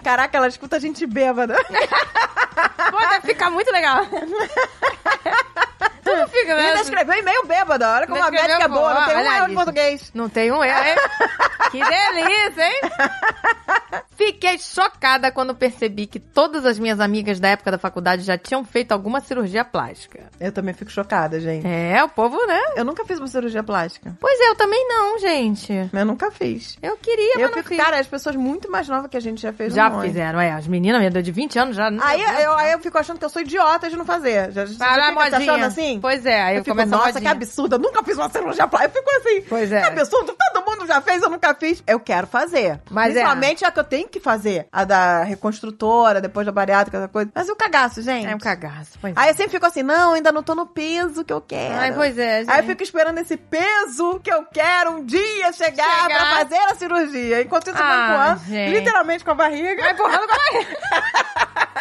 [SPEAKER 2] Caraca, ela escuta a
[SPEAKER 1] É
[SPEAKER 2] gente bêbada.
[SPEAKER 1] Pô, deve ficar muito legal. Como fica, né?
[SPEAKER 2] Ainda escreveu um e-mail bêbado. Olha como a
[SPEAKER 1] Ainda escreveu
[SPEAKER 2] América é boa. Não tem
[SPEAKER 1] olha
[SPEAKER 2] um erro
[SPEAKER 1] isso.
[SPEAKER 2] de português.
[SPEAKER 1] Não tem um erro, hein? que delícia, hein? Fiquei chocada quando percebi que todas as minhas amigas da época da faculdade já tinham feito alguma cirurgia plástica.
[SPEAKER 2] Eu também fico chocada, gente.
[SPEAKER 1] É, o povo, né?
[SPEAKER 2] Eu nunca fiz uma cirurgia plástica.
[SPEAKER 1] Pois é, eu também não, gente.
[SPEAKER 2] Mas eu nunca fiz.
[SPEAKER 1] Eu queria,
[SPEAKER 2] Eu
[SPEAKER 1] mas não
[SPEAKER 2] fico,
[SPEAKER 1] fiz.
[SPEAKER 2] cara, as pessoas muito mais novas que a gente já fez
[SPEAKER 1] já
[SPEAKER 2] um monte.
[SPEAKER 1] fizeram, é. As meninas, minha de 20 anos, já...
[SPEAKER 2] Aí eu, aí eu fico achando que eu sou idiota de não fazer. Já, já
[SPEAKER 1] Para,
[SPEAKER 2] fica se achando
[SPEAKER 1] modinha.
[SPEAKER 2] assim?
[SPEAKER 1] Pois é, aí
[SPEAKER 2] eu
[SPEAKER 1] eu
[SPEAKER 2] fico,
[SPEAKER 1] começo a
[SPEAKER 2] nossa, que
[SPEAKER 1] modinha.
[SPEAKER 2] absurdo, eu nunca fiz uma cirurgia plástica. Eu fico assim,
[SPEAKER 1] Pois é.
[SPEAKER 2] que absurdo, todo mundo já fez, eu nunca fiz. Eu quero fazer.
[SPEAKER 1] Mas é.
[SPEAKER 2] Principalmente a que eu tenho que fazer, a da reconstrutora, depois da bariátrica, essa coisa. Mas e o cagaço, gente?
[SPEAKER 1] É um cagaço, pois é.
[SPEAKER 2] Aí eu sempre fico assim, não, ainda não tô no peso que eu quero.
[SPEAKER 1] Ai, pois é, gente.
[SPEAKER 2] Aí eu fico esperando esse peso que eu quero um dia chegar,
[SPEAKER 1] Chegar.
[SPEAKER 2] pra fazer a cirurgia. Enquanto isso, eu
[SPEAKER 1] Ah,
[SPEAKER 2] vou empurrando,
[SPEAKER 1] gente.
[SPEAKER 2] literalmente com a barriga.
[SPEAKER 1] Vai empurrando com a barriga.
[SPEAKER 2] "Ah."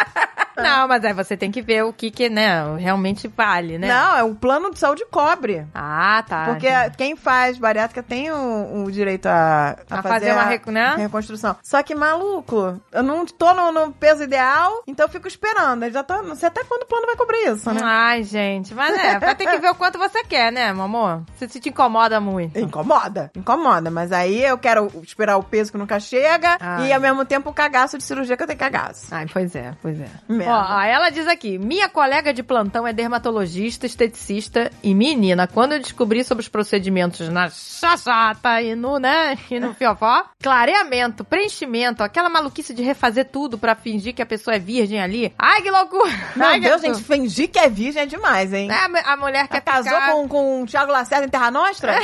[SPEAKER 1] Não, mas aí você tem que ver o que que, né, realmente vale, né?
[SPEAKER 2] Não, é um plano de saúde cobre.
[SPEAKER 1] Ah, tá.
[SPEAKER 2] Porque é quem faz bariátrica tem o, o direito a,
[SPEAKER 1] A fazer uma recu- né?
[SPEAKER 2] reconstrução. Só que, maluco, eu não tô no, no peso ideal, então eu fico esperando. Eu Já tô, não sei até quando o plano vai cobrir isso, né?
[SPEAKER 1] Ai, gente, mas é, vai ter que ver o quanto você quer, né, meu amor? Se se te incomoda muito.
[SPEAKER 2] Incomoda, incomoda, mas aí eu quero esperar o peso que nunca chega
[SPEAKER 1] Ai.
[SPEAKER 2] e ao mesmo tempo o cagaço de cirurgia que eu tenho cagaço.
[SPEAKER 1] Ai, pois é, pois é.
[SPEAKER 2] Merda.
[SPEAKER 1] Ó, ó, ela diz aqui: minha colega de plantão é dermatologista, esteticista e menina. Quando eu descobri sobre os procedimentos na chachata e no, né, e no fiofó, clareamento, preenchimento, aquela maluquice de refazer tudo pra fingir que a pessoa é virgem ali. Ai, que loucura!
[SPEAKER 2] Meu
[SPEAKER 1] Ai, que
[SPEAKER 2] Deus,
[SPEAKER 1] absurdo.
[SPEAKER 2] gente, fingir que é virgem é demais, hein?
[SPEAKER 1] Né, a, mu- a mulher
[SPEAKER 2] Que
[SPEAKER 1] quer
[SPEAKER 2] casou
[SPEAKER 1] ficar...
[SPEAKER 2] com, um- com o Thiago Lacerda em Terra
[SPEAKER 1] [laughs]
[SPEAKER 2] Nostra?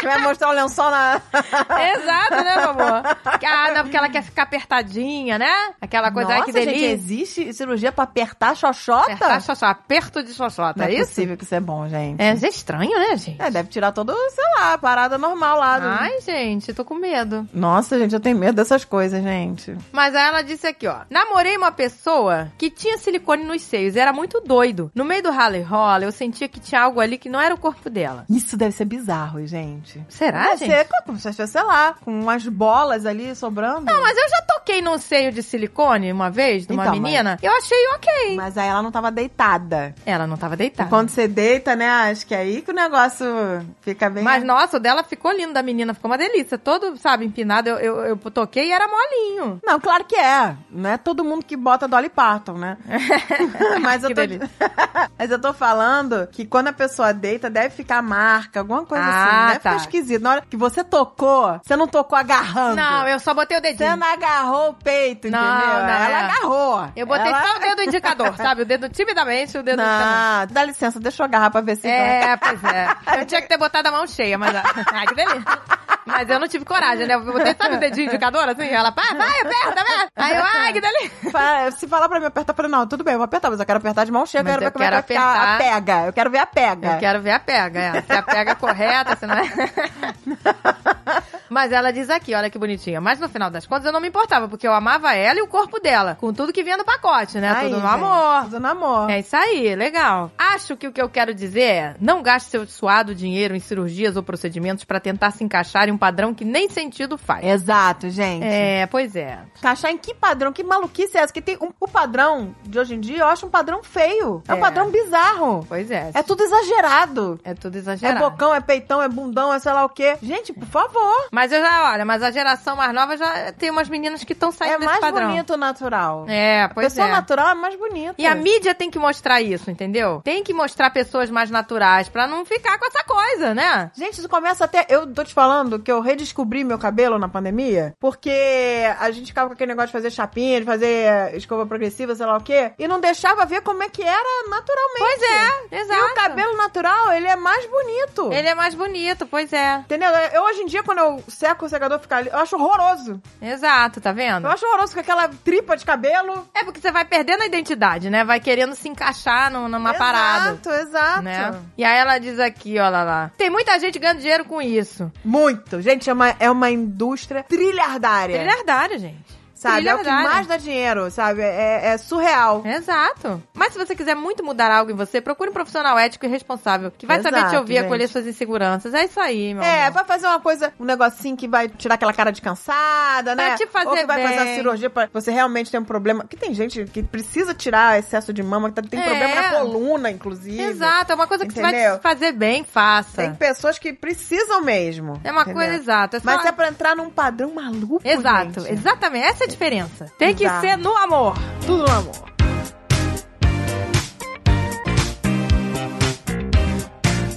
[SPEAKER 2] que vai mostrar o lençol na... Ah.
[SPEAKER 1] Exato, né, meu
[SPEAKER 2] [laughs]
[SPEAKER 1] amor? Ah, não, porque ela quer ficar apertadinha, né? Aquela coisa, ai, que
[SPEAKER 2] Nossa, gente, é
[SPEAKER 1] delícia.
[SPEAKER 2] existe cirurgia pra apertar a xoxota?
[SPEAKER 1] Apertar xoxota, aperto de xoxota,
[SPEAKER 2] Não
[SPEAKER 1] é
[SPEAKER 2] é
[SPEAKER 1] isso?
[SPEAKER 2] possível que isso é bom, gente.
[SPEAKER 1] É, isso é estranho, né, gente?
[SPEAKER 2] É, deve tirar todo, sei lá, a parada normal lá. do-
[SPEAKER 1] Ai, gente, tô com medo.
[SPEAKER 2] Nossa, gente, eu tenho medo dessas coisas, gente.
[SPEAKER 1] Mas aí ela disse aqui, ó. Namorei uma pessoa que tinha silicone nos seios e era muito doido. No meio do rally rola, eu sentia que tinha algo ali que não era o corpo dela.
[SPEAKER 2] Isso deve ser bizarro, gente.
[SPEAKER 1] Será,
[SPEAKER 2] deve
[SPEAKER 1] gente?
[SPEAKER 2] Ser, como se fosse, sei lá, com umas bolas ali sobrando.
[SPEAKER 1] Não, mas eu já toquei num seio de silicone uma vez, de uma
[SPEAKER 2] Então, mas-
[SPEAKER 1] menina. Eu achei ok.
[SPEAKER 2] Mas aí ela não tava deitada.
[SPEAKER 1] Ela não tava
[SPEAKER 2] E
[SPEAKER 1] deitada.
[SPEAKER 2] Quando você deita, né? Acho que é aí que o negócio fica bem.
[SPEAKER 1] Mas, nossa, o dela ficou lindo, da menina ficou uma delícia. Todo, sabe, empinado, eu, eu, eu toquei e era molinho.
[SPEAKER 2] Não, claro que é. Não é todo mundo que bota Dolly
[SPEAKER 1] [laughs]
[SPEAKER 2] Parton, né? Mas, eu
[SPEAKER 1] Que
[SPEAKER 2] tô...
[SPEAKER 1] delícia.
[SPEAKER 2] [laughs] Mas eu tô falando que quando a pessoa deita, deve ficar marca, alguma coisa assim.
[SPEAKER 1] Ah,
[SPEAKER 2] Deve
[SPEAKER 1] tá.
[SPEAKER 2] ficar esquisito. Na hora que você tocou, você não tocou agarrando.
[SPEAKER 1] Não, eu só botei o dedinho.
[SPEAKER 2] Você não agarrou o peito,
[SPEAKER 1] Não,
[SPEAKER 2] entendeu?
[SPEAKER 1] não,
[SPEAKER 2] Ela
[SPEAKER 1] é.
[SPEAKER 2] agarrou.
[SPEAKER 1] Eu botei
[SPEAKER 2] Ela...
[SPEAKER 1] só o dedo indicador, sabe? O dedo timidamente, o dedo indicador.
[SPEAKER 2] Não, dá licença, deixa eu agarrar pra ver se...
[SPEAKER 1] É, pois é. Eu tinha que ter botado a mão cheia, mas. ah, [laughs] Ai, que delícia. Mas eu não tive coragem, né? Eu botei, sabe o dedinho indicador assim? Ela, pá, vai, aperta, aperta. Aí eu, ai, que delícia.
[SPEAKER 2] Fa- Se falar pra mim apertar, eu falei, não, tudo bem, eu vou apertar, mas eu quero apertar de mão cheia, eu
[SPEAKER 1] Mas
[SPEAKER 2] quero
[SPEAKER 1] eu
[SPEAKER 2] ver como é que vai
[SPEAKER 1] quero
[SPEAKER 2] ficar a
[SPEAKER 1] apertar.
[SPEAKER 2] pega. Eu quero ver a pega.
[SPEAKER 1] Eu quero ver a pega, é. Se a pega é correta, se não é. Mas ela diz aqui, olha que bonitinha. Mas no final das contas eu não me importava, porque eu amava ela e o corpo dela. Com tudo que vinha no pacote, né?
[SPEAKER 2] Aí,
[SPEAKER 1] tudo no
[SPEAKER 2] gente,
[SPEAKER 1] amor.
[SPEAKER 2] Tudo no amor.
[SPEAKER 1] É isso aí, legal. Acho que o que eu quero dizer é: não gaste seu suado dinheiro em cirurgias ou procedimentos pra tentar se encaixar em um padrão que nem sentido
[SPEAKER 2] É,
[SPEAKER 1] faz.
[SPEAKER 2] Exato, gente.
[SPEAKER 1] É, pois é.
[SPEAKER 2] Encaixar em que padrão? Que maluquice é essa? Que tem um- o padrão de hoje em dia, eu acho um padrão feio. É, um
[SPEAKER 1] É.
[SPEAKER 2] padrão bizarro.
[SPEAKER 1] Pois é.
[SPEAKER 2] É tudo exagerado.
[SPEAKER 1] É tudo
[SPEAKER 2] É
[SPEAKER 1] exagerado.
[SPEAKER 2] bocão, é peitão, é bundão, é sei lá o quê. Gente, por favor.
[SPEAKER 1] mas eu já, olha, mas a geração mais nova já tem umas meninas que estão saindo
[SPEAKER 2] É
[SPEAKER 1] desse
[SPEAKER 2] mais
[SPEAKER 1] Tá padrão.
[SPEAKER 2] bonito o natural.
[SPEAKER 1] É,
[SPEAKER 2] A
[SPEAKER 1] pois
[SPEAKER 2] pessoa
[SPEAKER 1] é.
[SPEAKER 2] natural é mais bonita.
[SPEAKER 1] E a mídia tem que mostrar isso, entendeu? Tem que mostrar pessoas mais naturais pra não ficar com essa coisa, né?
[SPEAKER 2] Gente, isso começa até. Eu tô te falando que eu redescobri meu cabelo na pandemia, porque a gente ficava com aquele negócio de fazer chapinha, de fazer escova progressiva, sei lá o quê, e não deixava ver como é que era naturalmente.
[SPEAKER 1] Pois é, exato.
[SPEAKER 2] E o cabelo natural, ele é mais bonito.
[SPEAKER 1] Ele é mais bonito, pois é.
[SPEAKER 2] Entendeu? Eu hoje em dia, quando eu seco o secador ficar ali, eu acho horroroso.
[SPEAKER 1] Exato, tá vendo?
[SPEAKER 2] Eu acho horroroso com aquela tripa de cabelo.
[SPEAKER 1] É porque você vai perdendo a identidade, né? Vai querendo se encaixar no- numa parada.
[SPEAKER 2] Exato, exato.
[SPEAKER 1] Né? E aí ela diz aqui, olha lá. Tem muita gente ganhando dinheiro com isso.
[SPEAKER 2] Muito. Gente, é uma, é uma indústria trilhardária.
[SPEAKER 1] Trilhardário, gente.
[SPEAKER 2] sabe?
[SPEAKER 1] Trilha
[SPEAKER 2] É o que
[SPEAKER 1] verdade.
[SPEAKER 2] mais dá dinheiro, sabe? É, é surreal.
[SPEAKER 1] Exato. Mas se você quiser muito mudar algo em você, procure um profissional ético e responsável que vai saber te
[SPEAKER 2] Exato,
[SPEAKER 1] ouvir, acolher
[SPEAKER 2] gente.
[SPEAKER 1] suas inseguranças. É isso aí, meu
[SPEAKER 2] É,
[SPEAKER 1] amor.
[SPEAKER 2] vai fazer uma coisa, um negocinho que vai tirar aquela cara de cansada,
[SPEAKER 1] Pra
[SPEAKER 2] né?
[SPEAKER 1] te fazer
[SPEAKER 2] Ou que vai
[SPEAKER 1] bem.
[SPEAKER 2] fazer uma cirurgia pra você realmente ter um problema. Porque tem gente que precisa tirar excesso de mama, que tá- tem
[SPEAKER 1] É.
[SPEAKER 2] problema na coluna, inclusive.
[SPEAKER 1] Exato, é uma coisa que você vai
[SPEAKER 2] Entendeu?
[SPEAKER 1] te fazer bem, faça.
[SPEAKER 2] Tem pessoas que precisam mesmo.
[SPEAKER 1] É uma
[SPEAKER 2] entendeu?
[SPEAKER 1] coisa exata. É só-
[SPEAKER 2] Mas é pra entrar num padrão maluco,
[SPEAKER 1] Exato,
[SPEAKER 2] gente.
[SPEAKER 1] exatamente. Essa é a diferença. Tem que
[SPEAKER 2] Exato.
[SPEAKER 1] ser no amor.
[SPEAKER 2] Tudo no amor.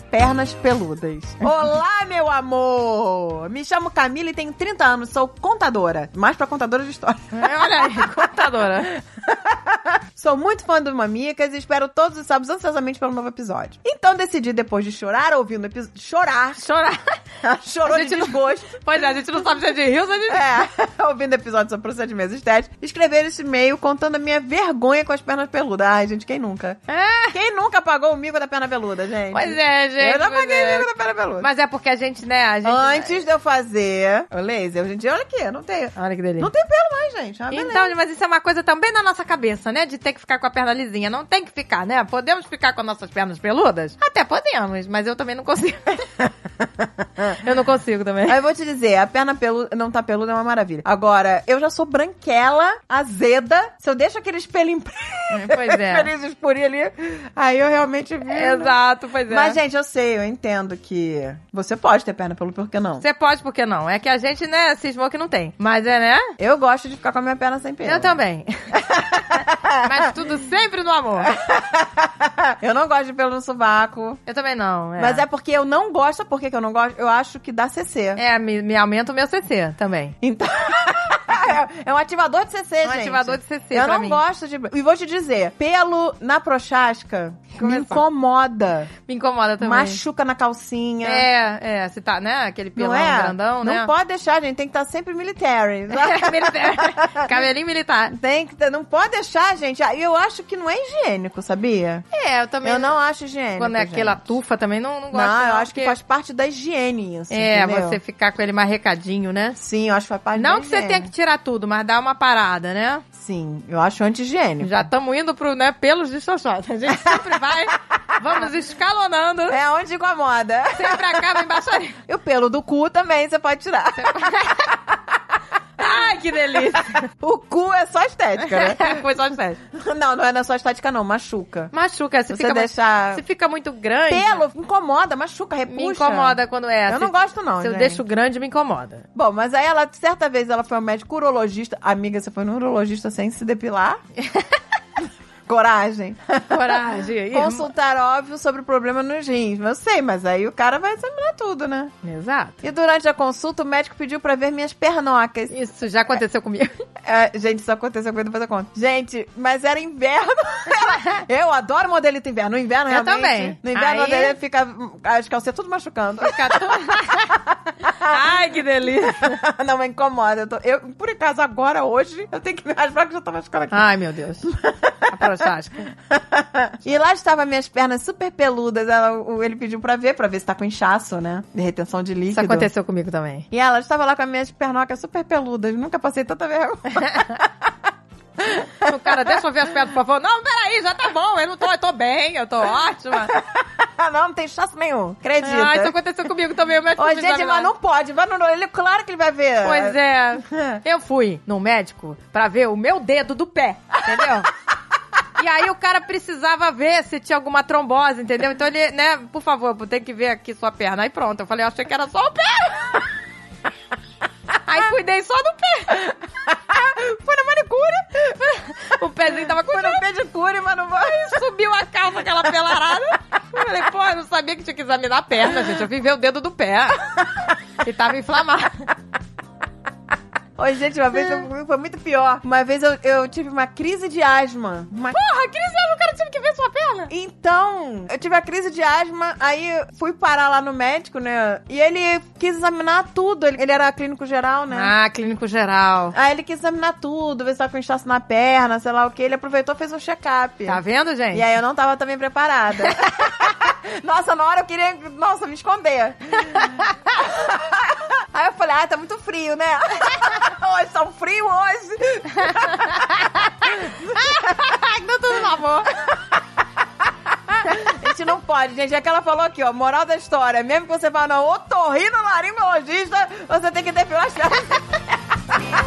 [SPEAKER 2] Pernas
[SPEAKER 1] [laughs]
[SPEAKER 2] peludas. Olá, meu amor! Me chamo Camila e tenho 30 anos, sou contadora. Mais pra contadora de história.
[SPEAKER 1] É, Olha aí, [laughs] contadora.
[SPEAKER 2] Sou muito fã do Mamicas e espero todos os sábados ansiosamente pelo novo episódio. Então decidi, depois de chorar ouvindo o episódio. Chorar! [laughs]
[SPEAKER 1] Chorar.
[SPEAKER 2] Chorou
[SPEAKER 1] A
[SPEAKER 2] de
[SPEAKER 1] gente não-
[SPEAKER 2] desgosto.
[SPEAKER 1] Pois é, a gente não sabe se é de rir ou se é de...
[SPEAKER 2] É, [laughs] ouvindo episódio sobre procedimentos estéticos, escrever esse e-mail contando a minha vergonha com as pernas peludas. Ai, gente, quem nunca?
[SPEAKER 1] É.
[SPEAKER 2] Quem nunca pagou o mico da perna peluda, gente?
[SPEAKER 1] Pois é, gente.
[SPEAKER 2] Eu já
[SPEAKER 1] pois
[SPEAKER 2] paguei
[SPEAKER 1] é.
[SPEAKER 2] o mico da perna peluda.
[SPEAKER 1] Mas é porque a gente, né, a gente...
[SPEAKER 2] Antes de eu fazer o laser, hoje em dia, olha aqui, não tem,
[SPEAKER 1] Olha que delícia.
[SPEAKER 2] não tem pelo mais, gente. Ah, beleza.
[SPEAKER 1] Então, mas isso é uma coisa também na nossa cabeça, né? De ter que ficar com a perna lisinha. Não tem que ficar, né? Podemos ficar com as nossas pernas peludas? Até podemos, mas eu também não
[SPEAKER 2] [laughs]
[SPEAKER 1] consigo. eu não consigo também.
[SPEAKER 2] Aí eu vou te dizer, a perna peluda, não tá peluda é uma maravilha. Agora, eu já sou branquela, azeda. Se eu deixo aquele espelho [laughs]
[SPEAKER 1] [laughs]
[SPEAKER 2] em
[SPEAKER 1] Pois é.
[SPEAKER 2] espelho espurinho ali, aí eu realmente vi. né?
[SPEAKER 1] Exato, pois é.
[SPEAKER 2] Mas, gente, eu sei, eu entendo que você pode ter perna peluda, por que não?
[SPEAKER 1] Você pode, por que não? É que a gente, né, cismou que não tem. Mas é, né?
[SPEAKER 2] Eu gosto de ficar com a minha perna sem pelo.
[SPEAKER 1] Eu também. mas tudo sempre no amor.
[SPEAKER 2] [laughs] Eu não gosto de pelo no sovaco.
[SPEAKER 1] Eu também não. É.
[SPEAKER 2] Mas é porque eu não gosto. Por que que eu não gosto? Eu acho que dá CC.
[SPEAKER 1] É, me, me aumenta o meu CC também.
[SPEAKER 2] Então. [laughs] é um ativador de CC,
[SPEAKER 1] um
[SPEAKER 2] gente.
[SPEAKER 1] ativador de CC
[SPEAKER 2] Eu
[SPEAKER 1] pra
[SPEAKER 2] não
[SPEAKER 1] mim.
[SPEAKER 2] gosto de. E vou te dizer, pelo na prochasca me
[SPEAKER 1] Começou.
[SPEAKER 2] incomoda.
[SPEAKER 1] Me incomoda também.
[SPEAKER 2] Machuca na calcinha.
[SPEAKER 1] É, é. Se tá, né? Aquele
[SPEAKER 2] Não
[SPEAKER 1] pilão
[SPEAKER 2] é?
[SPEAKER 1] grandão,
[SPEAKER 2] não
[SPEAKER 1] né?
[SPEAKER 2] pode deixar, gente. Tem que estar
[SPEAKER 1] [laughs]
[SPEAKER 2] sempre military.
[SPEAKER 1] É, militar. [laughs] Cabelinho militar.
[SPEAKER 2] Tem que, ter- não pode deixar, gente. Ah, Eu acho que não é higiênico, sabia?
[SPEAKER 1] É, eu também.
[SPEAKER 2] Eu não acho higiênico.
[SPEAKER 1] quando é
[SPEAKER 2] gente.
[SPEAKER 1] aquela tufa também, não, não
[SPEAKER 2] Não,
[SPEAKER 1] gosto.
[SPEAKER 2] eu acho
[SPEAKER 1] porque-
[SPEAKER 2] que faz parte da higiene isso.
[SPEAKER 1] É,
[SPEAKER 2] entendeu?
[SPEAKER 1] você ficar com ele marrecadinho, né?
[SPEAKER 2] Sim, eu acho que faz parte
[SPEAKER 1] Não
[SPEAKER 2] da
[SPEAKER 1] que você
[SPEAKER 2] higiene.
[SPEAKER 1] tenha que tirar tudo, mas dá uma parada, né?
[SPEAKER 2] Sim, eu acho anti-higiênico.
[SPEAKER 1] Já estamos indo pro, né, pelos distorçados. A gente sempre
[SPEAKER 2] [laughs]
[SPEAKER 1] vai, vamos escalonando.
[SPEAKER 2] É onde incomoda. [laughs]
[SPEAKER 1] Sempre acaba em baixaria.
[SPEAKER 2] E o pelo do cu também você pode tirar.
[SPEAKER 1] [laughs] Ai, que delícia.
[SPEAKER 2] O cu é só estética, né?
[SPEAKER 1] Foi só sério.
[SPEAKER 2] [laughs] Não, não é só estética, não. Machuca.
[SPEAKER 1] Machuca, se
[SPEAKER 2] Você
[SPEAKER 1] fica, mu-
[SPEAKER 2] deixar-
[SPEAKER 1] se fica muito grande.
[SPEAKER 2] Pelo incomoda, machuca, repuxa.
[SPEAKER 1] me incomoda quando é.
[SPEAKER 2] Eu
[SPEAKER 1] se-
[SPEAKER 2] não gosto, não.
[SPEAKER 1] Se eu
[SPEAKER 2] gente.
[SPEAKER 1] deixo grande, me incomoda.
[SPEAKER 2] Bom, mas aí ela, certa vez, ela foi ao médico urologista. Amiga, você foi no urologista sem
[SPEAKER 1] [laughs]
[SPEAKER 2] se depilar? Coragem. é
[SPEAKER 1] Coragem. irmã.
[SPEAKER 2] Consultar, óbvio, sobre o problema nos rins. Eu sei, mas aí o cara vai examinar tudo, né?
[SPEAKER 1] Exato.
[SPEAKER 2] E durante a consulta, o médico pediu pra ver minhas pernocas.
[SPEAKER 1] Isso já aconteceu
[SPEAKER 2] [laughs]
[SPEAKER 1] comigo.
[SPEAKER 2] É, gente, isso aconteceu com depois eu conta. Gente, mas era inverno. [laughs] eu adoro modelito inverno. No inverno,
[SPEAKER 1] Eu
[SPEAKER 2] realmente.
[SPEAKER 1] também.
[SPEAKER 2] No inverno,
[SPEAKER 1] Aí-
[SPEAKER 2] o modelito fica hum, as calcinhas tudo machucando. [laughs]
[SPEAKER 1] Fica tão- Ai, que delícia.
[SPEAKER 2] Não, mas incomoda. Eu, tô- eu, por acaso, agora, hoje, eu tenho que me raspar que já tá machucando [laughs] aqui.
[SPEAKER 1] Ai, meu Deus. A
[SPEAKER 2] [laughs]
[SPEAKER 1] prostática.
[SPEAKER 2] E lá estavam minhas pernas super peludas. Ela- o- ele pediu pra ver, pra ver se tá com inchaço, né? De retenção de líquido.
[SPEAKER 1] Isso aconteceu comigo também.
[SPEAKER 2] E ela estava lá com as minhas pernocas super peludas. Nunca passei tanta vergonha.
[SPEAKER 1] O cara, deixa eu ver as pernas, por favor. Não, peraí, já tá bom. Eu não tô, eu tô bem, eu tô ótima.
[SPEAKER 2] [laughs] não, não tem inchaço nenhum. Acredita.
[SPEAKER 1] Ah, isso aconteceu comigo também. O médico
[SPEAKER 2] Ô,
[SPEAKER 1] me
[SPEAKER 2] gente,
[SPEAKER 1] examinou.
[SPEAKER 2] mas não pode. Vai no ele, claro que ele vai ver.
[SPEAKER 1] Tá Pois é. Eu fui no médico pra ver o meu dedo do pé, entendeu? E aí o cara precisava ver se tinha alguma trombose, entendeu? Então ele, né, por favor, tem que ver aqui sua perna. Aí pronto, eu falei, eu achei que era só o pé. Aí cuidei só do pé. [laughs]
[SPEAKER 2] Foi na manicure.
[SPEAKER 1] O pezinho tava com
[SPEAKER 2] Foi na pedicure, mas não vai.
[SPEAKER 1] Subiu a calça, aquela pelarada. Eu falei, pô, eu não sabia que tinha que examinar a perna, gente. Eu vim ver o dedo do pé. E tava inflamado.
[SPEAKER 2] Ô, gente, uma vez foi, foi muito pior. Uma vez eu, eu tive uma crise de asma. Uma
[SPEAKER 1] Porra, Cris, o cara tive que ver sua perna.
[SPEAKER 2] Então, eu tive a crise de asma, aí fui parar lá no médico, né? E ele quis examinar tudo. Ele, ele era clínico geral, né?
[SPEAKER 1] Ah, clínico geral.
[SPEAKER 2] Aí ele quis examinar tudo, ver se tava com inchaço na perna, sei lá o que. Ele aproveitou e fez um check-up.
[SPEAKER 1] Tá vendo, gente?
[SPEAKER 2] E aí eu não tava também [laughs] preparada. Uhum. Nossa, na hora eu queria, nossa, me esconder. Aí eu falei, ah, tá muito frio, né? [laughs] hoje tá um frio hoje.
[SPEAKER 1] Então, tudo no amor.
[SPEAKER 2] A gente não pode, gente. É que ela falou aqui, ó, moral da história. Mesmo que você vá no otorrinolaringologista, você tem que depilar as pernas.